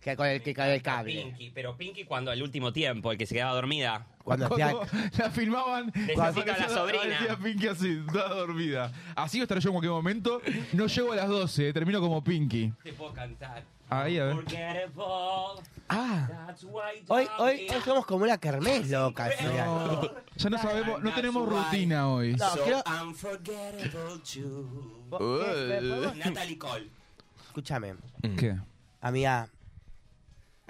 Speaker 3: que con el que con el cable.
Speaker 5: Pinky, pero Pinky cuando al último tiempo, el que se quedaba dormida.
Speaker 3: Cuando hacía-
Speaker 2: Cuando la filmaban,
Speaker 5: *laughs* Necesito
Speaker 2: *laughs* cuando
Speaker 5: a la
Speaker 2: aparecía-
Speaker 5: sobrina.
Speaker 2: aparecía Pinky así, toda dormida. Así estaré yo en cualquier momento. No llego a las 12, termino como Pinky.
Speaker 5: Te puedo cantar.
Speaker 2: Ahí, a ver.
Speaker 5: Unforgettable,
Speaker 3: Ah.
Speaker 5: that's why
Speaker 3: Hoy,
Speaker 5: don't
Speaker 3: hoy,
Speaker 5: you-
Speaker 3: hoy somos como una kermés loca. al final.
Speaker 2: No, ya no sabemos, no tenemos
Speaker 5: That's why-
Speaker 2: rutina hoy.
Speaker 3: No,
Speaker 5: So
Speaker 3: quiero-
Speaker 5: unforgettable too.
Speaker 3: Uy.
Speaker 5: Natalie Cole.
Speaker 3: Escúchame,
Speaker 2: Mm. ¿Qué?
Speaker 3: amiga,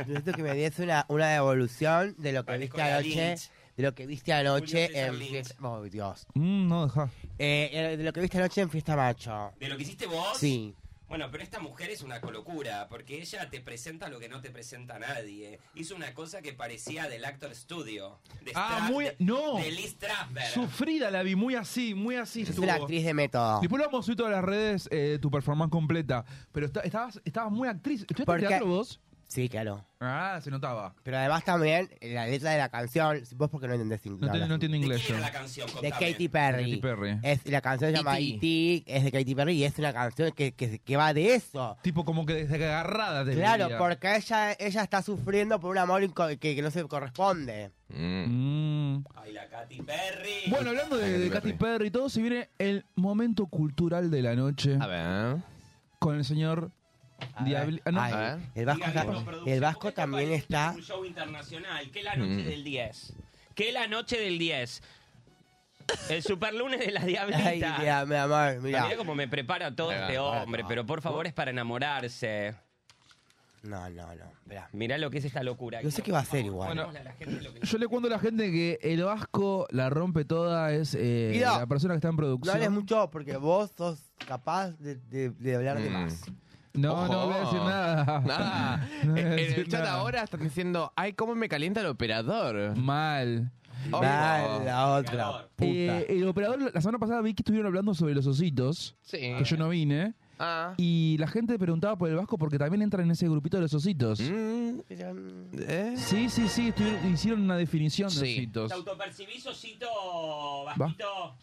Speaker 3: necesito que me des una, una evolución de lo que
Speaker 5: Parezco
Speaker 3: viste
Speaker 5: la
Speaker 3: anoche,
Speaker 5: Lynch.
Speaker 3: de lo que viste anoche
Speaker 5: Julio César
Speaker 3: en
Speaker 5: Lynch.
Speaker 3: fiesta. Oh, Dios.
Speaker 2: Mm, no, deja.
Speaker 3: Eh, eh, de lo que viste anoche en fiesta macho.
Speaker 5: ¿De lo que hiciste vos?
Speaker 3: Sí.
Speaker 5: Bueno, pero esta mujer es una colocura, porque ella te presenta lo que no te presenta nadie. Hizo una cosa que parecía del Actor Studio. De
Speaker 2: Ah,
Speaker 5: Stra-
Speaker 2: muy. No.
Speaker 5: De Liz Strasberg.
Speaker 2: Sufrida la vi, muy así, muy así.
Speaker 3: Es
Speaker 2: estuvo.
Speaker 3: una actriz de método.
Speaker 2: Después lo vamos a subir todas las redes, eh, tu performance completa. Pero esta- estabas, estabas muy actriz. ¿Estudiaste
Speaker 3: Porque-
Speaker 2: teatro vos?
Speaker 3: Sí, claro.
Speaker 2: Ah, se notaba.
Speaker 3: Pero además también la letra de la canción, vos porque no entendés inglés.
Speaker 2: No, te- no entiendo inglés yo.
Speaker 5: Mira la canción,
Speaker 3: de
Speaker 5: contame. E
Speaker 3: Katy Perry.
Speaker 2: Katy Perry.
Speaker 3: Es, la canción se llama E.T., es de Katy Perry y es una canción que, que, que va de eso.
Speaker 2: Tipo como que desde que agarrada te
Speaker 3: Claro,
Speaker 2: veía.
Speaker 3: porque ella, ella está sufriendo por un amor inco- que, que no se
Speaker 5: *laughs*
Speaker 3: corresponde.
Speaker 2: Mm.
Speaker 5: Ay, la Katy Perry.
Speaker 2: Bueno, hablando de, de Katy Perry y todo, se viene el momento cultural de la noche
Speaker 4: A ver.
Speaker 2: con el señor Diabli. ah, no.
Speaker 3: Ay, el Vasco,
Speaker 5: Diga,
Speaker 3: está-
Speaker 5: no, producción,
Speaker 3: el Vasco
Speaker 5: porque esto
Speaker 3: también
Speaker 5: parece
Speaker 3: está...
Speaker 5: Un show internacional. Que la noche
Speaker 4: Mm.
Speaker 5: del 10. Que la noche del 10. El superlunes de las diablitas.
Speaker 3: *laughs* Ay, mira, mi amor, mira.
Speaker 5: Mira cómo me prepara todo
Speaker 4: Ahí va,
Speaker 5: este
Speaker 3: ahora
Speaker 5: hombre,
Speaker 3: toma.
Speaker 5: pero por favor es para enamorarse.
Speaker 3: No, no, no, mirá.
Speaker 5: Mirá lo que es esta locura.
Speaker 3: No sé qué va a hacer igual.
Speaker 5: Bueno, a la gente lo que
Speaker 2: Yo le cuento a la gente que eh, el Vasco la rompe toda, es eh,
Speaker 3: Mira,
Speaker 2: la persona que está en
Speaker 3: No hables
Speaker 2: producción.
Speaker 3: mucho porque vos sos capaz de, de- de hablar de
Speaker 4: Mm.
Speaker 3: más.
Speaker 2: No,
Speaker 4: Ojo.
Speaker 2: no voy a decir nada.
Speaker 4: Nada.
Speaker 2: *laughs* No voy a
Speaker 4: en en
Speaker 2: decir
Speaker 4: el chat
Speaker 2: nada.
Speaker 4: ahora están diciendo, ay, cómo me calienta el operador.
Speaker 2: Mal.
Speaker 4: Oh,
Speaker 3: Va
Speaker 4: no.
Speaker 3: la otra puta.
Speaker 2: Eh, el operador, la semana pasada vi que estuvieron hablando sobre los ositos,
Speaker 4: Sí.
Speaker 2: que yo no vine.
Speaker 4: Ah.
Speaker 2: Y la gente preguntaba por el Vasco porque también entra en ese grupito de los ositos.
Speaker 4: Mm, eh.
Speaker 2: Sí, sí, sí, estuvieron- hicieron una definición de
Speaker 4: Sí.
Speaker 2: ositos.
Speaker 5: ¿Te autopercibís, osito, vasquito?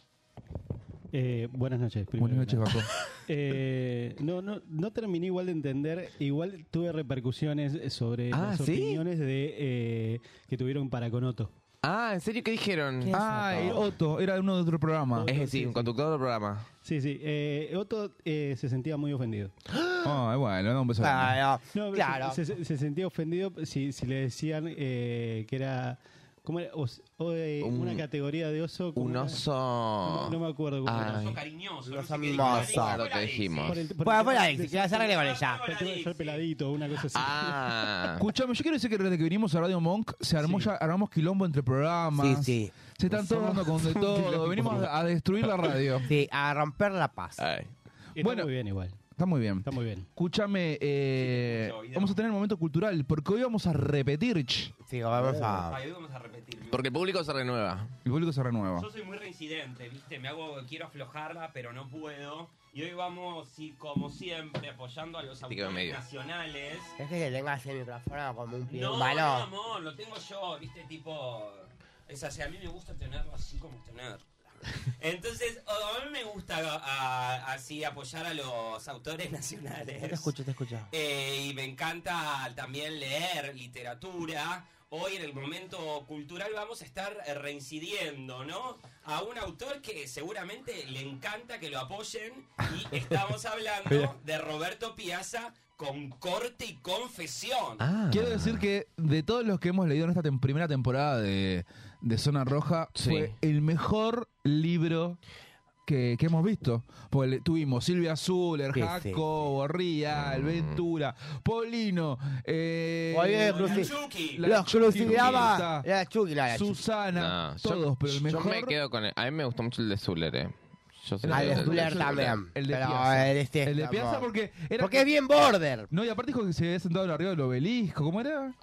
Speaker 15: Eh, buenas noches. primero
Speaker 2: Buenas
Speaker 15: que
Speaker 2: noches,
Speaker 15: nada.
Speaker 2: Vasco.
Speaker 15: Eh, no, no, no terminé igual de entender. Igual tuve repercusiones sobre
Speaker 4: Ah,
Speaker 15: las
Speaker 4: ¿sí?
Speaker 15: opiniones de eh, que tuvieron para con Otto.
Speaker 4: Ah, ¿en serio qué dijeron?
Speaker 15: ¿Qué?
Speaker 2: Ah, eh, Otto, era uno de otro programa.
Speaker 4: Es decir, un conductor del programa.
Speaker 15: Sí, sí. eh, Otto eh, se sentía muy ofendido.
Speaker 2: Ah, bueno, no, un beso.
Speaker 3: Claro,
Speaker 15: *laughs* No, pero
Speaker 3: claro.
Speaker 15: Se, se- se sentía ofendido si, si le decían eh, que era. ¿Cómo era? Os- o, eh,
Speaker 4: Un-
Speaker 15: una categoría de oso. ¿cómo
Speaker 4: Un
Speaker 15: era?
Speaker 4: oso.
Speaker 15: No, no me acuerdo cómo era.
Speaker 4: Ay.
Speaker 5: Oso cariñoso.
Speaker 3: Los
Speaker 5: sé qué
Speaker 3: amigos.
Speaker 5: dijo.
Speaker 4: Claro, te dijimos.
Speaker 15: Por el- por el
Speaker 3: Bueno,
Speaker 15: tema
Speaker 3: fuera
Speaker 15: de-
Speaker 3: Alexis, que vas a arreglar con ella.
Speaker 15: Pero tuve que ser peladito, una cosa así.
Speaker 4: Ah.
Speaker 2: Escuchame, yo quiero decir que desde que vinimos a Radio Monk se armó
Speaker 15: Sí.
Speaker 2: ya, armamos quilombo entre programas.
Speaker 3: Sí, sí.
Speaker 2: Se están todos dando
Speaker 3: *laughs*
Speaker 2: con de todo. Venimos a a destruir la radio.
Speaker 3: Sí, a romper la paz.
Speaker 4: Ay.
Speaker 15: Está
Speaker 2: Bueno.
Speaker 15: muy bien igual.
Speaker 2: Está muy bien.
Speaker 15: Está muy bien.
Speaker 2: Escúchame, eh, vamos a tener el momento cultural, porque hoy vamos a repetir. ch.
Speaker 3: Sí, vamos a.
Speaker 5: Ay, hoy vamos a repetir.
Speaker 4: Porque el público se renueva.
Speaker 2: El público se renueva.
Speaker 5: Yo soy muy reincidente, ¿viste? Me hago, quiero aflojarla, pero no puedo. Y hoy vamos, sí, como siempre, apoyando a los
Speaker 4: Pico de
Speaker 5: autores
Speaker 4: medio.
Speaker 5: nacionales.
Speaker 3: Es que le tengas el micrófono como un pie
Speaker 5: No, no,
Speaker 3: humano.
Speaker 5: amor, lo tengo yo, ¿viste? Tipo... Es así, a mí me gusta tenerlo así como tenerla. Entonces, a mí me gusta a- así apoyar a los autores nacionales.
Speaker 3: Yo te escucho, te escucho.
Speaker 5: Eh, y me encanta también leer literatura. Hoy en el momento cultural vamos a estar eh, reincidiendo, ¿no? A un autor que seguramente le encanta que lo apoyen y estamos hablando de Roberto Piazza con corte y confesión.
Speaker 4: Ah.
Speaker 2: Quiero decir que de todos los que hemos leído en esta tem- primera temporada de, de Zona Roja,
Speaker 4: Sí.
Speaker 2: fue el mejor libro que, que hemos visto. Porque le- tuvimos Silvia Zuller,
Speaker 3: ¿Qué es
Speaker 2: Jaco, Borría, Ventura, Polino, eh,
Speaker 3: Oye,
Speaker 2: la
Speaker 3: los
Speaker 2: Chucky,
Speaker 3: crucificaba la Chucky, la- la Chucky.
Speaker 2: Susana,
Speaker 4: No, yo-
Speaker 2: todos, pero el mejor.
Speaker 4: Yo me quedo con el. A mí me gustó mucho el de Zuller, eh. Yo soy
Speaker 3: Ah, el de
Speaker 4: del-
Speaker 3: Zuller
Speaker 4: del
Speaker 3: también.
Speaker 2: El de
Speaker 3: Pero
Speaker 2: Piazza.
Speaker 3: el este
Speaker 2: El de
Speaker 3: está
Speaker 2: Piazza
Speaker 3: como-
Speaker 2: porque era-
Speaker 3: Porque es bien border.
Speaker 2: No, y aparte dijo que se había sentado arriba del obelisco. ¿Cómo era?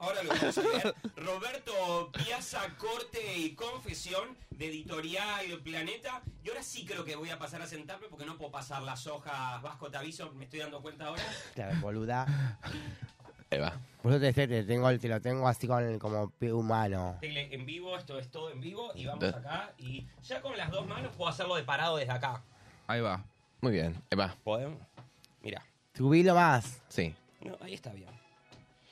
Speaker 5: Ahora
Speaker 2: *laughs*
Speaker 5: lo vamos a leer. Roberto Piazza, Corte y Confesión, de Editorial Planeta. Y ahora sí creo que voy a pasar a sentarme porque no puedo pasar las hojas Vasco Taviso, me estoy dando cuenta ahora.
Speaker 2: *laughs*
Speaker 3: Claro, boluda. Por eso te, decía, te tengo, el- te lo tengo así con el, como pie humano.
Speaker 5: Tele En vivo, esto es todo en vivo. Y vamos acá. Y ya con las dos manos puedo hacerlo de parado desde acá.
Speaker 2: Ahí va.
Speaker 4: Muy bien, ahí va.
Speaker 5: ¿Podemos? Mira.
Speaker 3: Subilo más.
Speaker 4: Sí.
Speaker 5: No, ahí está bien.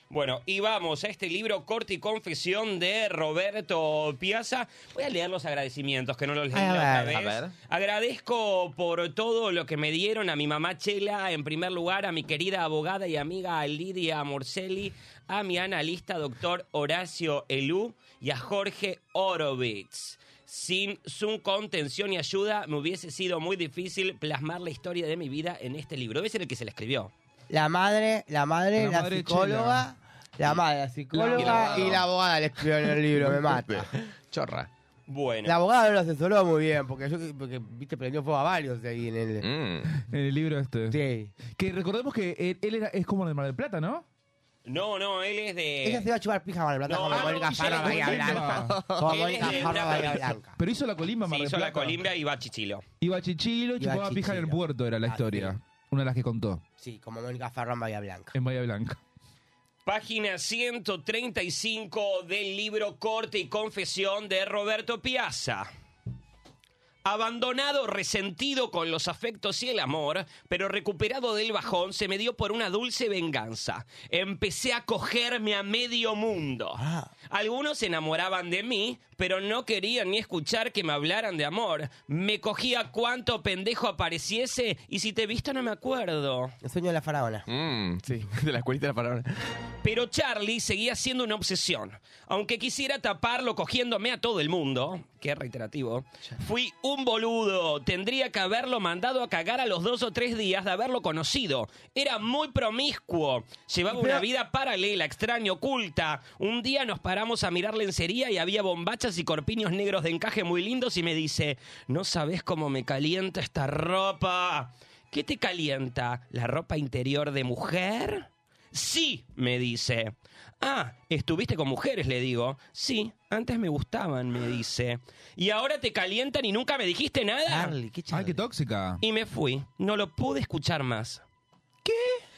Speaker 5: Bueno, y vamos a este libro Corte y Confesión de Roberto Piazza. Voy a leer los agradecimientos, que no los leí
Speaker 4: A
Speaker 5: la otra
Speaker 4: ver.
Speaker 5: vez.
Speaker 4: A ver.
Speaker 5: Agradezco por todo lo que me dieron a mi mamá Chela, en primer lugar a mi querida abogada y amiga Lidia Morcelli, a mi analista doctor Horacio Elú y a Jorge Orovitz. Sin su contención y ayuda me hubiese sido muy difícil plasmar la historia de mi vida en este libro. Debe ser el que se la escribió.
Speaker 3: La madre, la madre, la,
Speaker 5: La madre
Speaker 3: psicóloga. La madre, la psicóloga
Speaker 5: abogada.
Speaker 3: y la abogada le escribió en
Speaker 2: *laughs*
Speaker 3: el libro, me *laughs* mata.
Speaker 4: Chorra.
Speaker 5: Bueno.
Speaker 3: La abogada no lo asesoró muy bien, porque yo, porque, viste, prendió fuego a varios de ahí en el.
Speaker 4: Mm.
Speaker 2: En el libro este.
Speaker 3: Sí.
Speaker 2: Que recordemos que él, él era, es como el de Mar del Plata, ¿no?
Speaker 5: No, no, él es de.
Speaker 3: Ella se iba a chupar pija a Mar del Plata
Speaker 5: No,
Speaker 3: como
Speaker 5: no,
Speaker 3: Mónica
Speaker 5: no,
Speaker 3: Farra
Speaker 5: no,
Speaker 3: Bahía
Speaker 5: no,
Speaker 3: Blanca.
Speaker 5: no.
Speaker 3: Como
Speaker 5: Él
Speaker 3: Mónica
Speaker 5: es de
Speaker 3: Farra
Speaker 5: una
Speaker 3: Bahía
Speaker 5: provincia.
Speaker 3: Blanca.
Speaker 2: Pero hizo la colimba Mar
Speaker 5: Sí,
Speaker 2: del
Speaker 5: hizo la
Speaker 2: Plata.
Speaker 5: colimbra y va a Chichilo.
Speaker 2: Iba a Chichilo y
Speaker 3: Iba a
Speaker 2: chupaba pija en el
Speaker 3: Chichilo.
Speaker 2: puerto, era la
Speaker 3: Ah,
Speaker 2: historia. Una de las que contó.
Speaker 3: Sí, como Mónica Farra en Bahía Blanca.
Speaker 2: En Bahía Blanca.
Speaker 5: Página 135 del libro Corte y Confesión de Roberto Piazza. Abandonado, resentido con los afectos y el amor, pero recuperado del bajón, se me dio por una dulce venganza. Empecé a cogerme a medio mundo. Algunos se enamoraban de mí, pero no querían ni escuchar que me hablaran de amor. Me cogía cuanto pendejo apareciese y si te he visto no me acuerdo.
Speaker 3: El sueño de la faraona.
Speaker 4: sí, Mm. *laughs* de la escuelita de la faraona.
Speaker 5: Pero Charlie seguía siendo una obsesión. Aunque quisiera taparlo cogiéndome a todo el mundo, qué reiterativo, fui un boludo. Tendría que haberlo mandado a cagar a los dos o tres días de haberlo conocido. Era muy promiscuo. Llevaba una vida paralela, extraña, oculta. Un día nos paramos a mirar lencería y había bombachas y corpiños negros de encaje muy lindos y me dice, no sabes cómo me calienta esta ropa. ¿Qué te calienta? ¿La ropa interior de mujer? Sí, me dice. Ah, estuviste con mujeres, le digo. Sí, antes me gustaban, me dice. ¿Y ahora te calientan y nunca me dijiste nada?
Speaker 2: Ay, qué tóxica.
Speaker 5: Y me fui. No lo pude escuchar más. ¿Qué?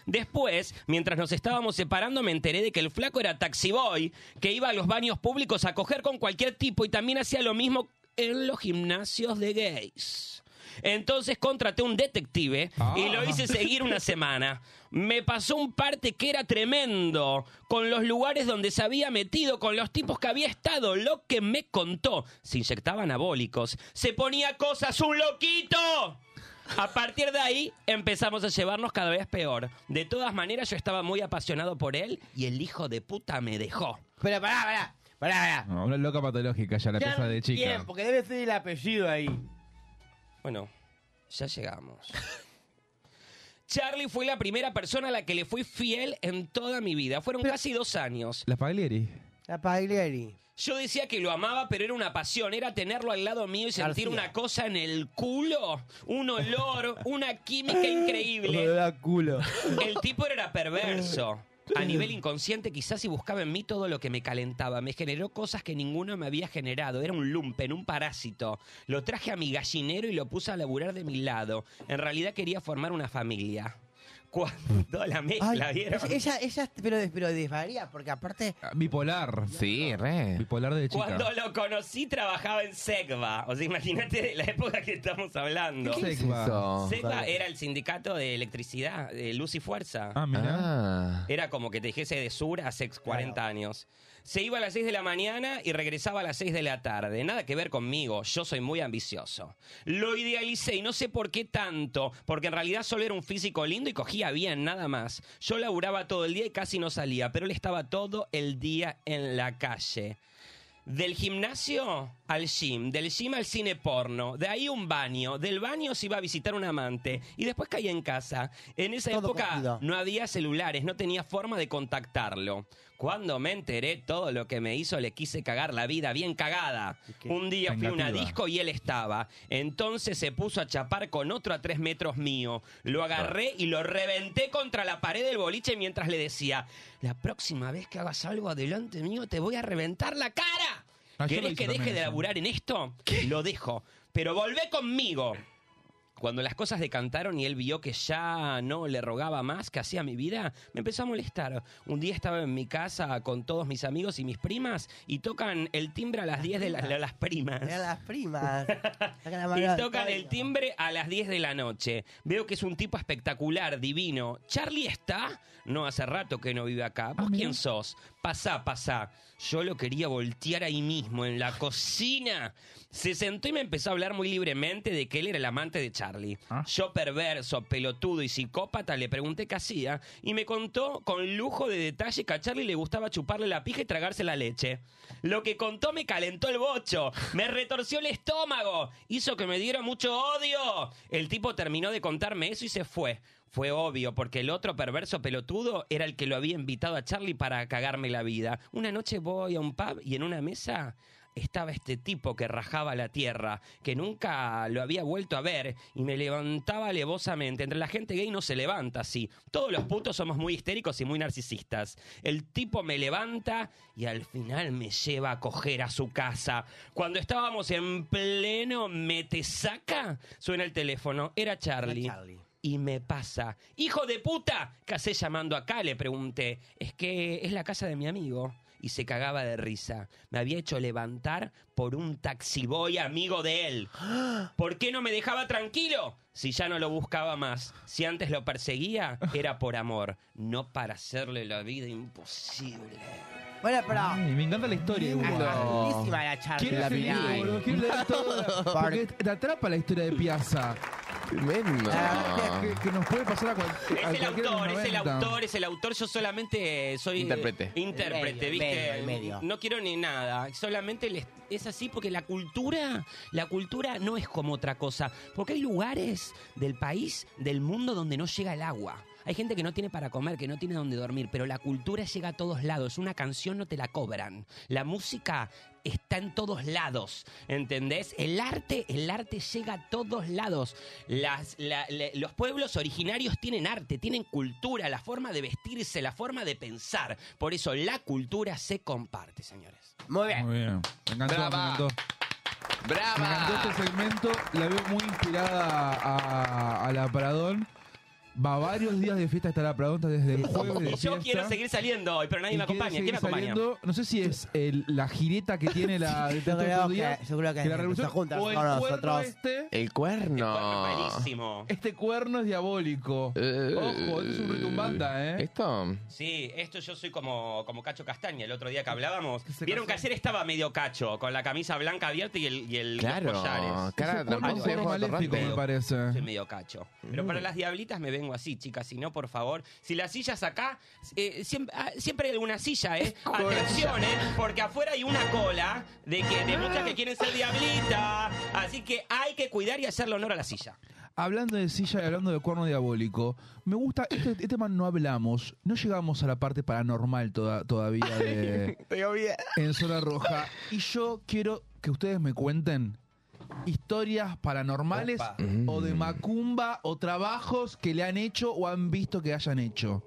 Speaker 5: Después, mientras nos estábamos separando, me enteré de que el flaco era taxiboy, que iba a los baños públicos a coger con cualquier tipo y también hacía lo mismo en los gimnasios de gays. Entonces contraté un detective y
Speaker 2: Ah.
Speaker 5: lo hice
Speaker 2: *laughs*
Speaker 5: seguir una semana. Me pasó un parte que era tremendo, con los lugares donde se había metido, con los tipos que había estado, lo que me contó. Se inyectaban anabólicos, se ponía cosas, un loquito. A partir de ahí empezamos a llevarnos cada vez peor. De todas maneras, yo estaba muy apasionado por él y el hijo de puta me dejó.
Speaker 3: Pero pará, pará, pará, pará.
Speaker 2: No, una loca patológica ya la
Speaker 3: Ya
Speaker 2: pieza de chica.
Speaker 3: Bien, porque debe ser el apellido ahí.
Speaker 5: Bueno, ya llegamos. *laughs* Charlie fue la primera persona a la que le fui fiel en toda mi vida. Fueron casi dos años.
Speaker 2: La Paglieri.
Speaker 3: La Pagliari.
Speaker 5: Yo decía que lo amaba, pero era una pasión, era tenerlo al lado mío y sentir
Speaker 3: García.
Speaker 5: una cosa en el culo, un olor, una química increíble.
Speaker 3: Oh, da culo.
Speaker 5: El tipo era perverso. A nivel inconsciente, quizás y buscaba en mí todo lo que me calentaba. Me generó cosas que ninguno me había generado. Era un lumpen, un parásito. Lo traje a mi gallinero y lo puse a laburar de mi lado. En realidad quería formar una familia. Cuando la mezcla, ¿vieron?
Speaker 3: Ella, ella, pero, pero desvaría, porque aparte.
Speaker 2: Ah, Bipolar.
Speaker 4: Sí, re.
Speaker 2: Bipolar de chica.
Speaker 5: Cuando lo conocí trabajaba en Segva. O sea, imagínate de la época que estamos hablando.
Speaker 2: ¿Qué es eso?
Speaker 5: Segva era el sindicato de electricidad, de luz y fuerza.
Speaker 14: 啊
Speaker 2: Ah, mira.
Speaker 5: Era como que te dijese de sur hace 40 años. Se iba a las 6 de la mañana y regresaba a las 6 de la tarde. Nada que ver conmigo, yo soy muy ambicioso. Lo idealicé y no sé por qué tanto, porque en realidad solo era un físico lindo y cogía bien, nada más. Yo laburaba todo el día y casi no salía, pero él estaba todo el día en la calle. Del gimnasio al gym, del gym al cine porno, de ahí un baño, del baño se iba a visitar un amante y después caía en casa. En esa época no había celulares, no tenía forma de contactarlo. Cuando me enteré todo lo que me hizo, le quise cagar la vida bien cagada. Un día fui a una
Speaker 16: Vengativa.
Speaker 5: disco y él estaba. Entonces se puso a chapar con otro a tres metros mío. Lo agarré y lo reventé contra la pared del boliche mientras le decía, la próxima vez que hagas algo adelante mío te voy a reventar la cara.
Speaker 16: Ah, yo lo
Speaker 5: ¿Querés
Speaker 16: hice
Speaker 5: que
Speaker 16: también
Speaker 5: deje de
Speaker 16: eso.
Speaker 5: laburar en esto? Lo dejo. Pero volvé conmigo. Cuando las cosas decantaron y él vio que ya no le rogaba más que hacía mi vida, me empezó a molestar. Un día estaba en mi casa con todos mis amigos y mis primas y tocan el timbre a las 10 de la-
Speaker 3: primas.
Speaker 5: las primas.
Speaker 3: Eran las
Speaker 5: *laughs*
Speaker 3: primas. Sacan la mano
Speaker 5: Y
Speaker 3: al
Speaker 5: tocan
Speaker 3: cuello.
Speaker 5: el timbre a las 10 de la noche. Veo que es un tipo espectacular, divino. ¿Charlie está? No, hace rato que no vive acá. ¿Vos quién sos? Pasá, pasá. Yo lo quería voltear ahí mismo, en la cocina. Se sentó y me empezó a hablar muy libremente de que él era el amante de Charlie.
Speaker 3: Ah.
Speaker 5: Yo, perverso, pelotudo y psicópata, le pregunté qué hacía y me contó con lujo de detalle que a Charlie le gustaba chuparle la pija y tragarse la leche. Lo que contó me calentó el bocho, me retorció el estómago, hizo que me diera mucho odio. El tipo terminó de contarme eso y se fue. Fue obvio, porque el otro perverso pelotudo era el que lo había invitado a Charlie para cagarme la vida. Una noche voy a un pub y en una mesa estaba este tipo que rajaba la tierra, que nunca lo había vuelto a ver, y me levantaba alevosamente. Entre la gente gay no se levanta así. Todos los putos somos muy histéricos y muy narcisistas. El tipo me levanta y al final me lleva a coger a su casa. Cuando estábamos en pleno metesaca, suena el teléfono. Era Charlie. Y me pasa, hijo de puta, ¿qué hacés llamando acá? Le pregunté. Es que es la casa de mi amigo y se cagaba de risa. Me había hecho levantar por un taxiboy amigo de él. ¿Por qué no me dejaba tranquilo? Si ya no lo buscaba más. Si antes lo perseguía, era por amor, no para hacerle la vida imposible.
Speaker 3: Bueno, pero.
Speaker 2: me encanta la historia.
Speaker 3: boludo. Buenísima la charla.
Speaker 2: Quiero
Speaker 3: La
Speaker 2: ese
Speaker 3: mirá.
Speaker 2: libro, boludo, quiero leer todo. Porque te atrapa la historia de Piazza.
Speaker 16: Tremendo.
Speaker 2: Que, que nos puede pasar a, cual- a
Speaker 5: Es el
Speaker 2: cualquiera de
Speaker 5: autor,
Speaker 2: los
Speaker 5: es el
Speaker 2: 90.
Speaker 5: autor, es el autor. Yo solamente soy.
Speaker 4: Intérprete.
Speaker 5: Intérprete,
Speaker 4: El medio,
Speaker 5: ¿viste?
Speaker 4: el medio, el medio.
Speaker 5: No quiero ni nada. Solamente les- es así porque la cultura, la cultura no es como otra cosa. Porque hay lugares del país, del mundo, donde no llega el agua. Hay gente que no tiene para comer, que no tiene donde dormir, pero la cultura llega a todos lados. Una canción no te la cobran. La música está en todos lados, ¿entendés? El arte, el arte llega a todos lados. Las- la- la- los pueblos originarios tienen arte, tienen cultura, la forma de vestirse, la forma de pensar. Por eso la cultura se comparte, señores.
Speaker 3: Muy bien.
Speaker 2: Muy bien. Me encantó,
Speaker 5: Brava.
Speaker 2: me encantó.
Speaker 5: ¡Brava!
Speaker 2: Me encantó este segmento. La veo muy inspirada a, a la Pradón. Va varios días de fiesta, está la Pradón está desde el jueves. de
Speaker 5: Y yo
Speaker 2: fiesta.
Speaker 5: quiero seguir saliendo hoy, pero nadie
Speaker 2: Y
Speaker 5: me
Speaker 2: quiere
Speaker 5: acompaña. ¿Quién
Speaker 2: seguir
Speaker 5: me acompaña?
Speaker 2: saliendo. no sé si es el- la gireta que tiene
Speaker 5: *laughs*
Speaker 2: la
Speaker 3: Sí,
Speaker 2: de
Speaker 3: yo
Speaker 2: tanto
Speaker 3: creo
Speaker 2: otro
Speaker 3: que-
Speaker 2: día,
Speaker 3: yo creo que
Speaker 2: la
Speaker 3: se
Speaker 2: revolución
Speaker 3: juntan
Speaker 2: o el
Speaker 3: con
Speaker 2: cuerno
Speaker 3: nosotros.
Speaker 2: este.
Speaker 4: El cuerno.
Speaker 2: Este cuerno es diabólico.
Speaker 5: Eh,
Speaker 2: Ojo, esto es un retumbanda, ¿eh?
Speaker 3: *laughs*
Speaker 4: Esto.
Speaker 5: Sí, esto yo soy como, como Cacho Castaña, el otro día que hablábamos. Vieron que ayer estaba medio Cacho, con la camisa blanca abierta y el, y el
Speaker 4: Claro,
Speaker 5: los collares.
Speaker 4: cara
Speaker 2: Es
Speaker 4: de
Speaker 2: un cuerno, un
Speaker 4: tramposo,
Speaker 2: cuerno
Speaker 4: ojo de
Speaker 2: maléfico,
Speaker 4: torrante.
Speaker 2: me parece.
Speaker 5: Soy medio cacho. Pero para las diablitas me vengo así, chicas. Si no, por favor. Si las sillas acá, eh, siempre, ah, siempre hay alguna silla, ¿eh? Atención, ¿eh? Porque afuera hay una cola de, que, de muchas que quieren ser diablitas. Así que hay que cuidar y hacerle honor a la silla.
Speaker 2: Hablando de silla y hablando de cuerno diabólico, me gusta, este, este tema no hablamos, no llegamos a la parte paranormal toda- todavía
Speaker 4: *laughs*
Speaker 2: de, en Zona Roja. Y yo quiero que ustedes me cuenten historias paranormales
Speaker 16: Opa.
Speaker 2: o
Speaker 4: Mm.
Speaker 2: de macumba o trabajos que le han hecho o han visto que hayan hecho.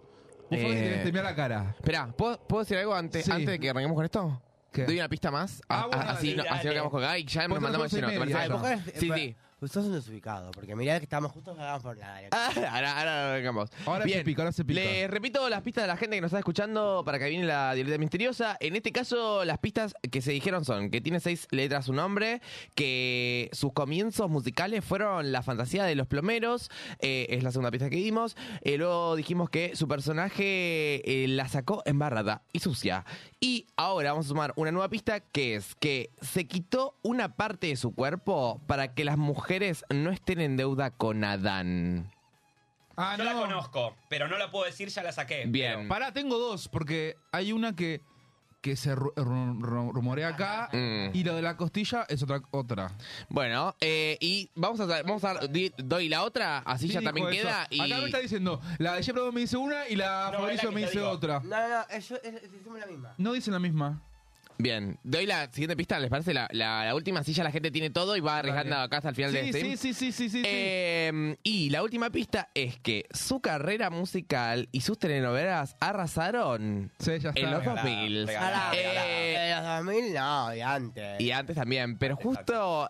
Speaker 2: Vos Fabi,
Speaker 4: Eh,
Speaker 2: tenés que mirar la cara.
Speaker 4: Espera, Ah, ¿puedo, puedo decir algo antes,
Speaker 2: Sí.
Speaker 4: antes de que arranquemos con esto?
Speaker 2: ¿Qué?
Speaker 4: Doy una pista más. A-
Speaker 2: Ah, bueno,
Speaker 4: a- así,
Speaker 2: dale,
Speaker 4: no, así
Speaker 2: dale.
Speaker 4: lo quedamos con acá y ya nos
Speaker 2: Vos
Speaker 4: mandamos al
Speaker 2: sos
Speaker 4: lleno. ¿te
Speaker 2: media,
Speaker 4: parece?
Speaker 2: ya. A lo mejor
Speaker 4: Sí, sí.
Speaker 3: Pues sos un desubicado, porque mirá que estamos justos cagados por nada.
Speaker 4: Ah, *laughs* ahora, ahora arrancamos.
Speaker 2: Ahora se pica, ahora se pica.
Speaker 4: Les repito las pistas de la gente que nos está escuchando para que viene la diableta misteriosa. En este caso, las pistas que se dijeron son que tiene seis letras su nombre, que sus comienzos musicales fueron la fantasía de los plomeros, eh, es la segunda pista que dimos. Eh, luego dijimos que su personaje eh, la sacó embarrada y sucia. Y ahora vamos a sumar una nueva pista que es que se quitó una parte de su cuerpo para que las mujeres no estén en deuda con Adán.
Speaker 5: Yo la conozco, pero no la puedo decir, ya la saqué.
Speaker 4: Bien.
Speaker 2: Pará, tengo dos, porque hay una que, que que se ru- ru- ru- rumorea acá.
Speaker 4: Mm.
Speaker 2: Y lo de la costilla es otra. otra.
Speaker 4: Bueno, eh, y vamos a, vamos a di- doy la otra, así
Speaker 2: Sí,
Speaker 4: ya
Speaker 2: dijo
Speaker 4: también
Speaker 2: eso.
Speaker 4: queda. Y...
Speaker 2: Acá me está diciendo, la de Jeff me dice una y la
Speaker 3: No,
Speaker 2: Fabricio
Speaker 3: es la que
Speaker 2: me
Speaker 3: te
Speaker 2: dice
Speaker 3: digo.
Speaker 2: otra.
Speaker 3: No, no, no, eso, eso, decimos la misma.
Speaker 2: No dicen la misma.
Speaker 4: Bien, doy la siguiente pista, ¿les parece? La, la- la última silla la gente tiene todo y va arriesgando acá hasta el final
Speaker 2: Sí,
Speaker 4: de este.
Speaker 2: sí, sí, sí, sí, sí, sí.
Speaker 4: Eh, y la última pista es que su carrera musical y sus telenovelas arrasaron en los 2000.
Speaker 3: Regalada, regalada. En los 2000 no, y antes.
Speaker 4: Y antes también, pero justo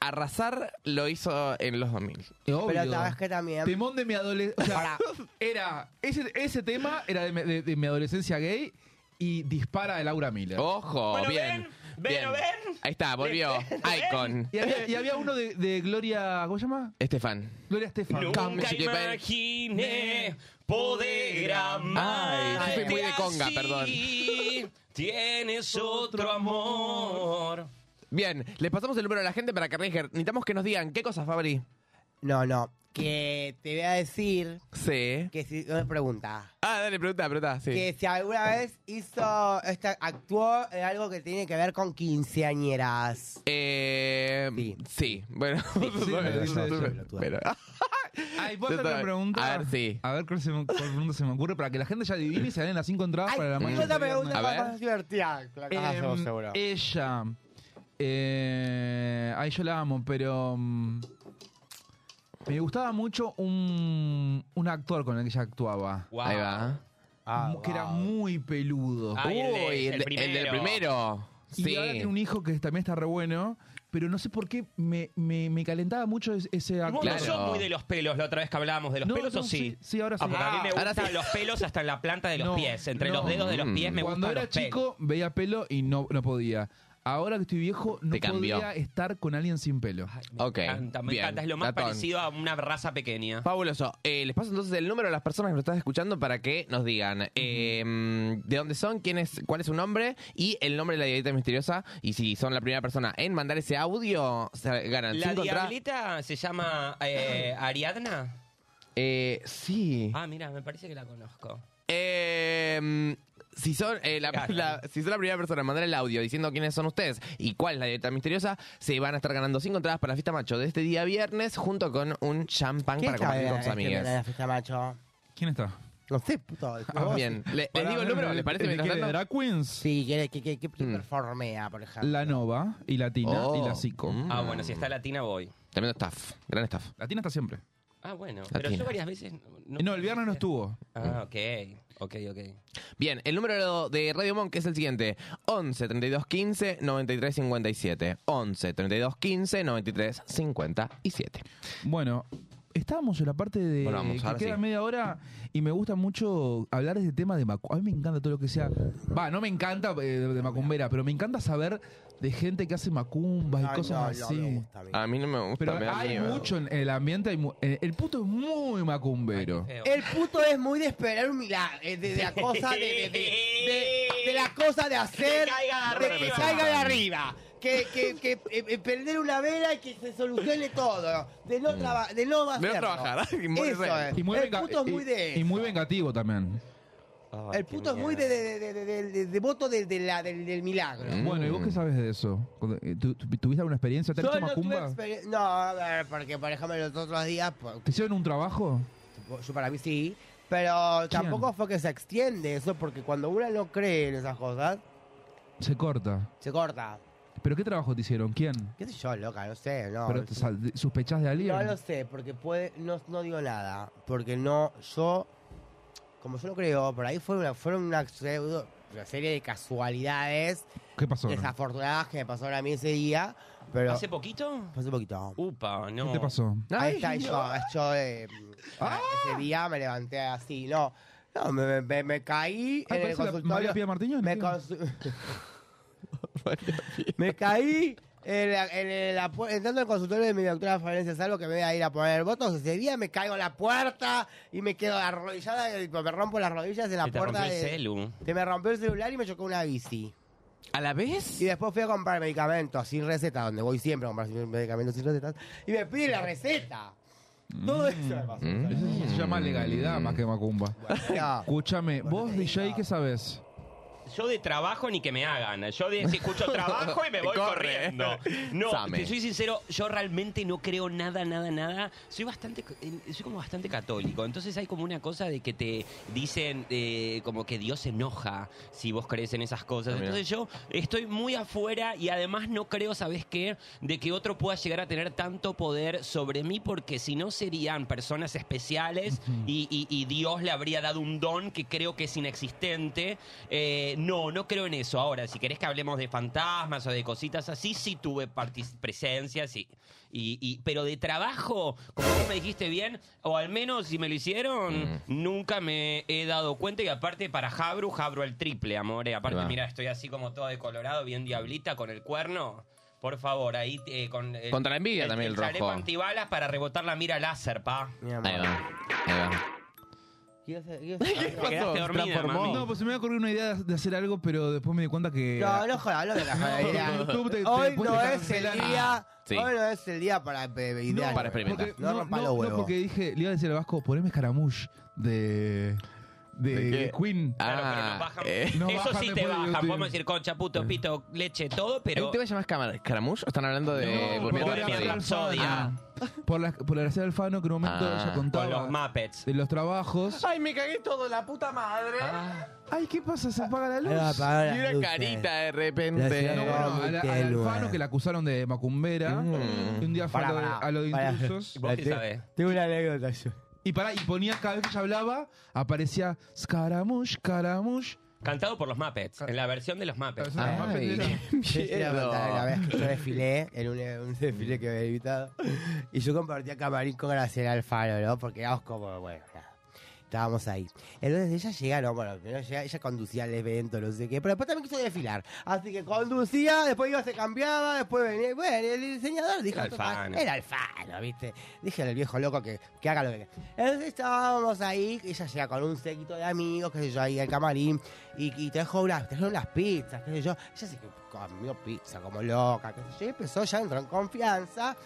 Speaker 4: arrasar lo hizo en los 2000.
Speaker 3: Pero sabes Ah, que también.
Speaker 2: Temón de mi adolescencia. era. Ese, ese tema era de, mi- de- de mi adolescencia gay y dispara de Laura Miller.
Speaker 4: Ojo, bien. bien. Ahí está, volvió. Icon.
Speaker 2: Y había, y había uno de, de Gloria. ¿Cómo se llama?
Speaker 4: Estefan.
Speaker 2: Gloria Estefan.
Speaker 5: Nunca imaginé poder amar.
Speaker 4: Ay, fue muy de conga, perdón.
Speaker 5: Tienes otro amor.
Speaker 4: Bien, les pasamos el número a la gente para que arriesguen. Necesitamos que nos digan qué cosas, Fabri.
Speaker 3: No, no. Que te voy a decir.
Speaker 4: Sí.
Speaker 3: Que si. Una pregunta.
Speaker 4: Ah, dale, pregunta, pregunta, sí.
Speaker 3: Que si alguna vez hizo. Esta, actuó en algo que tiene que ver con quinceañeras.
Speaker 4: Eh, sí. bueno.
Speaker 2: sí, sí, sí.
Speaker 4: Pero- ah.
Speaker 2: Ay, ¿puedo hacer una pregunta?
Speaker 4: A ver, sí.
Speaker 2: A ver cuál, se me, cuál pregunta se me ocurre para que la gente ya adivine y se den las cinco entradas para la
Speaker 3: Tengo
Speaker 2: mañana.
Speaker 3: otra pregunta
Speaker 2: A ver.
Speaker 3: más divertida. que la que
Speaker 4: Ah,
Speaker 3: vas a hacer vos,
Speaker 2: Em,
Speaker 3: seguro.
Speaker 2: Ella. Eh, ay, yo la amo, pero. mm, me gustaba mucho un, un actor con el que ella actuaba.
Speaker 4: Wow. Ahí va.
Speaker 2: Mu- que era muy peludo.
Speaker 4: Ay, el de- Ah, Uy, el el de- el del primero. primero.
Speaker 2: Y
Speaker 4: Sí.
Speaker 2: ahora tiene un hijo que también está re bueno, pero no sé por qué me, me- me calentaba mucho es- ese
Speaker 5: Vos
Speaker 2: actor.
Speaker 5: no sos muy de los pelos, la otra vez que hablábamos de los
Speaker 2: No,
Speaker 5: pelos, ¿o
Speaker 2: no,
Speaker 5: sí?
Speaker 2: sí, sí, ahora sí.
Speaker 5: Ah, porque a mí
Speaker 2: Ah,
Speaker 5: me
Speaker 2: ahora
Speaker 5: gustan
Speaker 2: sí.
Speaker 5: los pelos hasta en la planta de los
Speaker 2: No,
Speaker 5: pies. Entre
Speaker 2: no.
Speaker 5: los dedos de los pies me
Speaker 2: Cuando
Speaker 5: gustan
Speaker 2: era
Speaker 5: los pelos.
Speaker 2: chico veía pelo y no, no podía. Ahora que estoy viejo, no
Speaker 4: Te cambió.
Speaker 2: podía estar con alguien sin pelo.
Speaker 4: Ok.
Speaker 5: Me encanta, me
Speaker 4: bien.
Speaker 5: encanta. Es lo más
Speaker 4: Datón.
Speaker 5: parecido a una raza pequeña.
Speaker 4: Fabuloso. Eh, les paso entonces el número a las personas que nos están escuchando para que nos digan eh, de dónde son, quién es, cuál es su nombre y el nombre de la diablita misteriosa. Y si son la primera persona en mandar ese audio, se ganan
Speaker 5: ¿La
Speaker 4: cinco entradas.
Speaker 5: diablita se llama eh, Ariadna?
Speaker 4: Eh, sí.
Speaker 5: Ah, mira, me parece que la conozco.
Speaker 4: Eh, si, son, eh, la, la- si son la primera persona en mandar el audio diciendo quiénes son ustedes y cuál es la dieta misteriosa, se van a estar ganando cinco entradas para la fiesta macho de este día viernes junto con un champán
Speaker 3: ¿Quién
Speaker 4: para
Speaker 3: está
Speaker 4: compartir
Speaker 3: en-
Speaker 4: con sus
Speaker 3: en- en la
Speaker 4: amigas.
Speaker 3: fiesta, macho?
Speaker 2: ¿Quién está?
Speaker 3: No sé, puto. decime
Speaker 2: Ah,
Speaker 3: vos.
Speaker 4: Bien, Le- les
Speaker 2: Pará,
Speaker 4: digo el número, ¿les parece?
Speaker 2: ¿el
Speaker 4: mientras
Speaker 2: que de
Speaker 4: tanto? Mm.
Speaker 2: Drag Queens?
Speaker 3: Sí, que, que, que, que performea, por ejemplo.
Speaker 2: La Nova Ah, y Latina
Speaker 4: Oh.
Speaker 2: y la Mm. Zico.
Speaker 5: Ah, bueno, si está latina voy.
Speaker 4: Tremendo staff, gran staff.
Speaker 2: Latina está siempre.
Speaker 5: Ah, bueno. Pero
Speaker 4: Latina.
Speaker 5: yo varias veces...
Speaker 2: No, el viernes no estuvo.
Speaker 5: Ah, ok. Ok, ok.
Speaker 4: Bien, el número de Radio Monk es el siguiente: 11 32 15 93 57. 11 32 15 93 57.
Speaker 2: Bueno, estábamos en la parte de
Speaker 4: Bueno, vamos, ahora
Speaker 2: que queda
Speaker 4: sí.
Speaker 2: media hora y me gusta mucho hablar de este tema de Macumbera. A mí me encanta todo lo que sea. Va, no me encanta eh, de Macumbera, pero me encanta saber de gente que hace macumbas y
Speaker 4: Ay,
Speaker 2: cosas
Speaker 4: no, no
Speaker 2: así.
Speaker 4: me A mí no me gusta.
Speaker 2: Pero
Speaker 4: me da
Speaker 2: hay
Speaker 4: miedo.
Speaker 2: mucho en el ambiente. hay mu- eh, el puto es muy macumbero.
Speaker 3: El puto es muy de esperar un milagro, eh, de, de la cosa de, de, de-
Speaker 4: Eh,
Speaker 3: de- de la cosa de hacer,
Speaker 5: caiga de
Speaker 3: de que
Speaker 5: arriba.
Speaker 3: caiga de arriba, que, que, que, eh, eh, prender una vela y que se solucione todo, de
Speaker 4: Mm.
Speaker 3: no, traba- de no hacerlo.
Speaker 4: *laughs*
Speaker 2: Y muy,
Speaker 3: Eso es. El
Speaker 2: venga-
Speaker 3: puto es muy
Speaker 2: y-
Speaker 3: de
Speaker 2: y muy vengativo también.
Speaker 3: El puto es muy de, de, de, de- de- de- de voto del- de la- del, del milagro.
Speaker 4: Mm.
Speaker 2: Bueno, ¿y
Speaker 3: Mm.
Speaker 2: vos qué sabes de eso? Cuando- eh, ¿tú- tú- ¿Tuviste alguna experiencia? ¿Te han
Speaker 3: Yo
Speaker 2: hecho
Speaker 3: no tuve
Speaker 2: macumba?
Speaker 3: experien- No, a ver, porque por ejemplo los otros días, pues,
Speaker 2: ¿Te hicieron un trabajo?
Speaker 3: yo para mí sí, pero tampoco fue que se extiende eso, porque cuando uno no cree en esas cosas,
Speaker 2: Se corta.
Speaker 3: se corta.
Speaker 2: ¿Pero qué trabajo te hicieron? ¿Quién?
Speaker 3: ¿Qué sé yo, loca? No sé, no.
Speaker 2: ¿Pero te sal- sospechás de alguien?
Speaker 3: No lo sé, porque puede, no, no digo nada. Porque no, yo, como yo no creo, por ahí fue una, fueron una, pseudo- una serie de casualidades
Speaker 2: ¿Qué pasó?
Speaker 3: desafortunadas que me pasaron a mí ese día. Pero
Speaker 5: ¿Hace poquito?
Speaker 3: Hace poquito.
Speaker 5: Upa, no.
Speaker 2: ¿Qué te pasó?
Speaker 3: Ahí está, y yo, yo eh,
Speaker 2: Ah.
Speaker 3: ese día me levanté así, no. No, me, me- me caí
Speaker 2: Ay,
Speaker 3: en el
Speaker 2: parece la
Speaker 3: Eh, consultorio.
Speaker 2: María Pía Martínez,
Speaker 3: me,
Speaker 2: ¿qué? *laughs*
Speaker 3: consu- me caí en la- en la pu- entrando al consultorio de mi doctora Florencia Salvo que me iba a ir a poner votos. Ese día me caigo a la puerta y me quedo arrodillada y me rompo las rodillas en la
Speaker 5: Se te
Speaker 3: puerta
Speaker 5: rompió el
Speaker 3: de-
Speaker 5: celu.
Speaker 3: se me rompió el celular y me chocó una bici.
Speaker 4: ¿A la vez?
Speaker 3: Y después fui a comprar medicamentos sin receta, donde voy siempre a comprar sin- medicamentos sin recetas. Y me pide la receta.
Speaker 5: Mm.
Speaker 3: Todo eso me pasó.
Speaker 2: Eso se llama legalidad más que macumba.
Speaker 3: No.
Speaker 2: Escúchame, vos DJ, ¿qué sabes?
Speaker 5: Yo de trabajo ni que me hagan. Yo de,
Speaker 4: *laughs*
Speaker 5: si escucho trabajo y me voy
Speaker 4: Corre.
Speaker 5: corriendo. No,
Speaker 4: Same.
Speaker 5: te soy sincero, yo realmente no creo nada, nada, nada. Soy bastante, en- soy como bastante católico. Entonces hay como una cosa de que te dicen eh, como que Dios se enoja si vos crees en esas cosas.
Speaker 4: Ah, mira.
Speaker 5: Entonces yo estoy muy afuera y además no creo, ¿sabes qué? De que otro pueda llegar a tener tanto poder sobre mí porque si no serían personas especiales y, y- y Dios le habría dado un don que creo que es inexistente. Eh, no, no creo en eso. Ahora, si querés que hablemos de fantasmas o de cositas así, sí tuve partic- presencias y, y- y- pero de trabajo, como vos me dijiste bien, o al menos si me lo hicieron,
Speaker 4: Mm.
Speaker 5: nunca me he dado cuenta y aparte para Jabru, Jabru el triple, amore. Aparte,
Speaker 4: Ahí va.
Speaker 5: mira, estoy así como todo de colorado, bien diablita, con el cuerno. Por favor, ahí eh, con... el-
Speaker 4: Contra la envidia también el
Speaker 5: chaleco
Speaker 4: rojo.
Speaker 5: antibalas para rebotar la mira láser, pa.
Speaker 4: Ahí va. Ahí va.
Speaker 5: *laughs* Te quedaste dormida, mami.
Speaker 2: No, pues se me había ocurrido una idea de hacer algo, pero después me di cuenta que.
Speaker 3: No, no jodas, no me la jodas,
Speaker 2: porque
Speaker 3: mira.
Speaker 2: YouTube te- te
Speaker 3: Hoy
Speaker 2: puede
Speaker 3: no
Speaker 2: dejar
Speaker 3: es el
Speaker 2: cancelar.
Speaker 3: día.
Speaker 2: Sí.
Speaker 3: Hoy no es el día para eh, idear.
Speaker 2: para experimentar.
Speaker 3: No, rompa los huevos.
Speaker 2: porque dije, le iba a decir a Vasco, poneme escaramouche de. de,
Speaker 5: ¿De qué?
Speaker 2: Queen.
Speaker 5: Ah,
Speaker 2: No,
Speaker 5: Eso sí
Speaker 2: bajan después
Speaker 5: te
Speaker 2: de
Speaker 5: bajan.
Speaker 2: YouTube.
Speaker 5: Podemos decir concha, puto, pito, leche, todo, pero.
Speaker 4: ¿El tema se llama Escamar- Escaramush o están hablando de Bohemian
Speaker 5: Bohemian
Speaker 4: Rhapsody?
Speaker 5: Rhapsody.
Speaker 4: Ah.
Speaker 2: Por la, por la gracia de Alfano, que en un momento
Speaker 4: Ah.
Speaker 2: ella contaba.
Speaker 4: Con los
Speaker 5: Muppets.
Speaker 2: De los trabajos.
Speaker 4: Ay, me cagué todo, la puta madre.
Speaker 2: Ah. Ay, ¿qué pasa? Se apaga la luz.
Speaker 4: Ahí va a apagar las Y una luces. carita de repente. La ciudad
Speaker 2: No,
Speaker 4: era
Speaker 2: bueno,
Speaker 4: muy
Speaker 2: a la- al
Speaker 4: telua.
Speaker 2: Alfano que la acusaron de macumbera.
Speaker 3: Mm.
Speaker 2: Y un día fue a lo de- a lo de intrusos.
Speaker 3: Tengo una anécdota yo.
Speaker 2: Y pará, y ponía cada vez que ella hablaba, aparecía Scaramouche, Scaramouche.
Speaker 5: Cantado por los Muppets, en la versión de los Muppets.
Speaker 2: La versión de los Ay, Muppets
Speaker 3: Yo les quiero contar la vez que yo desfilé, en un, un desfile que había invitado, y yo compartía camarín con Graciela Alfaro, ¿no? Porque éramos como, bueno, nada. Estábamos ahí. Entonces ella llega, no, bueno, primero llega, ella conducía el evento, no sé qué, pero después también quiso desfilar. Así que conducía, después iba, se cambiaba, después venía. Bueno, el diseñador dijo:
Speaker 5: Era
Speaker 3: "Esto está-
Speaker 5: Alfano".
Speaker 3: Era Alfano, ¿viste? Dije al viejo loco que, que haga lo que quiera. Entonces estábamos ahí, y ella llega con un séquito de amigos, qué sé yo, ahí al camarín, y, y trajo, unas, trajeron unas pizzas, qué sé yo. Ella se que comió pizza como loca, qué sé yo, y empezó, ya entró en confianza,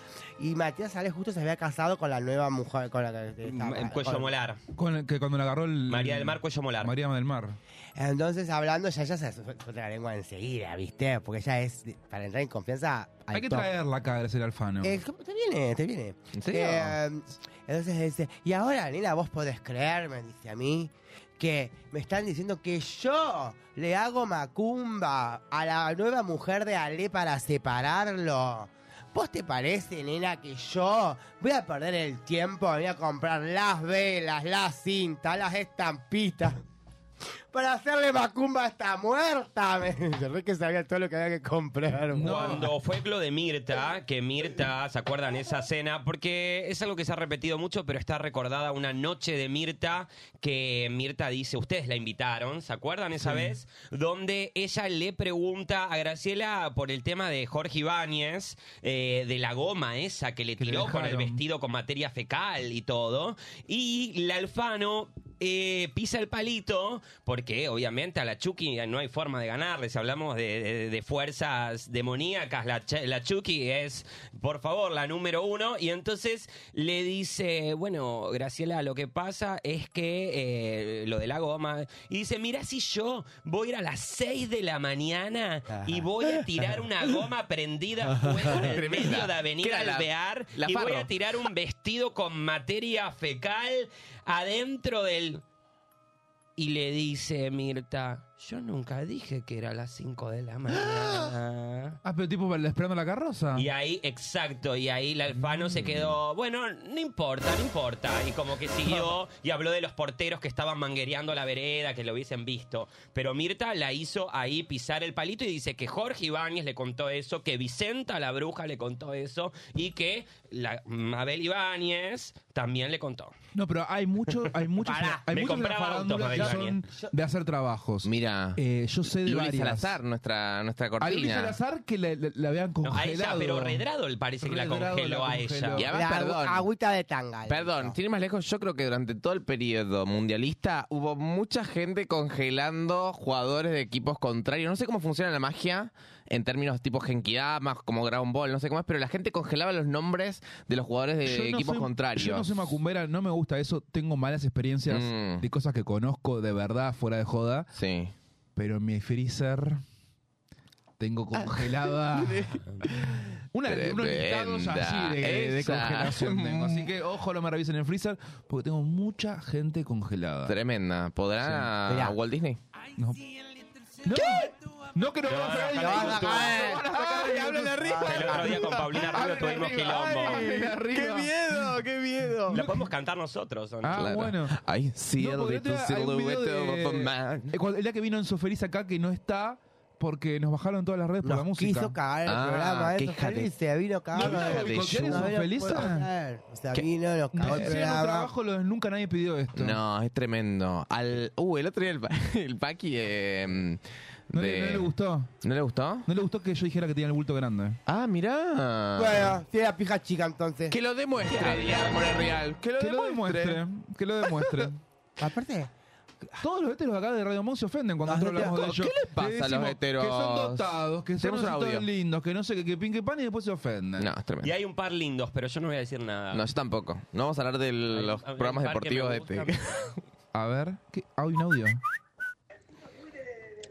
Speaker 3: y Matías Sales justo se había casado con la nueva mujer, con la que estaba-
Speaker 5: Mm, En cuello
Speaker 3: con-
Speaker 5: molar.
Speaker 2: Con el que cuando la agarró el.
Speaker 5: María del Mar, cuello molar.
Speaker 2: María del Mar.
Speaker 3: Entonces, hablando, ya ella se suelta la lengua enseguida, ¿viste? Porque ella es, para entrar en confianza, al
Speaker 2: Hay que
Speaker 3: toque.
Speaker 2: traerla acá, Graciela Alfano.
Speaker 3: Eh, ¿cómo te viene, te viene.
Speaker 2: ¿En serio?
Speaker 3: Eh, entonces dice, y ahora, nena, vos podés creer, me dice a mí, que me están diciendo que yo le hago macumba a la nueva mujer de Ale para separarlo. ¿Vos te parece, nena, que yo voy a perder el tiempo en ir a comprar las velas, las cintas, las estampitas? Para hacerle macumba a esta muerta. *laughs* Me dice, re que sabía todo lo que había que comprar.
Speaker 5: Cuando fue lo de Mirta, que Mirta, ¿se acuerdan esa cena? Porque es algo que se ha repetido mucho, pero está recordada una noche de Mirta que Mirta dice, ustedes la invitaron, ¿se acuerdan esa vez? Donde ella le pregunta a Graciela por el tema de Jorge Ibáñez, eh, de la goma esa que le
Speaker 2: le
Speaker 5: tiró con el
Speaker 2: dejaron.
Speaker 5: vestido con materia fecal y todo. Y la Alfano eh, pisa el palito, porque obviamente a la Chucky no hay forma de ganarle. Si hablamos de, de- de fuerzas demoníacas, la, Ch- la Chucky es, por favor, la número uno. Y entonces le dice, bueno, Graciela, lo que pasa es que eh, lo de la goma. Y dice, mira, si yo voy a ir a las 6 de la mañana y voy a tirar una goma prendida
Speaker 4: *laughs*
Speaker 5: a fuego en el
Speaker 4: Tremenda.
Speaker 5: medio de
Speaker 4: Que
Speaker 5: Avenida
Speaker 4: era la-
Speaker 5: Alvear
Speaker 4: la
Speaker 5: y voy
Speaker 4: Farro.
Speaker 5: a tirar un vestido con materia fecal adentro del... Y le dice Mirta, yo nunca dije que era a las 5 de
Speaker 4: *gasps*
Speaker 5: la mañana. *gasps*
Speaker 2: Ah, pero tipo esperando la carroza.
Speaker 5: Y ahí, exacto, y ahí el alfano
Speaker 2: Mm.
Speaker 5: se quedó, bueno, no importa, no importa. Y como que
Speaker 2: *laughs*
Speaker 5: siguió y habló de los porteros que estaban manguereando la vereda, que lo hubiesen visto. Pero Mirta la hizo ahí pisar el palito y dice que Jorge Ibáñez le contó eso, que Vicenta la bruja le contó eso y que la Mabel Ibáñez también le contó.
Speaker 2: No, pero hay mucho,
Speaker 5: *laughs*
Speaker 2: hay muchos,
Speaker 5: Pará,
Speaker 2: hay
Speaker 5: me
Speaker 2: muchos de la
Speaker 5: compraba autos,
Speaker 2: farándula que
Speaker 5: Mabel
Speaker 2: son de hacer trabajos.
Speaker 4: Mira.
Speaker 2: Eh, yo sé de
Speaker 4: Luli
Speaker 2: varias.
Speaker 4: Salazar, nuestra, nuestra
Speaker 2: A Luli
Speaker 4: cortina.
Speaker 2: Salazar que la, la- la habían
Speaker 5: No,
Speaker 2: congelado.
Speaker 5: a ella, pero Redrado le parece que la
Speaker 2: Redrado la
Speaker 5: congeló a ella.
Speaker 4: Y además,
Speaker 3: La agu-
Speaker 4: perdón.
Speaker 3: agüita de tanga.
Speaker 4: Perdón, tiene más lejos. Yo creo que durante todo el periodo mundialista hubo mucha gente congelando jugadores de equipos contrarios. No sé cómo funciona la magia en términos tipo Genkidama, como Dragon Ball, no sé cómo es, pero la gente congelaba los nombres de los jugadores de
Speaker 2: Yo no
Speaker 4: Eh, equipos
Speaker 2: soy-
Speaker 4: contrarios.
Speaker 2: Yo no soy macumbera, no me gusta eso. Tengo malas experiencias
Speaker 4: Mm.
Speaker 2: de cosas que conozco de verdad, fuera de joda.
Speaker 4: Sí.
Speaker 2: pero en mi freezer tengo
Speaker 4: Ah. *laughs*
Speaker 2: congelada una, unos listados así de, de
Speaker 4: Esa.
Speaker 2: congelación. tengo. Así
Speaker 4: *laughs*
Speaker 2: que ojo, lo me revisen en el freezer porque tengo mucha gente congelada.
Speaker 4: Tremenda. ¿Podrán
Speaker 2: Sí.
Speaker 4: a
Speaker 2: Mirá.
Speaker 4: Walt Disney?
Speaker 2: No. ¿Qué? No que no van a sacar el
Speaker 4: Lo van a
Speaker 2: minuto.
Speaker 4: sacar.
Speaker 2: No van a sacar el
Speaker 4: hablen
Speaker 2: minuto.
Speaker 5: El
Speaker 2: *laughs*
Speaker 5: otro día con Paulina Rubio tuvimos
Speaker 2: Ay,
Speaker 5: quilombo.
Speaker 2: arriba.
Speaker 3: qué miedo!
Speaker 5: La podemos cantar nosotros. ¿o no?
Speaker 2: Ah, bueno.
Speaker 4: I see a
Speaker 2: No, porque
Speaker 4: little
Speaker 2: otro día hay un video
Speaker 4: silhouette
Speaker 2: de-
Speaker 4: of a man.
Speaker 2: Eh, cuando- El día que vino Enzo Feliz acá, que no está, porque nos bajaron todas las redes por la música.
Speaker 3: Quiso cagar el
Speaker 4: Ah,
Speaker 3: programa, eso feliz, se vino
Speaker 2: ¿No vino
Speaker 3: cagando.
Speaker 2: Bobby Cocchiani en Enzo Feliz?
Speaker 3: O sea, vino, nos cagó
Speaker 2: Hicieron
Speaker 3: el
Speaker 2: un
Speaker 3: programa.
Speaker 2: trabajo, lo de nunca nadie pidió esto.
Speaker 4: No, es tremendo. Al, uh, el otro día el, pa- *laughs* el Paqui. eh, mm,
Speaker 2: No, le,
Speaker 4: de-
Speaker 2: no le gustó.
Speaker 4: ¿No le gustó?
Speaker 2: No le gustó que yo dijera que tenía el bulto grande.
Speaker 4: Ah, mirá.
Speaker 3: Bueno, tiene la pija chica entonces.
Speaker 4: Que lo demuestre, diablo, real. Que lo
Speaker 2: Que lo
Speaker 4: demuestre.
Speaker 2: demuestre. Que lo demuestre.
Speaker 4: *laughs*
Speaker 3: Aparte,
Speaker 2: Todos los heteros acá de Radio Monk se ofenden cuando nosotros hablamos de
Speaker 4: ¿Qué
Speaker 2: ellos.
Speaker 4: les pasa
Speaker 2: Le
Speaker 4: a los
Speaker 2: decimos
Speaker 4: heteros?
Speaker 2: Que son dotados, que son
Speaker 4: Tenemos un
Speaker 2: ositos
Speaker 4: audio.
Speaker 2: lindos, que no sé qué, que pin, que pan y después se ofenden.
Speaker 4: No, es
Speaker 5: Y
Speaker 4: tremendo.
Speaker 5: hay un par lindos, pero yo no voy a decir nada.
Speaker 4: No, yo tampoco. No vamos a hablar de los
Speaker 5: hay
Speaker 4: *laughs*
Speaker 5: un
Speaker 4: programas
Speaker 5: par que me
Speaker 4: deportivos de este.
Speaker 16: *laughs*
Speaker 2: A ver, ¿qué? Ah, ¿hay un audio?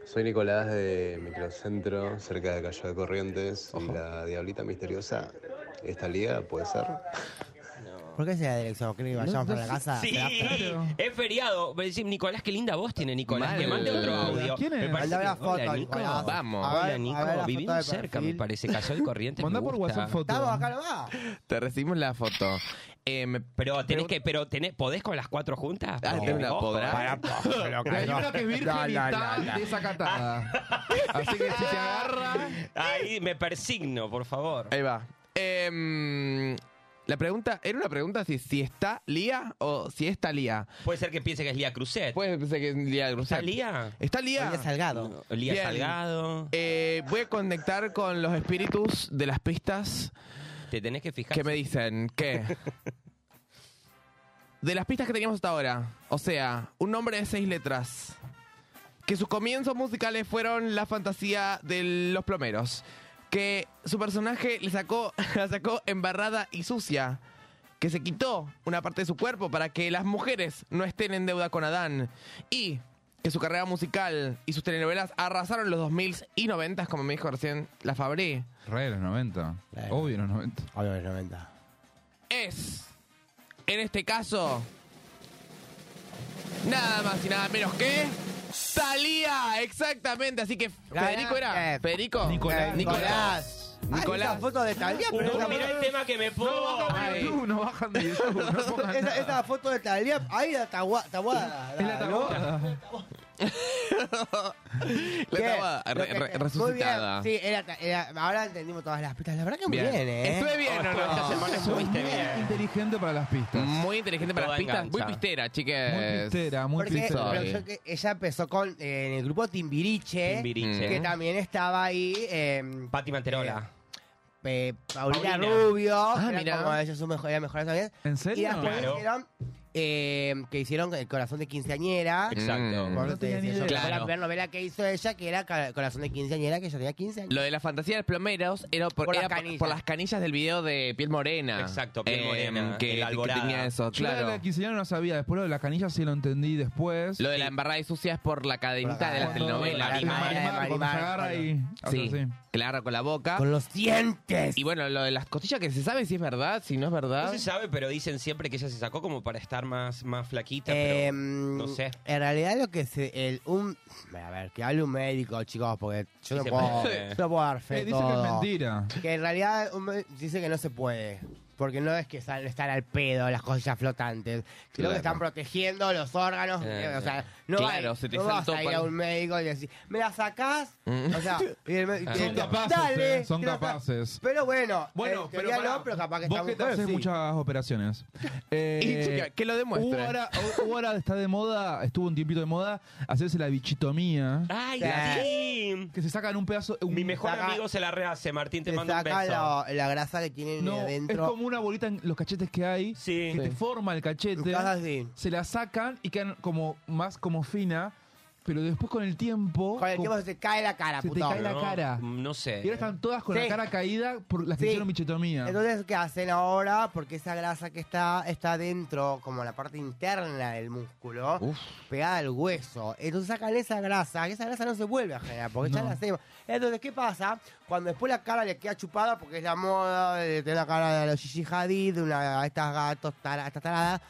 Speaker 16: Soy Nicolás de Microcentro, cerca de Cayo de Corrientes. Y la Diablita Misteriosa está ligada, puede ser.
Speaker 3: ¿Por qué se la dirección? ¿Creen que vayamos para la casa?
Speaker 5: Sí, es feriado. Me decís, Nicolás, qué linda voz tiene Nicolás.
Speaker 4: Mal.
Speaker 5: Le mande otro audio.
Speaker 4: ¿Quién es?
Speaker 5: Me parece
Speaker 4: Mandame
Speaker 5: que-
Speaker 4: la foto,
Speaker 5: Hola, Nico.
Speaker 4: Nicolás. Vamos.
Speaker 5: Vamos.
Speaker 4: A ver,
Speaker 5: Hola,
Speaker 4: a ver
Speaker 5: Nico.
Speaker 4: la foto de
Speaker 5: Vivimos *laughs* cerca, me
Speaker 4: perfil.
Speaker 5: parece. Cayó el corriente.
Speaker 4: Mandá
Speaker 5: Manda
Speaker 4: por WhatsApp foto.
Speaker 3: Estamos acá nomás.
Speaker 4: Te recibimos la foto. Em,
Speaker 5: Pero tenés que, pero tenés, ¿podés con las cuatro juntas?
Speaker 4: Ah, tenés la- podrá.
Speaker 5: *laughs*
Speaker 2: Hay una que es virgen
Speaker 5: No, no,
Speaker 2: y
Speaker 5: no,
Speaker 2: está
Speaker 4: *laughs*
Speaker 5: no.
Speaker 2: desacatada. Así que si te agarra...
Speaker 5: Ahí me persigno, por favor.
Speaker 4: Ahí va. Em, la pregunta, era una pregunta si, si está Lía o si está Lía.
Speaker 5: Puede ser que piense que es Lía Cruzet.
Speaker 4: Puede ser que es Lía Cruzet.
Speaker 5: ¿Está Lía?
Speaker 4: Está Lía.
Speaker 3: Olía Salgado.
Speaker 5: Lía
Speaker 4: Bien.
Speaker 5: Salgado.
Speaker 4: Eh, voy a conectar con los espíritus de las pistas
Speaker 5: Te tenés que fijar.
Speaker 4: que me dicen
Speaker 5: *laughs*
Speaker 4: que... De las pistas que teníamos hasta ahora, o sea, un nombre de seis letras, que sus comienzos musicales fueron la fantasía de los plomeros, que su personaje le sacó, *laughs* la sacó embarrada y sucia, que se quitó una parte de su cuerpo para que las mujeres no estén en deuda con Adán, y que su carrera musical y sus telenovelas arrasaron los 2000 y 90, como me dijo recién la Fabré.
Speaker 2: Re de los 90. Obvio de los 90.
Speaker 3: Obvio de los 90.
Speaker 4: es, en este caso, nada más y nada menos que Talía, exactamente. Así que Federico era. Federico.
Speaker 3: Nicolás.
Speaker 4: Eh, Nicolás.
Speaker 3: Ay,
Speaker 4: Nicolás.
Speaker 3: esa foto de Talía, pero
Speaker 5: Uy,
Speaker 3: esa-
Speaker 5: mirá el tema que me pongo. Ay.
Speaker 2: No bajan de YouTube,
Speaker 4: *laughs*
Speaker 2: no pongan
Speaker 3: Esa,
Speaker 2: nada.
Speaker 3: esa foto de Talía, ahí la tagua- tabuada.
Speaker 2: Es la
Speaker 4: *laughs*
Speaker 2: tabuada.
Speaker 4: La
Speaker 3: ¿Qué?
Speaker 4: estaba
Speaker 3: Lo
Speaker 4: re-
Speaker 3: que-
Speaker 4: re-
Speaker 3: muy bien,
Speaker 4: resucitada.
Speaker 3: Sí, era, era- ahora entendimos todas las pistas. La verdad que muy
Speaker 4: Bien.
Speaker 3: bien, ¿eh?
Speaker 4: Estuve bien, ¿o no?
Speaker 5: Esta semana estuviste
Speaker 2: Muy
Speaker 5: bien.
Speaker 2: inteligente para las pistas.
Speaker 4: Muy inteligente para
Speaker 5: Toda
Speaker 4: las pistas.
Speaker 5: engancha.
Speaker 4: Muy pistera, chiques.
Speaker 2: Muy pistera, muy
Speaker 3: Porque
Speaker 2: pistera.
Speaker 3: pero yo que- ella empezó con eh, en el grupo Timbiriche,
Speaker 5: Timbiriche.
Speaker 3: que también estaba ahí eh,
Speaker 5: Pati Manterola.
Speaker 3: eh, Paulina,
Speaker 5: Paulina.
Speaker 3: Rubio,
Speaker 4: Ah,
Speaker 3: era
Speaker 4: mirá.
Speaker 3: como ella su mejor, era mejor amiga.
Speaker 2: ¿En
Speaker 3: Y
Speaker 2: serio?
Speaker 3: después
Speaker 5: Claro.
Speaker 3: hicieron, eh, que hicieron el corazón de quinceañera.
Speaker 5: Exacto.
Speaker 3: Por
Speaker 2: No
Speaker 3: eso te
Speaker 2: tenía
Speaker 3: decía
Speaker 2: ni
Speaker 3: yo, que
Speaker 4: idea.
Speaker 3: fue la
Speaker 4: Claro.
Speaker 3: primera novela que hizo ella, que era Ca- Corazón de quinceañera, que ella tenía 15 años.
Speaker 4: Lo de la fantasía de los plomeros era por,
Speaker 3: Por las
Speaker 4: era por-
Speaker 3: canillas.
Speaker 4: por las canillas del video de Piel Morena.
Speaker 5: Exacto, Piel
Speaker 4: Eh,
Speaker 5: Morena,
Speaker 4: Que,
Speaker 5: el
Speaker 4: que
Speaker 5: Alborada.
Speaker 4: tenía eso,
Speaker 2: Yo la de
Speaker 4: claro.
Speaker 2: la quinceañera no sabía, después lo de la canilla sí lo entendí después.
Speaker 4: Lo de la embarrada y sucia es por la cadenita de las
Speaker 2: Cuando-
Speaker 4: telenovelas.
Speaker 2: Marimar,
Speaker 3: Marimar,
Speaker 2: Marimar, cuando se
Speaker 3: Marimar,
Speaker 2: agarra
Speaker 3: cuando-
Speaker 2: y...
Speaker 4: Sí,
Speaker 2: hace así.
Speaker 4: que la agarra con la boca.
Speaker 3: Con los dientes.
Speaker 4: Y bueno, lo de las costillas que se sabe si es verdad, si no es
Speaker 5: No
Speaker 4: verdad.
Speaker 5: se sabe, pero dicen siempre que ella se sacó como para estar más, más flaquita.
Speaker 3: Eh,
Speaker 5: pero no sé.
Speaker 3: En realidad lo que se... El, un, a ver, que hable un médico, chicos, porque yo no
Speaker 5: se
Speaker 3: puedo,
Speaker 5: puede.
Speaker 3: yo no puedo dar fe
Speaker 2: Eh,
Speaker 3: de
Speaker 2: dice que es
Speaker 3: todo.
Speaker 2: mentira.
Speaker 3: Que en realidad un me- dice que no se puede. Porque no es que sal- están al pedo las cosas flotantes, sino
Speaker 4: Claro.
Speaker 3: que están protegiendo los órganos.
Speaker 4: Eh,
Speaker 3: o sea, no,
Speaker 4: claro,
Speaker 3: hay-
Speaker 4: se te
Speaker 3: no vas a ir
Speaker 4: saltopan.
Speaker 3: a un médico y decir, ¿me la sacás?
Speaker 4: Mm.
Speaker 3: O sea, y el me-
Speaker 2: Ah, Son
Speaker 3: y-
Speaker 2: capaces,
Speaker 3: dale,
Speaker 2: eh, son
Speaker 3: te la sa-
Speaker 2: capaces.
Speaker 3: Pero bueno,
Speaker 2: Bueno,
Speaker 3: en teoría
Speaker 2: pará,
Speaker 3: no, pero capaz que
Speaker 2: vos
Speaker 3: estamos
Speaker 2: que te haces
Speaker 3: sí.
Speaker 2: muchas
Speaker 3: *laughs*
Speaker 2: operaciones. Eh,
Speaker 4: Y, chica, que lo demuestre.
Speaker 2: Hubo ahora, hubo ahora está de moda, estuvo un tiempito de moda, hacerse la bichitomía.
Speaker 5: ¡Ay, sí!
Speaker 2: Que se sacan un pedazo... un-
Speaker 5: Mi mejor
Speaker 3: saca-
Speaker 5: amigo se la rehace, Martín, te
Speaker 3: Te
Speaker 5: mando un
Speaker 3: saca
Speaker 5: beso.
Speaker 3: la, la grasa que tienen
Speaker 2: No, es
Speaker 3: adentro.
Speaker 2: como una bolita en los cachetes que hay,
Speaker 5: Sí.
Speaker 2: que te forma el cachete.
Speaker 3: Estás así.
Speaker 2: se la sacan y quedan como más como fina. Pero después con el tiempo.
Speaker 3: Con el tiempo se te cae la cara,
Speaker 2: Se te
Speaker 3: putón.
Speaker 2: cae la
Speaker 3: No,
Speaker 2: cara.
Speaker 5: No sé.
Speaker 2: Y ahora están todas con
Speaker 3: Sí.
Speaker 2: la cara caída por las que
Speaker 3: Sí.
Speaker 2: hicieron michetomía.
Speaker 3: Entonces, ¿qué hacen ahora? Porque esa grasa que está, está dentro, como la parte interna del músculo, pegada al hueso. Entonces sacan esa grasa, que esa grasa no se vuelve a generar, porque ya
Speaker 2: No.
Speaker 3: la hacemos. Entonces, ¿qué pasa? Cuando después la cara le queda chupada, porque es la moda de tener la cara de los Gigi Hadid, de una de estas gatos, tara- estas taradas.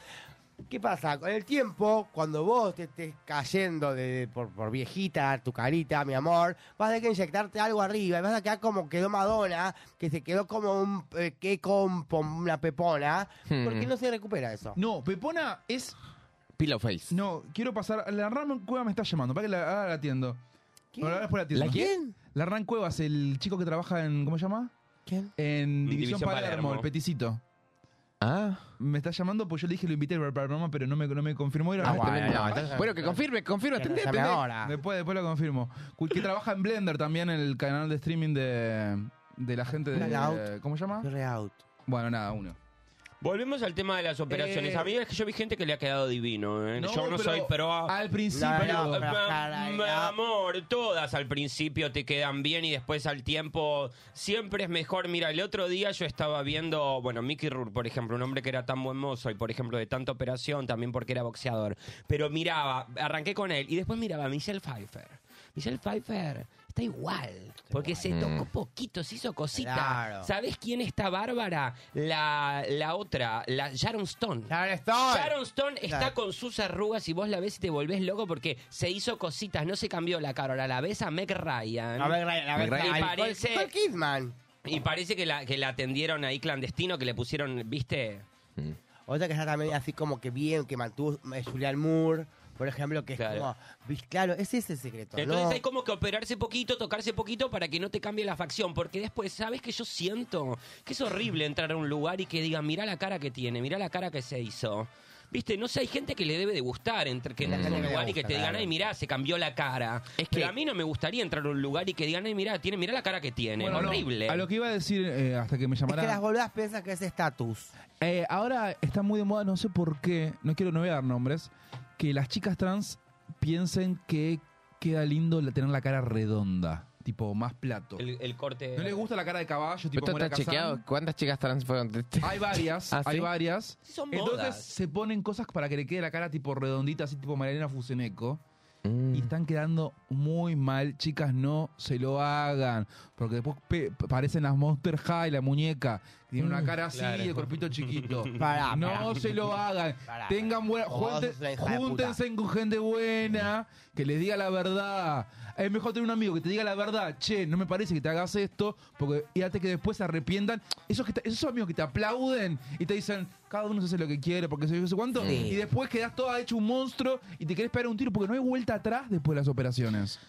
Speaker 3: ¿Qué pasa? Con el tiempo, cuando vos te estés cayendo de, por, por viejita, tu carita, mi amor, vas a tener que inyectarte algo arriba y vas a quedar como quedó Madonna, que se quedó como un eh, que compo, una pepona,
Speaker 2: Hmm.
Speaker 3: porque no se recupera eso.
Speaker 2: No, Pepona es.
Speaker 4: Pillow face.
Speaker 2: No, quiero pasar. La Ram Cueva me está llamando. Para que la, ahora la atiendo. No, ahora después la atiendo.
Speaker 4: ¿La quién?
Speaker 2: La Ram Cuevas, el chico que trabaja en. ¿Cómo se llama?
Speaker 3: ¿Quién?
Speaker 2: En División,
Speaker 4: División
Speaker 2: Palermo,
Speaker 4: Palermo.
Speaker 2: el peticito.
Speaker 4: Ah.
Speaker 2: Me está llamando porque yo le dije lo invité para el programa, pero no me, no me confirmó. Y ahora
Speaker 4: Ah,
Speaker 2: me está
Speaker 4: bueno,
Speaker 2: viendo.
Speaker 4: no, entonces- Bueno, que confirme, confirme,
Speaker 2: Que
Speaker 4: atendé,
Speaker 2: nos llame
Speaker 4: atendé.
Speaker 2: Después, después lo confirmo. Cu- Que trabaja en Blender también, el canal de streaming de, de la gente de.
Speaker 5: Readout.
Speaker 2: ¿Cómo se llama? Bueno, nada, uno.
Speaker 5: Volvemos al tema de las operaciones.
Speaker 2: Eh,
Speaker 5: a mí es que yo vi gente que le ha quedado divino. ¿eh?
Speaker 2: No,
Speaker 5: yo
Speaker 2: pero
Speaker 5: no soy pro.
Speaker 2: al principio- No, no, pero
Speaker 5: Ah, mi amor, todas al principio te quedan bien y después al tiempo siempre es mejor. Mira, el otro día yo estaba viendo, bueno, Mickey Rourke, por ejemplo, un hombre que era tan buen mozo y, por ejemplo, de tanta operación también porque era boxeador. Pero miraba, arranqué con él y después miraba a Michelle Pfeiffer. Michelle Pfeiffer está igual. Porque se
Speaker 3: Mm.
Speaker 5: tocó poquito, se hizo cosita.
Speaker 3: Claro.
Speaker 5: ¿Sabes quién está bárbara? La, la otra, la Sharon Stone.
Speaker 3: Sharon Stone.
Speaker 5: Sharon Stone está
Speaker 3: Claro.
Speaker 5: con sus arrugas y vos la ves y te volvés loco porque se hizo cositas, no se cambió la cara. Ahora la ves a Meg Ryan.
Speaker 3: A ver, la, la,
Speaker 5: Y parece,
Speaker 3: Kidman.
Speaker 5: y parece que la, que la atendieron ahí clandestino, que le pusieron, ¿viste?
Speaker 3: Otra que está también así como que bien, que mantuvo eh, Julian Moore, por ejemplo, que es
Speaker 5: Claro.
Speaker 3: como. ¿vis- Claro, ese es el secreto.
Speaker 5: Entonces
Speaker 3: ¿no?
Speaker 5: hay como que operarse poquito, tocarse poquito para que no te cambie la facción, porque después, ¿sabes que yo siento? Que es horrible entrar a un lugar y que digan, mirá la cara que tiene, mirá la cara que se hizo. Viste, no sé, hay gente que le debe de gustar entre que entras a un
Speaker 4: gente que le
Speaker 5: lugar y que
Speaker 4: gusta,
Speaker 5: te digan,
Speaker 4: claro.
Speaker 5: ay, mirá, se cambió la cara. Es que a mí no me gustaría entrar a un lugar y que digan, ay, mirá, tiene, mirá la cara que tiene.
Speaker 2: Bueno, no,
Speaker 5: horrible.
Speaker 2: a lo que iba a decir eh, hasta que me
Speaker 3: Es
Speaker 2: llamara.
Speaker 3: que las boludas piensan que es estatus.
Speaker 2: Eh, ahora está muy de moda, no sé por qué, no quiero no voy a dar nombres, que las chicas trans piensen que queda lindo la- tener la cara redonda, tipo más plato.
Speaker 5: El, el corte.
Speaker 2: No les gusta la cara de caballo, tipo
Speaker 4: ¿Esto
Speaker 2: Moira
Speaker 4: está
Speaker 2: Kazan.
Speaker 4: chequeado? ¿Cuántas chicas trans fueron?
Speaker 2: *laughs* Hay varias,
Speaker 4: ¿Ah, sí?
Speaker 2: hay varias.
Speaker 5: Son
Speaker 2: Entonces
Speaker 4: modas.
Speaker 2: se ponen cosas para que le quede la cara tipo redondita, así tipo Marielena Fuseneco.
Speaker 4: Mm.
Speaker 2: Y están quedando muy mal. Chicas, no se lo hagan. Porque después pe- parecen las Monster High, la muñeca. que Tiene una
Speaker 3: Mm.
Speaker 2: cara así
Speaker 3: Claro.
Speaker 2: y el cuerpito chiquito.
Speaker 3: *laughs* Pará,
Speaker 2: no
Speaker 3: pará.
Speaker 2: se lo hagan.
Speaker 3: Pará.
Speaker 2: Tengan buena.
Speaker 3: Vos
Speaker 2: junten-
Speaker 3: sos una hija de puta.
Speaker 2: júntense con gente buena. Que les diga la verdad. Es mejor tener un amigo que te diga la verdad. Che, no me parece que te hagas esto. Porque fíjate que después se arrepientan. Esos, que te- esos amigos que te aplauden y te dicen, cada uno se hace lo que quiere. Porque se yo sé cuánto.
Speaker 3: Sí.
Speaker 2: Y después quedás toda hecho un monstruo y te querés pegar un tiro porque no hay vuelta atrás después de las operaciones.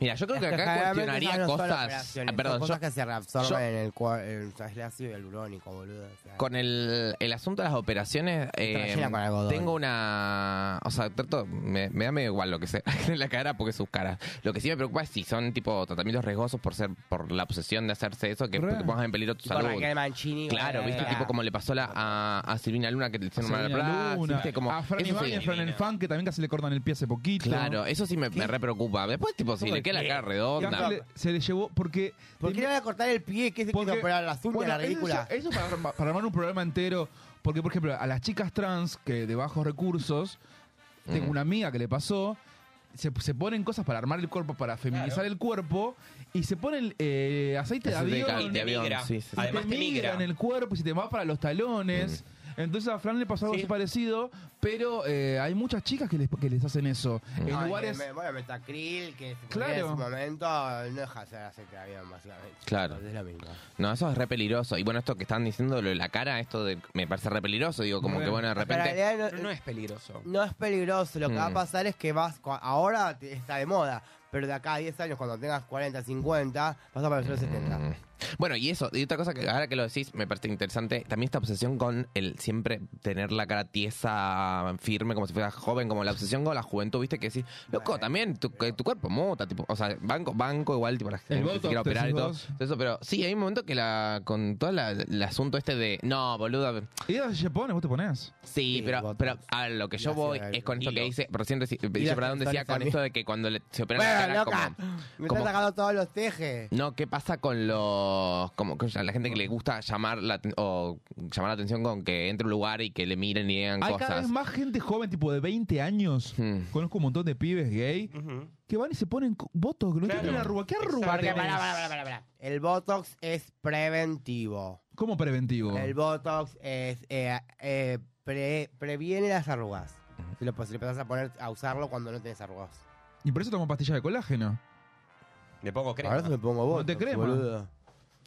Speaker 4: Mira, yo creo que
Speaker 3: Es que
Speaker 4: acá
Speaker 3: generalmente esas
Speaker 4: cuestionaría
Speaker 3: no son
Speaker 4: cosas.
Speaker 3: operaciones,
Speaker 4: Ah, Perdón,
Speaker 3: son cosas
Speaker 4: yo-
Speaker 3: que se reabsorben
Speaker 4: yo-
Speaker 3: en el, cua- en el ácido hialurónico, boludo. o sea.
Speaker 4: Con el, el asunto de las operaciones, eh,
Speaker 3: llena con algodón.
Speaker 4: tengo una. O sea, trato. Me, me da medio igual lo que sea *laughs* en la cara porque sus caras. Lo que sí me preocupa es si son tipo tratamientos riesgosos por ser por la obsesión de hacerse eso que te pongas en peligro tu
Speaker 3: Tipo
Speaker 4: salud.
Speaker 3: Raquel Mancini,
Speaker 4: Claro,
Speaker 3: boludo,
Speaker 4: viste,
Speaker 3: la-
Speaker 4: tipo como le pasó la- a, a Silvina Luna que le hicieron una
Speaker 2: Selena Luna,
Speaker 4: viste, como.
Speaker 2: a Fran
Speaker 4: eso sí.
Speaker 2: Ibáñez, Fran el fan, que también casi le cortan el pie hace poquito.
Speaker 4: Claro, eso sí me, me re preocupa. Después, tipo, si
Speaker 2: Todo
Speaker 4: le
Speaker 2: el
Speaker 4: queda la
Speaker 2: pie.
Speaker 4: cara
Speaker 2: Y
Speaker 4: redonda.
Speaker 2: aparte le- se le llevó porque.
Speaker 3: ¿Por qué le van a cortar el pie? ¿Qué se quiso operar las uñas,
Speaker 2: Bueno,
Speaker 3: la ridícula?
Speaker 2: Eso, eso para, arma- para armar un programa entero. Porque, por ejemplo, a las chicas trans que de bajos recursos, tengo una amiga que le pasó. Se, se ponen cosas para armar el cuerpo, para feminizar el cuerpo, y se ponen eh, aceite de
Speaker 4: Aceite de
Speaker 2: avión.
Speaker 4: cal- de avión, sí, sí, sí.
Speaker 2: Y te
Speaker 4: Además te
Speaker 2: migra
Speaker 4: migra. Mm.
Speaker 2: en el cuerpo, y se te va para los talones. Entonces a Fran le pasó algo así parecido, pero eh, hay muchas chicas que les, que les hacen eso. En
Speaker 3: Ay,
Speaker 2: lugares.
Speaker 3: me- Bueno, metacril, que se
Speaker 2: Claro.
Speaker 3: en su momento no deja de ser aceite de avión, básicamente.
Speaker 4: Claro.
Speaker 3: Es lo mismo.
Speaker 4: No, eso es re peligroso. Y bueno, esto que están diciendo, lo de la cara, esto de, me parece re peligroso. Digo, como que bueno, de
Speaker 3: Pero en
Speaker 4: repente.
Speaker 3: realidad no,
Speaker 5: es peligroso.
Speaker 3: no es peligroso, lo que va a
Speaker 4: Mm.
Speaker 3: pasar es que vas. cua- Ahora te- está de moda. pero de acá a 10 años, cuando tengas 40, 50, vas a parecer 70.
Speaker 4: Mm. Bueno, y eso, y otra cosa que ahora que lo decís me parece interesante, también esta obsesión con el siempre tener la cara tiesa, firme, como si fueras joven, como la obsesión con la juventud, viste, que decís, loco, también tu, que tu cuerpo muta, tipo, o sea, banco, banco igual, tipo, la gente que se
Speaker 2: Botox,
Speaker 4: quiere
Speaker 2: te
Speaker 4: operar y
Speaker 2: decís
Speaker 4: todo.
Speaker 2: vos.
Speaker 4: Eso, pero sí, hay un momento que la, con todo la- el asunto este de, no, boludo,
Speaker 2: Y ella se pone, vos te ponés.
Speaker 4: Sí, pero, pero a lo que yo
Speaker 2: Gracias,
Speaker 4: voy
Speaker 2: Gabriel.
Speaker 4: es con esto que dice, recién deci-
Speaker 2: las
Speaker 4: dice, perdón, decía
Speaker 2: personas
Speaker 4: con
Speaker 2: también.
Speaker 4: esto de que cuando le- se operan
Speaker 3: Bueno,
Speaker 4: la
Speaker 3: loca,
Speaker 4: cara
Speaker 3: me
Speaker 4: como,
Speaker 3: están
Speaker 4: como-
Speaker 3: sacando todos los tejes.
Speaker 4: no, ¿qué pasa con los como con la gente que le gusta llamar la aten- o llamar la atención con que entre a un lugar y que le miren y digan
Speaker 2: Hay
Speaker 4: cosas? Hmm.
Speaker 2: cada vez más gente joven, tipo de 20 años. Conozco un montón de pibes gay que van y se ponen co- votos. Que no tienen la arruga. ¿Qué arruga
Speaker 3: Porque,
Speaker 2: tenés?
Speaker 3: pará, pará, pará, pará, pará. El Botox es preventivo.
Speaker 2: ¿Cómo preventivo?
Speaker 3: El Botox es, eh, eh, pre- previene las arrugas. Si lo, si lo empezás a poner a usarlo cuando no tenés arrugas.
Speaker 2: Y por eso tomo pastillas de colágeno.
Speaker 5: Me pongo crema.
Speaker 3: Ahora me pongo
Speaker 2: Botox, No te crema. boludo.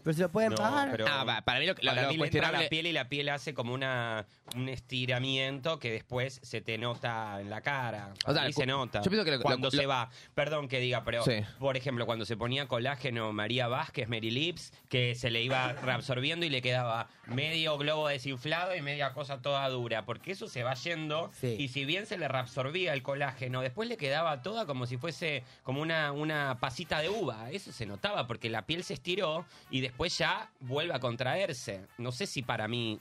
Speaker 3: Pero se lo pueden
Speaker 5: No,
Speaker 3: pagar.
Speaker 5: pero-
Speaker 4: Ah, va, para mí lo, lo-
Speaker 5: Para
Speaker 4: lo
Speaker 5: mí le entra
Speaker 4: cuestionable
Speaker 5: la piel y la piel hace como una un estiramiento que después se te nota en la cara.
Speaker 4: O sea,
Speaker 5: Ahí
Speaker 4: lo-
Speaker 5: se nota.
Speaker 4: yo pienso que lo-
Speaker 5: cuando
Speaker 4: lo-
Speaker 5: se
Speaker 4: lo-
Speaker 5: va. Perdón que diga, pero
Speaker 4: Sí.
Speaker 5: por ejemplo, cuando se ponía colágeno María Vázquez, Mary Lips, que se le iba reabsorbiendo y le quedaba medio globo desinflado y media cosa toda dura, porque eso se va yendo
Speaker 3: Sí.
Speaker 5: y si bien se le reabsorbía el colágeno, después le quedaba toda como si fuese como una una pasita de uva, eso se notaba porque la piel se estiró y después ya vuelve a contraerse. No sé si para mí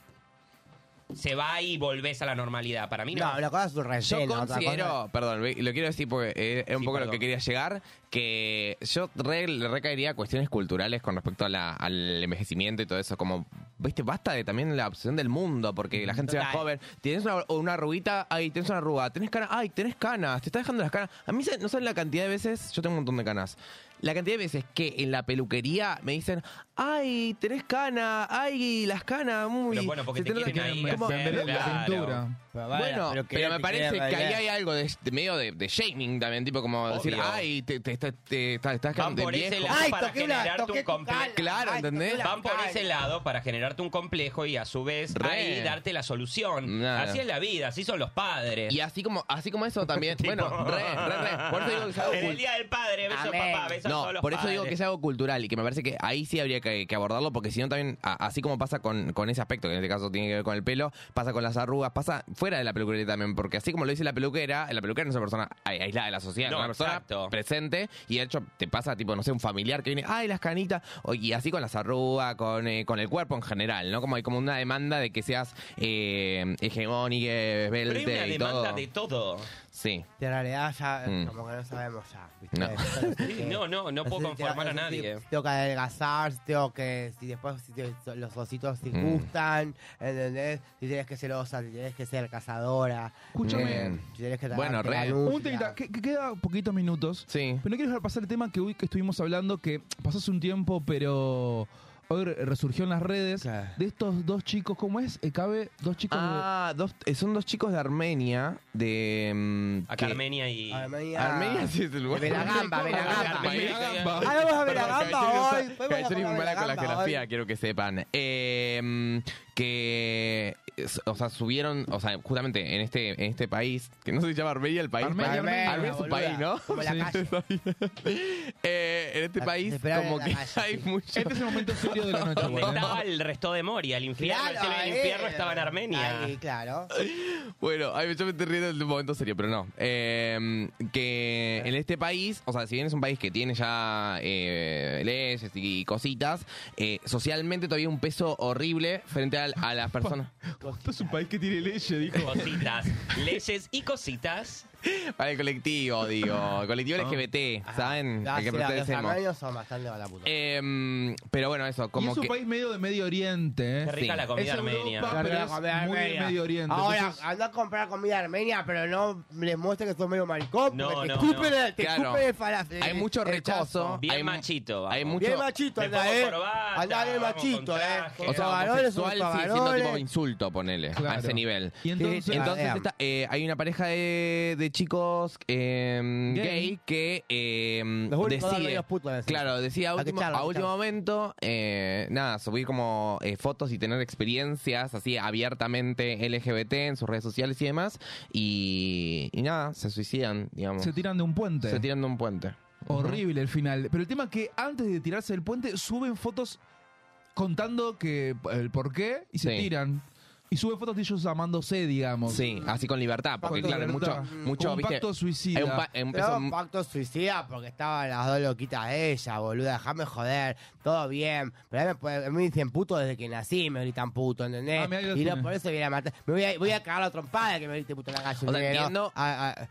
Speaker 5: se va y volvés a la normalidad. Para mí no.
Speaker 3: No, una cosa es un relleno.
Speaker 4: Yo
Speaker 3: otra cosa-
Speaker 4: considero, perdón, lo quiero decir porque eh, es un poco lo que quería llegar, que yo re- le recaería cuestiones culturales con respecto a la- al envejecimiento y todo eso, como, viste, basta de también la obsesión del mundo, porque la gente se va
Speaker 5: Total.
Speaker 4: joven, tienes una, una arruguita, ay, tienes una arruga, tenés canas, ay, tenés canas, te está dejando las canas. A mí se- no saben la cantidad de veces, yo tengo un montón de canas, la cantidad de veces que en la peluquería me dicen, ay, tenés canas, ay, las canas, muy...
Speaker 5: Pero bueno, porque
Speaker 4: se
Speaker 5: te
Speaker 4: nota-
Speaker 5: quieren ahí
Speaker 4: ¿Cómo?
Speaker 5: hacer,
Speaker 4: Pero-
Speaker 5: claro.
Speaker 3: Pero vaya,
Speaker 4: bueno, pero,
Speaker 3: que-
Speaker 4: me
Speaker 3: que
Speaker 4: parece
Speaker 3: queda
Speaker 4: que ahí
Speaker 3: bailar.
Speaker 4: hay algo de, de medio de, de shaming también, tipo como decir, ay, te, te, te- te- estás- estás
Speaker 5: Van
Speaker 4: de
Speaker 5: por ese
Speaker 4: viejo.
Speaker 5: lado para generarte un complejo.
Speaker 4: Claro, ¿entendés?
Speaker 5: Van por ese lado para generarte un complejo y a su vez
Speaker 4: Re.
Speaker 5: ahí darte la solución.
Speaker 4: Nada.
Speaker 5: Así es la vida, así son los padres.
Speaker 4: Y así como, así como eso
Speaker 5: *laughs*
Speaker 4: también, bueno, re, re, re. Por eso digo que es algo
Speaker 5: en *laughs* el
Speaker 4: cult-
Speaker 5: día del padre, beso
Speaker 4: Amén.
Speaker 5: papá, beso a
Speaker 4: No,
Speaker 5: todos los
Speaker 4: por eso
Speaker 5: padres.
Speaker 4: digo que es algo cultural y que me parece que ahí sí habría que, que abordarlo porque si no también, a- así como pasa con, con ese aspecto, que en este caso tiene que ver con el pelo, pasa con las arrugas, pasa fuera de la peluquería también, porque así como lo dice la peluquera, la peluquera no es una persona ai- aislada de la sociedad,
Speaker 5: No,
Speaker 4: es una persona
Speaker 5: exacto.
Speaker 4: presente y de hecho te pasa tipo, no sé, un familiar que viene, ay, las canitas, o- y así con las arrugas, con, eh, con el cuerpo en general, ¿no? Como hay como una demanda de que seas eh, hegemónico,
Speaker 5: Pero
Speaker 4: esbelte
Speaker 5: hay una
Speaker 4: y todo.
Speaker 5: demanda de todo.
Speaker 4: Sí.
Speaker 3: De realidad ya,
Speaker 4: Mm.
Speaker 3: como que no sabemos ya. ¿viste?
Speaker 5: *laughs*
Speaker 4: No.
Speaker 5: Sí, No, no, no puedo
Speaker 3: sé si te-
Speaker 5: conformar a
Speaker 3: no sé si
Speaker 5: nadie.
Speaker 3: tengo que adelgazar, si tengo que. Si después si te- so- los ositos te
Speaker 4: Mm.
Speaker 3: gustan, ¿entendés? Si tienes que ser osa, si tienes que ser cazadora.
Speaker 2: Escúchame.
Speaker 3: eh, Si tienes que
Speaker 4: Bueno,
Speaker 3: tragarte
Speaker 4: re.
Speaker 3: la luz,
Speaker 2: Un temita, que, que queda poquitos minutos.
Speaker 4: Sí.
Speaker 2: Pero no quiero dejar pasar el tema que hoy que estuvimos hablando, que pasó hace un tiempo, pero hoy re- resurgió en las redes, de estos dos chicos, ¿cómo es? Eh, cabe dos chicos
Speaker 4: Ah, dos, eh, son dos chicos de Armenia, de... mm,
Speaker 5: Acá
Speaker 4: que-
Speaker 5: Armenia y.
Speaker 3: Armenia.
Speaker 4: Armenia sí es el lugar. *laughs*
Speaker 3: Velagamba, Velagamba.
Speaker 4: Velagamba.
Speaker 3: Ah, vamos a Velagamba hoy. Podemos
Speaker 4: Caetano
Speaker 3: ir a
Speaker 4: es mala con la
Speaker 3: Velagamba hoy.
Speaker 4: geografía, quiero que sepan. Eh, mm, que, es- o sea, subieron, o sea, justamente en este, en este país, que no se llama Armenia el país.
Speaker 3: Armenia,
Speaker 4: pero-
Speaker 3: Armenia,
Speaker 4: Armenia es un
Speaker 3: boluda,
Speaker 4: país, ¿no?
Speaker 3: como la
Speaker 4: *laughs*
Speaker 3: calle.
Speaker 4: Eh, en este
Speaker 3: Ah,
Speaker 4: país,
Speaker 3: espera,
Speaker 4: como
Speaker 3: la
Speaker 4: que
Speaker 3: calle,
Speaker 4: hay mucho...
Speaker 2: Este es el momento serio de la noche.
Speaker 5: Donde estaba el resto de Moria, el infierno, el cielo y el
Speaker 3: eh.
Speaker 5: infierno estaba en Armenia.
Speaker 3: Ahí, claro.
Speaker 4: Bueno, ay, yo me estoy riendo en un momento serio, pero no. Eh, que en este país, o sea, si bien es un país que tiene ya eh, leyes y cositas, eh, socialmente todavía un peso horrible frente al- a, las personas.
Speaker 5: *laughs*
Speaker 2: Esto es un país que tiene leyes, dijo.
Speaker 5: Cositas, leyes y cositas.
Speaker 4: Para el colectivo, digo. El colectivo
Speaker 5: Ah.
Speaker 4: LGBT, ¿saben?
Speaker 3: Ah,
Speaker 4: Al que
Speaker 3: sí, los
Speaker 4: pertenecemos.
Speaker 3: armenios son bastante a la puta.
Speaker 4: Eh, pero bueno, eso,
Speaker 2: Y
Speaker 4: como
Speaker 2: es un
Speaker 4: que.
Speaker 2: país medio de Medio Oriente. ¿eh?
Speaker 5: Qué rica la comida
Speaker 2: Es Europa,
Speaker 5: armenia.
Speaker 2: pero
Speaker 3: Pero la
Speaker 2: es
Speaker 3: comida
Speaker 2: muy de
Speaker 3: armenia.
Speaker 2: Medio Oriente.
Speaker 3: Ahora,
Speaker 2: entonces-
Speaker 3: anda a comprar comida armenia, pero no les muestres que sos medio maricón.
Speaker 5: No,
Speaker 3: porque te
Speaker 5: no,
Speaker 3: escupen
Speaker 5: no.
Speaker 3: el- te
Speaker 4: Claro.
Speaker 3: escupen el falafel.
Speaker 4: Hay mucho
Speaker 3: el
Speaker 4: rechazo.
Speaker 5: Bien
Speaker 4: hay mu-
Speaker 5: machito. vamos.
Speaker 4: Hay mucho.
Speaker 3: Bien machito,
Speaker 5: Me
Speaker 3: anda,
Speaker 5: pongo
Speaker 3: eh.
Speaker 5: corbata,
Speaker 3: Anda bien
Speaker 5: vamos con
Speaker 3: machito, eh.
Speaker 5: traje.
Speaker 4: O sea,
Speaker 3: Varones son
Speaker 4: homosexual sigue siendo
Speaker 3: varones.
Speaker 4: tipo insulto, ponele, a
Speaker 2: Claro.
Speaker 4: ese nivel.
Speaker 2: Y entonces-
Speaker 4: entonces
Speaker 3: Damn.
Speaker 4: esta- eh, hay una pareja de, de chicos eh,
Speaker 2: Gay.
Speaker 4: gay. que eh,
Speaker 3: Los únicos dos
Speaker 4: decide,
Speaker 3: medios putos, decís.
Speaker 4: claro, decía a
Speaker 3: A que
Speaker 4: último,
Speaker 3: charlan,
Speaker 4: a
Speaker 3: que
Speaker 4: último
Speaker 3: charlan.
Speaker 4: momento, eh, nada, subir como eh, fotos y tener experiencias así abiertamente LGBT en sus redes sociales y demás, y, y nada, se suicidan, digamos.
Speaker 2: Se tiran de un puente.
Speaker 4: Se tiran de un puente.
Speaker 2: Horrible el final. Pero el tema es que antes de tirarse del puente suben fotos contando que el por qué y se
Speaker 4: Sí.
Speaker 2: tiran. Y suben fotos de ellos amándose, digamos.
Speaker 4: Sí, así con libertad, porque
Speaker 2: Pacto de
Speaker 4: claro,
Speaker 2: libertad.
Speaker 4: mucho, mucho,
Speaker 2: Como un
Speaker 4: viste,
Speaker 2: pacto suicida.
Speaker 4: hay un pa- hay un peso-
Speaker 3: un pacto suicida porque estaban las dos loquitas de ella, boluda. Déjame joder, todo bien. Pero a mí me, puede- a mí me dicen puto desde que nací, me gritan puto, ¿entendés?
Speaker 4: Ah, mirá, ahí lo
Speaker 3: y no
Speaker 4: tiene.
Speaker 3: por eso viene a matar. Me voy a, voy a cagar la trompada que me grite puto en la calle.
Speaker 4: O sea,
Speaker 3: negro.
Speaker 4: entiendo- Mm.
Speaker 3: A- a-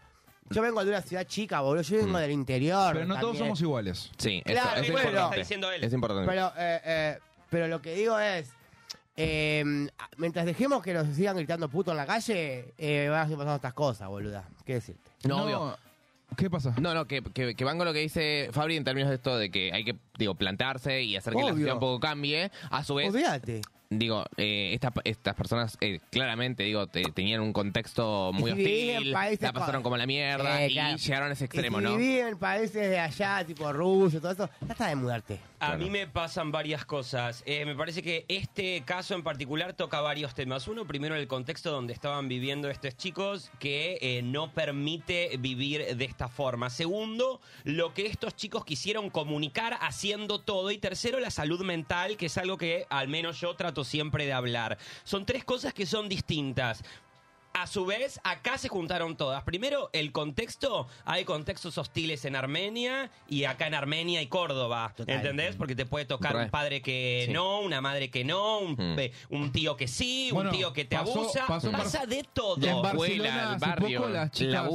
Speaker 3: yo vengo de una ciudad chica, boludo. Yo vengo del interior.
Speaker 2: Pero no todos
Speaker 3: también.
Speaker 2: somos iguales.
Speaker 4: Sí, eso-
Speaker 3: Claro,
Speaker 4: eso es
Speaker 3: bueno.
Speaker 4: importante.
Speaker 3: Está diciendo él.
Speaker 4: Es importante.
Speaker 3: Pero, eh, eh, pero lo que digo es. eh, mientras dejemos que nos sigan gritando puto en la calle, eh, van a seguir pasando estas cosas, boluda. ¿Qué decirte?
Speaker 4: No, obvio.
Speaker 2: ¿Qué pasa?
Speaker 4: No, no, que, que, que van con lo que dice Fabri en términos de esto de que hay que, digo, plantarse y hacer que la
Speaker 3: Obvio.
Speaker 4: sociedad un poco cambie. A su vez,
Speaker 3: Olvídate.
Speaker 4: digo, eh, esta- estas personas eh, claramente, digo, te- tenían un contexto muy
Speaker 3: Y si vivís en
Speaker 4: hostil,
Speaker 3: países
Speaker 4: la pasaron
Speaker 3: con-
Speaker 4: como la mierda
Speaker 3: Sí,
Speaker 4: y
Speaker 3: Eh, claro.
Speaker 4: llegaron a ese extremo,
Speaker 3: y si
Speaker 4: ¿no?
Speaker 3: viví en países de allá, tipo Rusia, todo eso, trata de mudarte.
Speaker 4: Ah,
Speaker 5: A mí me pasan varias cosas. Eh, me parece que este caso en particular toca varios temas. Uno, primero, el contexto donde estaban viviendo estos chicos, que eh, no permite vivir de esta forma. Segundo, lo que estos chicos quisieron comunicar haciendo todo. Y tercero, la salud mental, que es algo que al menos yo trato siempre de hablar. Son tres cosas que son distintas. A su vez, acá se juntaron todas. Primero, el contexto. Hay contextos hostiles en Armenia y acá en Armenia y Córdoba. ¿Entendés? Porque te puede tocar
Speaker 4: Re.
Speaker 5: un padre que
Speaker 4: Sí.
Speaker 5: no, una madre que no, un, pe- un tío que sí,
Speaker 2: Bueno,
Speaker 5: un tío que te
Speaker 2: pasó-
Speaker 5: abusa.
Speaker 2: pasó en
Speaker 5: Pasa
Speaker 2: Bar-
Speaker 5: de todo.
Speaker 2: En Barcelona, hace poco las chicas,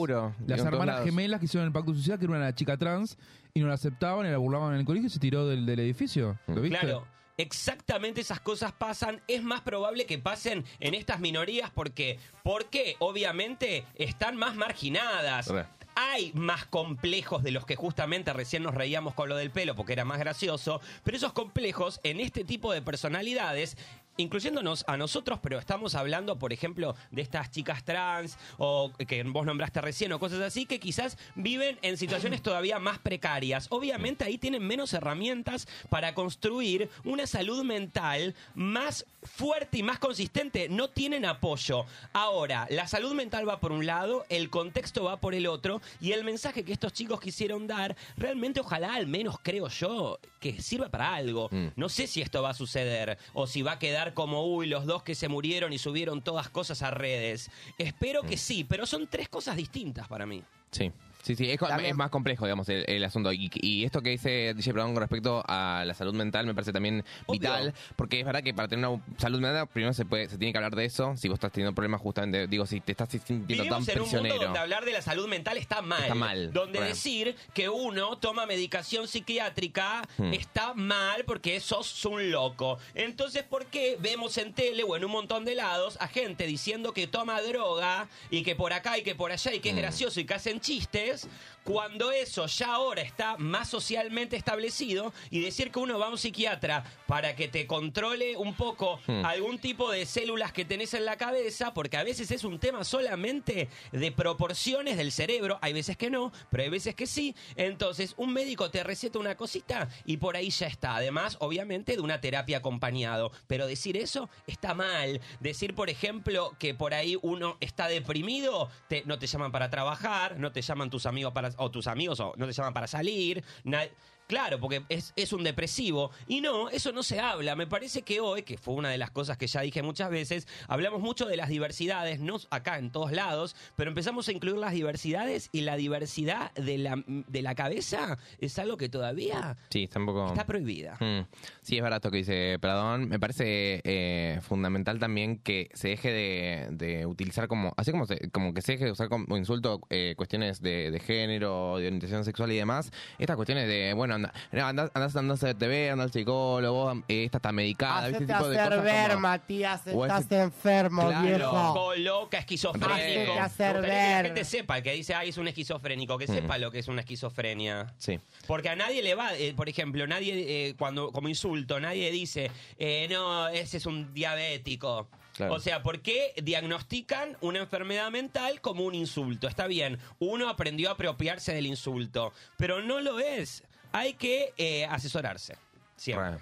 Speaker 2: las hermanas gemelas que hicieron el pacto suicida, que era una chica trans, y no la aceptaban y la burlaban en el colegio y se tiró del, del edificio. ¿Lo viste?
Speaker 5: Claro. Exactamente esas cosas pasan, es más probable que pasen en estas minorías porque, porque obviamente están más marginadas.
Speaker 4: Re.
Speaker 5: Hay más complejos de los que justamente recién nos reíamos con lo del pelo porque era más gracioso, pero esos complejos en este tipo de personalidades incluyéndonos a nosotros, pero estamos hablando, por ejemplo, de estas chicas trans o que vos nombraste recién o cosas así que quizás viven en situaciones todavía más precarias. Obviamente ahí tienen menos herramientas para construir una salud mental más fuerte y más consistente. No tienen apoyo. Ahora, la salud mental va por un lado, el contexto va por el otro y el mensaje que estos chicos quisieron dar, realmente ojalá al menos creo yo que sirva para algo. No sé si esto va a suceder o si va a quedar como, uy, los dos que se murieron y subieron todas cosas a redes. Espero que sí, pero son tres cosas distintas para mí.
Speaker 4: Sí. Sí, sí, es, co-
Speaker 5: También-
Speaker 4: es más complejo, digamos, el, el asunto. Y, y esto que dice DJ Brown con respecto a la salud mental me parece también vital, porque es verdad que para tener una salud mental primero se puede se tiene que hablar de eso, si vos estás teniendo problemas justamente, digo, si te estás sintiendo
Speaker 5: Vivimos
Speaker 4: tan
Speaker 5: en un mundo
Speaker 4: prisionero.
Speaker 5: donde hablar de la salud mental está mal.
Speaker 4: Está mal,
Speaker 5: Donde
Speaker 4: re.
Speaker 5: decir que uno toma medicación psiquiátrica
Speaker 4: Hmm.
Speaker 5: está mal porque sos un loco. Entonces, ¿por qué vemos en tele o en un montón de lados a gente diciendo que toma droga y que por acá y que por allá y
Speaker 4: Hmm.
Speaker 5: que es gracioso y que hacen chistes cuando eso ya ahora está más socialmente establecido y decir que uno va a un psiquiatra para que te controle un poco
Speaker 4: Hmm.
Speaker 5: algún tipo de células que tenés en la cabeza, porque a veces es un tema solamente de proporciones del cerebro, hay veces que no, pero hay veces que sí. Entonces, un médico te receta una cosita y por ahí ya está. Además, obviamente, de una terapia acompañado. Pero decir eso está mal. Decir, por ejemplo, que por ahí uno está deprimido, te- no te llaman para trabajar, no te llaman tus amigos para, o tus amigos, o no te llaman para salir. na- Claro, porque es, es un depresivo. Y no, eso no se habla. Me parece que hoy, que fue una de las cosas que ya dije muchas veces, hablamos mucho de las diversidades, no acá en todos lados, pero empezamos a incluir las diversidades y la diversidad de la, de la cabeza es algo que todavía
Speaker 4: Sí, está un poco...
Speaker 5: está prohibida.
Speaker 4: Mm. Sí, es barato que dice Pradón. Me parece eh, fundamental también que se deje de, de utilizar como, así como, se- como que se deje de usar como insulto eh, cuestiones de, de género, de orientación sexual y demás. Estas cuestiones de, bueno, anda- no, andás, andás, andás a TV, andás al psicólogo, eh, esta está medicada,
Speaker 3: Hacete
Speaker 4: este tipo de
Speaker 3: hacer
Speaker 4: cosas
Speaker 3: ver,
Speaker 4: como-
Speaker 3: Matías,
Speaker 4: o
Speaker 3: estás
Speaker 4: ese-
Speaker 3: enfermo,
Speaker 4: Claro.
Speaker 3: viejo.
Speaker 5: Loco, loca,
Speaker 4: Re.
Speaker 5: esquizofrénico.
Speaker 4: Ah, Hay que hacer
Speaker 5: Me gustaría que la
Speaker 4: ver.
Speaker 5: gente sepa, el que dice, ay, es un esquizofrénico, que
Speaker 4: Mm.
Speaker 5: sepa lo que es una esquizofrenia.
Speaker 4: Sí.
Speaker 5: Porque a nadie le va, eh, por ejemplo, nadie, eh, cuando como insulto, nadie dice, eh, no, ese es un diabético.
Speaker 4: Claro.
Speaker 5: O sea, ¿por qué diagnostican una enfermedad mental como un insulto? Está bien, uno aprendió a apropiarse del insulto, pero no lo es. Hay que eh, asesorarse. Siempre.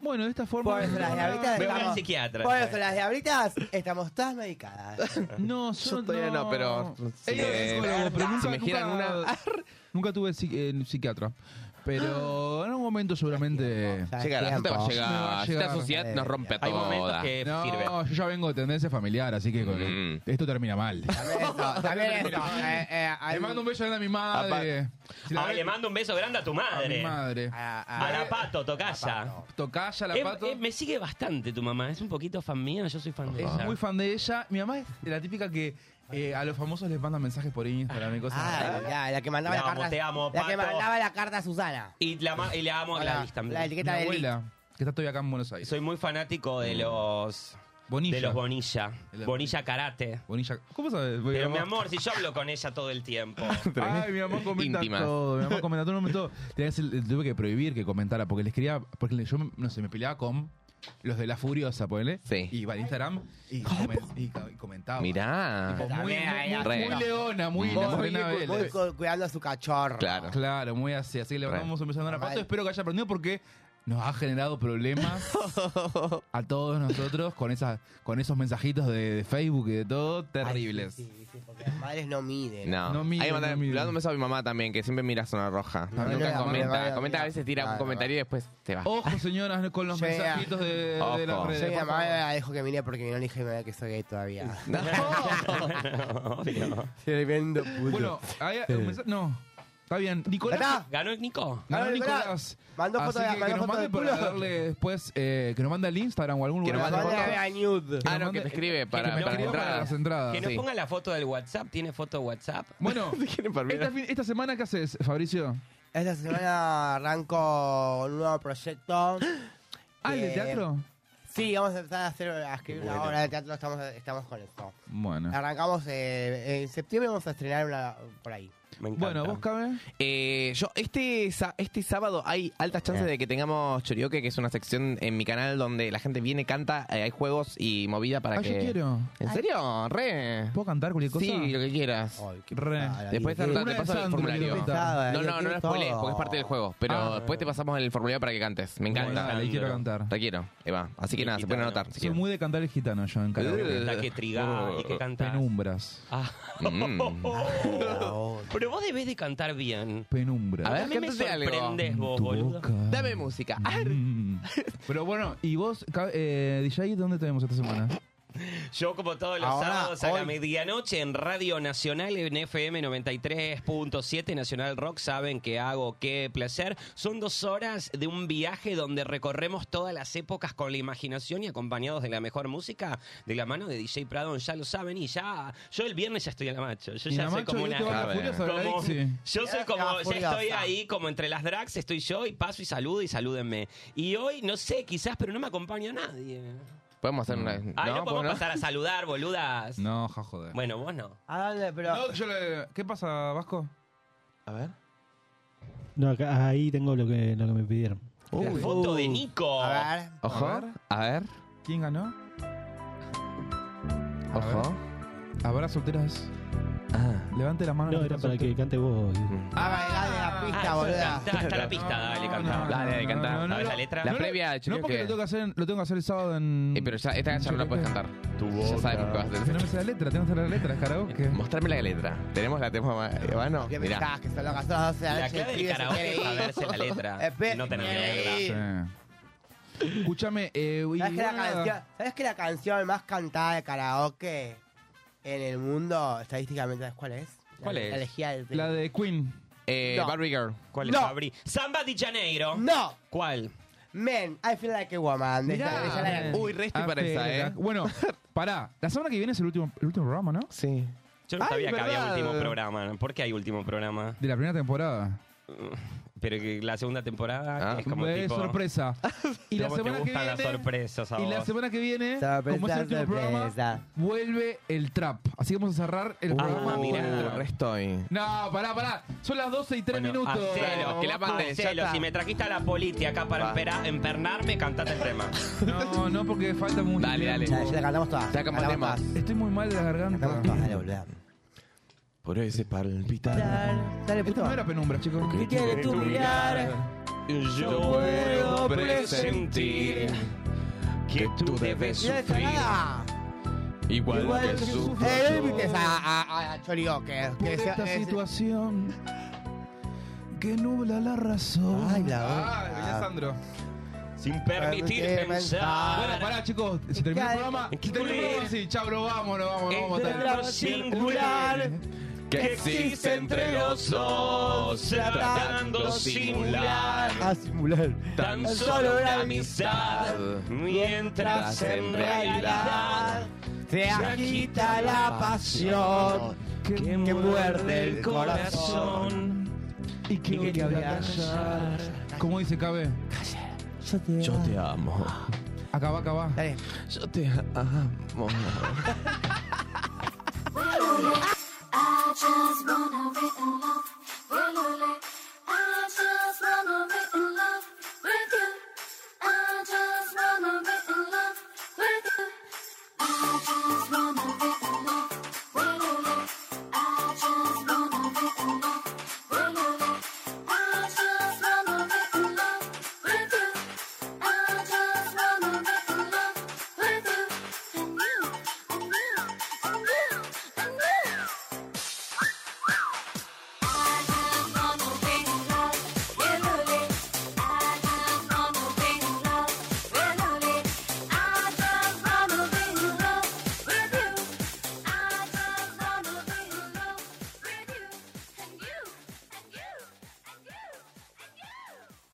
Speaker 2: Bueno, de esta forma.
Speaker 3: Por eso las diablitas
Speaker 5: Ve a un
Speaker 3: estamos-
Speaker 5: psiquiatra.
Speaker 3: Por eso las diablitas estamos todas medicadas.
Speaker 4: *laughs*
Speaker 2: No, yo,
Speaker 4: Yo todavía no, pero... si
Speaker 2: Ella es
Speaker 4: me-
Speaker 2: psicólogo, pero
Speaker 4: si
Speaker 2: nunca-
Speaker 4: me giran
Speaker 2: nunca-
Speaker 4: una...
Speaker 2: Nunca tuve psi- eh, psiquiatra. Pero en un momento seguramente...
Speaker 4: Llegará, ya te va a llegar.
Speaker 2: Me va a
Speaker 4: Si te
Speaker 2: llegar.
Speaker 4: asociás, nos rompe
Speaker 2: Hay
Speaker 4: toda. Mm.
Speaker 2: momentos que no, yo ya vengo de tendencia familiar, así que con- esto termina mal.
Speaker 3: También esto, eh, eh, hay-
Speaker 2: Le mando un beso grande a mi madre. Si la
Speaker 5: Ah,
Speaker 2: ve-
Speaker 5: le mando un beso grande a tu madre.
Speaker 2: A mi madre.
Speaker 5: A, la pato, tocaya.
Speaker 2: Tocaya, la
Speaker 5: Eh,
Speaker 2: pato.
Speaker 5: eh, me sigue bastante tu mamá. Es un poquito fan mía, yo soy fan de
Speaker 2: Es
Speaker 5: ella.
Speaker 2: muy fan de ella. Mi mamá es la típica que eh, a los famosos les mandan mensajes por Instagram y cosas así.
Speaker 3: Ah, la, la que mandaba
Speaker 2: Te
Speaker 3: la
Speaker 2: amo,
Speaker 3: carta.
Speaker 2: te amo,
Speaker 3: la que
Speaker 2: Pato.
Speaker 3: mandaba la carta a Susana.
Speaker 5: Y la, ma- y la amo a
Speaker 3: Hola.
Speaker 5: Gladys también.
Speaker 3: La etiqueta
Speaker 2: Mi
Speaker 3: de
Speaker 2: abuela, que está todavía acá en
Speaker 5: *laughs*
Speaker 2: Buenos Aires.
Speaker 5: Soy muy fanático de los.
Speaker 2: Bonilla.
Speaker 5: De los Bonilla. Bonilla Karate.
Speaker 2: Bonilla. ¿Cómo sabes? Porque
Speaker 5: Pero
Speaker 2: mi
Speaker 5: mi
Speaker 2: mamá-
Speaker 5: amor, si yo hablo con ella todo el
Speaker 2: *laughs*
Speaker 5: tiempo.
Speaker 2: Ay, mi mamá comenta todo. Mi mamá comenta todo. en un momento tenía que ser- le tuve que prohibir que comentara porque les quería. Porque yo, no sé, me peleaba con los de La Furiosa, ponele. Sí. Y iba al Instagram y, comen- y ca- y comentaba.
Speaker 4: Mirá.
Speaker 2: Tipo, muy,
Speaker 3: También,
Speaker 2: muy-
Speaker 3: ahí,
Speaker 2: muy
Speaker 3: ahí, ahí.
Speaker 2: leona, muy
Speaker 3: Muy-
Speaker 2: Lorena
Speaker 3: muy- muy
Speaker 2: Vélez.
Speaker 3: cu- cuidando a su cachorro.
Speaker 2: Claro. Claro, muy así. Así que le mandamos un beso a la pato. Espero que haya aprendido porque nos ha generado problemas a todos nosotros con esas, con esos mensajitos de, de Facebook y de todo terribles.
Speaker 3: porque las madres no miden.
Speaker 4: No,
Speaker 2: No miden,
Speaker 4: Ahí mandar-
Speaker 2: no miden.
Speaker 4: Le mando un beso a mi mamá también, que siempre mira zona roja.
Speaker 2: No,
Speaker 4: Nunca
Speaker 2: no, no,
Speaker 4: comenta.
Speaker 2: no, no, no,
Speaker 4: comenta a
Speaker 2: no.
Speaker 4: veces tira un
Speaker 3: Claro.
Speaker 4: comentario y después te va.
Speaker 2: Ojo, señoras, con los
Speaker 3: Yo era-
Speaker 2: mensajitos de, de las
Speaker 4: Ojo.
Speaker 2: redes.
Speaker 3: Yo
Speaker 2: por
Speaker 3: mi mamá
Speaker 2: favor.
Speaker 3: la dejo que mire porque no le dije que soy
Speaker 2: *laughs*
Speaker 3: gay todavía. Tremendo puto.
Speaker 2: Bueno, hay
Speaker 3: Sí.
Speaker 2: un mensaje. No. Está bien. Nicolás.
Speaker 3: ¿Verdad?
Speaker 5: *laughs* ¿Ganó Nico?
Speaker 2: Ganó
Speaker 3: Ganó Nicolás.
Speaker 2: Nicolás.
Speaker 3: Mandó
Speaker 2: Así
Speaker 3: foto de-
Speaker 2: que que
Speaker 3: mandó
Speaker 2: nos
Speaker 3: foto
Speaker 2: mande
Speaker 3: del
Speaker 2: para
Speaker 3: culo.
Speaker 2: darle después. eh, que nos mande al Instagram o a algún
Speaker 4: Que
Speaker 2: lugar.
Speaker 4: nos mande
Speaker 2: para-
Speaker 4: a
Speaker 3: nude.
Speaker 4: Ah, no, que te escribe
Speaker 2: me
Speaker 4: para, para las
Speaker 2: escriba para
Speaker 4: entradas.
Speaker 2: las entradas.
Speaker 5: Que nos
Speaker 2: Sí.
Speaker 5: ponga la foto del WhatsApp. ¿Tiene foto de WhatsApp?
Speaker 2: *laughs*
Speaker 5: *laughs*
Speaker 2: Bueno,
Speaker 4: mí.
Speaker 2: esta, fin- esta semana, ¿qué haces, Fabricio?
Speaker 3: Esta semana arranco un nuevo proyecto.
Speaker 2: *gasps* Ah, ¿el de
Speaker 3: Eh,
Speaker 2: teatro?
Speaker 3: Sí, vamos a empezar a, hacer, a escribir una
Speaker 2: Bueno.
Speaker 3: obra de teatro, estamos, estamos con eso.
Speaker 2: Bueno.
Speaker 3: Arrancamos eh, en septiembre, vamos a estrenar una por ahí.
Speaker 2: Bueno, vos, Cabe.
Speaker 4: Eh, yo, este, sa- este sábado hay altas
Speaker 2: Eh.
Speaker 4: chances de que tengamos Chorioque, que es una sección en mi canal donde la gente viene, canta, eh, hay juegos y movida para
Speaker 2: Ah,
Speaker 4: que.
Speaker 2: yo quiero.
Speaker 4: ¿En serio? Re.
Speaker 2: ¿Puedo cantar cualquier cosa?
Speaker 4: Sí, lo que quieras.
Speaker 2: Re.
Speaker 4: Después te, te
Speaker 2: Ah, Una de
Speaker 4: paso el
Speaker 2: Sandro,
Speaker 4: formulario.
Speaker 2: quiero
Speaker 4: No,
Speaker 2: cantar.
Speaker 4: no, no, lo spoilees porque es parte del juego. Pero
Speaker 2: Ah.
Speaker 4: después te pasamos el formulario para que cantes. Me encanta.
Speaker 2: Bueno, dale, quiero cantar.
Speaker 4: Te quiero, Eva. Así que nada, se pueden anotar. Si
Speaker 2: Soy muy de cantar el gitano yo en
Speaker 4: Uh,
Speaker 2: karaoke.
Speaker 4: la que trigá y que cantás.
Speaker 2: Penumbras.
Speaker 5: Ah.
Speaker 4: Mm.
Speaker 5: *laughs* Pero vos debés de cantar bien.
Speaker 2: Penumbra.
Speaker 5: A ver, A mí me cántate algo. sorprendés vos,
Speaker 2: Tu
Speaker 5: boludo.
Speaker 2: boca.
Speaker 4: Dame música. *laughs*
Speaker 2: Mm. Pero bueno, ¿y vos, Ca- eh, DJ, dónde te vemos esta semana?
Speaker 5: Yo, como todos los
Speaker 2: Ahora,
Speaker 5: sábados a la
Speaker 2: hoy-
Speaker 5: medianoche en Radio Nacional, en FM 93.7 Nacional Rock, saben que hago qué placer. Son dos horas de un viaje donde recorremos todas las épocas con la imaginación y acompañados de la mejor música de la mano de DJ Pradón. Ya lo saben y ya. Yo el viernes ya estoy a la macho. Yo
Speaker 2: Y
Speaker 5: ya
Speaker 2: la
Speaker 5: soy
Speaker 2: macho, yo
Speaker 5: como una.
Speaker 2: te voy a la furia sobre la
Speaker 5: como-
Speaker 2: Dixie.
Speaker 5: yo soy
Speaker 3: Ya
Speaker 2: ah,
Speaker 5: como.
Speaker 3: estaba
Speaker 5: Ya estoy
Speaker 3: furiosa.
Speaker 5: ahí, como entre las drags, estoy yo y paso y saludo y salúdenme. Y hoy, no sé, quizás, pero no me acompaña nadie.
Speaker 4: Podemos hacer
Speaker 2: Mm.
Speaker 4: una.
Speaker 5: Ah, no,
Speaker 4: ¿no?
Speaker 5: podemos
Speaker 4: ¿Vos no?
Speaker 5: pasar a saludar, boludas.
Speaker 2: No, ja, joder.
Speaker 5: Bueno, vos no.
Speaker 2: Ah,
Speaker 3: ¿A dónde? Pero.
Speaker 2: No, yo le- ¿Qué pasa, Vasco?
Speaker 4: A ver.
Speaker 15: *laughs* No, acá- ahí tengo lo que, lo que me pidieron.
Speaker 4: Uh.
Speaker 5: La foto de Nico.
Speaker 3: A ver.
Speaker 4: Ojo.
Speaker 2: A
Speaker 4: A
Speaker 2: ver.
Speaker 4: ver.
Speaker 2: ¿Quién ganó?
Speaker 4: Ojo.
Speaker 2: Habrá solteras.
Speaker 4: Ah.
Speaker 2: Levante la mano.
Speaker 15: No,
Speaker 2: los
Speaker 15: era
Speaker 2: que
Speaker 15: para
Speaker 2: están
Speaker 15: que cante vos.
Speaker 4: Mm.
Speaker 3: Ah, dale la pista, boluda.
Speaker 5: Está, está la pista, dale, Eh, cantá.
Speaker 4: Dale, dale, cantá.
Speaker 5: no, ¿Sabes
Speaker 4: no.
Speaker 5: la letra?
Speaker 4: La previa de
Speaker 2: solteras. No, porque
Speaker 4: Chorioque.
Speaker 2: lo tengo que hacer, en- lo tengo que hacer el sábado en.
Speaker 4: Eh, pero ya, esta ya no la puedes cantar. Ya sabemos qué vas a hacer. Eh,
Speaker 2: Si no me sé la letra, tengo que hacer la letra, es karaoke.
Speaker 4: Mostrame la letra. Tenemos la tema. Bueno,
Speaker 3: ¿Qué
Speaker 4: mirá.
Speaker 3: pensás? Que son locas, son las 12 de la
Speaker 5: La
Speaker 3: noche.
Speaker 5: clave
Speaker 3: el
Speaker 5: del
Speaker 3: pibe se
Speaker 5: karaoke
Speaker 3: quiere
Speaker 5: es
Speaker 3: ir.
Speaker 5: saberse
Speaker 2: *laughs*
Speaker 5: la letra.
Speaker 3: Espe-
Speaker 5: No tener la
Speaker 3: Sí.
Speaker 5: letra.
Speaker 2: Sí. Escúchame, eh, y
Speaker 3: ¿Sabes que, la
Speaker 2: bueno,
Speaker 3: canción, ¿Sabes que la canción más cantada de karaoke en el mundo, estadísticamente, ¿sabes cuál es? La-
Speaker 5: ¿Cuál es?
Speaker 3: La elegía del-
Speaker 2: La de Queen.
Speaker 4: Eh,
Speaker 3: No.
Speaker 4: Barbie Girl.
Speaker 5: ¿Cuál es
Speaker 3: No.
Speaker 5: Fabri? Samba de Janeiro.
Speaker 3: ¡No!
Speaker 5: ¿Cuál?
Speaker 3: Men, I feel like a woman. de
Speaker 2: Mirá,
Speaker 3: esa- de esa la-
Speaker 2: eh,
Speaker 4: Uy, resto y
Speaker 2: ah,
Speaker 4: para
Speaker 2: pero-
Speaker 4: esa, ¿eh?
Speaker 5: *laughs*
Speaker 2: Bueno, pará. La semana que viene es el último, el último programa, ¿no?
Speaker 4: Sí.
Speaker 5: Yo no
Speaker 4: Ay,
Speaker 5: sabía que había
Speaker 4: verdad.
Speaker 5: último programa. ¿Por qué hay último programa? Mm,
Speaker 2: De la primera temporada.
Speaker 5: Pero que la segunda temporada
Speaker 4: Ah,
Speaker 5: es como
Speaker 2: de
Speaker 5: tipo... *laughs*
Speaker 2: sorpresa. Y la
Speaker 5: ¿Cómo te
Speaker 2: semana que viene.
Speaker 5: gustan las sorpresas a
Speaker 2: y la
Speaker 5: vos?
Speaker 2: semana que viene,
Speaker 3: Sorpresa,
Speaker 2: como es el último programa,
Speaker 3: sorpresa. Uh.
Speaker 2: vuelve el trap. Así que vamos a cerrar el programa.
Speaker 4: Ah,
Speaker 2: con el
Speaker 4: mirá.
Speaker 2: trap.
Speaker 4: Resto y.
Speaker 2: No, pará, ah, pará. Son las 12 y 3
Speaker 5: Bueno,
Speaker 2: minutos.
Speaker 5: hacelo,
Speaker 4: que la mande, ya
Speaker 5: hacelo.
Speaker 4: está.
Speaker 5: Si me trajiste a la politi acá para
Speaker 4: Va.
Speaker 5: empera- empernarme, cantate el *laughs* tema.
Speaker 2: *laughs* No, no, porque falta mucho.
Speaker 4: Dale, dale.
Speaker 2: tiempo.
Speaker 3: Ya, ya la cantamos todas.
Speaker 4: Saca más
Speaker 3: Cantamos
Speaker 4: temas.
Speaker 3: todas.
Speaker 2: Estoy muy mal de la garganta.
Speaker 3: Cantamos todas, dale, boluda.
Speaker 4: Por ese palpitar.
Speaker 3: Dale, dale,
Speaker 2: Esto
Speaker 3: puto.
Speaker 2: no era penumbra, chicos.
Speaker 3: ¿Qué tiene tu mirar?
Speaker 5: Yo puedo presentir que tú debes
Speaker 3: No está nada.
Speaker 4: Igual,
Speaker 3: Igual que
Speaker 4: su
Speaker 3: Eh, no invites a, a, a Chorioque. Que
Speaker 2: Por
Speaker 3: se-
Speaker 2: esta
Speaker 3: es-
Speaker 2: situación que nubla la razón.
Speaker 4: Ay, la
Speaker 2: Ah,
Speaker 4: verdad.
Speaker 2: Villa Sandro.
Speaker 3: Sin
Speaker 4: permitir Permitir pensar. pensar.
Speaker 2: Bueno, pará, chicos. Se terminó el
Speaker 4: Cada-
Speaker 2: programa.
Speaker 4: ¿Qué
Speaker 2: Se terminó el
Speaker 4: ocurre?
Speaker 2: programa. Sí, chau, nos vamos, nos vamos, nos vamos.
Speaker 3: El
Speaker 2: tal.
Speaker 3: drama singular que existe entre los dos, tratando simular
Speaker 4: A simular.
Speaker 3: tan solo una amistad, mientras en realidad
Speaker 4: Se
Speaker 3: se agita la pasión que muerde el
Speaker 2: el
Speaker 3: corazón
Speaker 2: Y que
Speaker 3: y que
Speaker 2: te voy a
Speaker 3: callar.
Speaker 2: ¿Cómo dice Cabe?
Speaker 4: Yo te
Speaker 17: amo.
Speaker 2: Acaba, acaba.
Speaker 17: Yo te amo.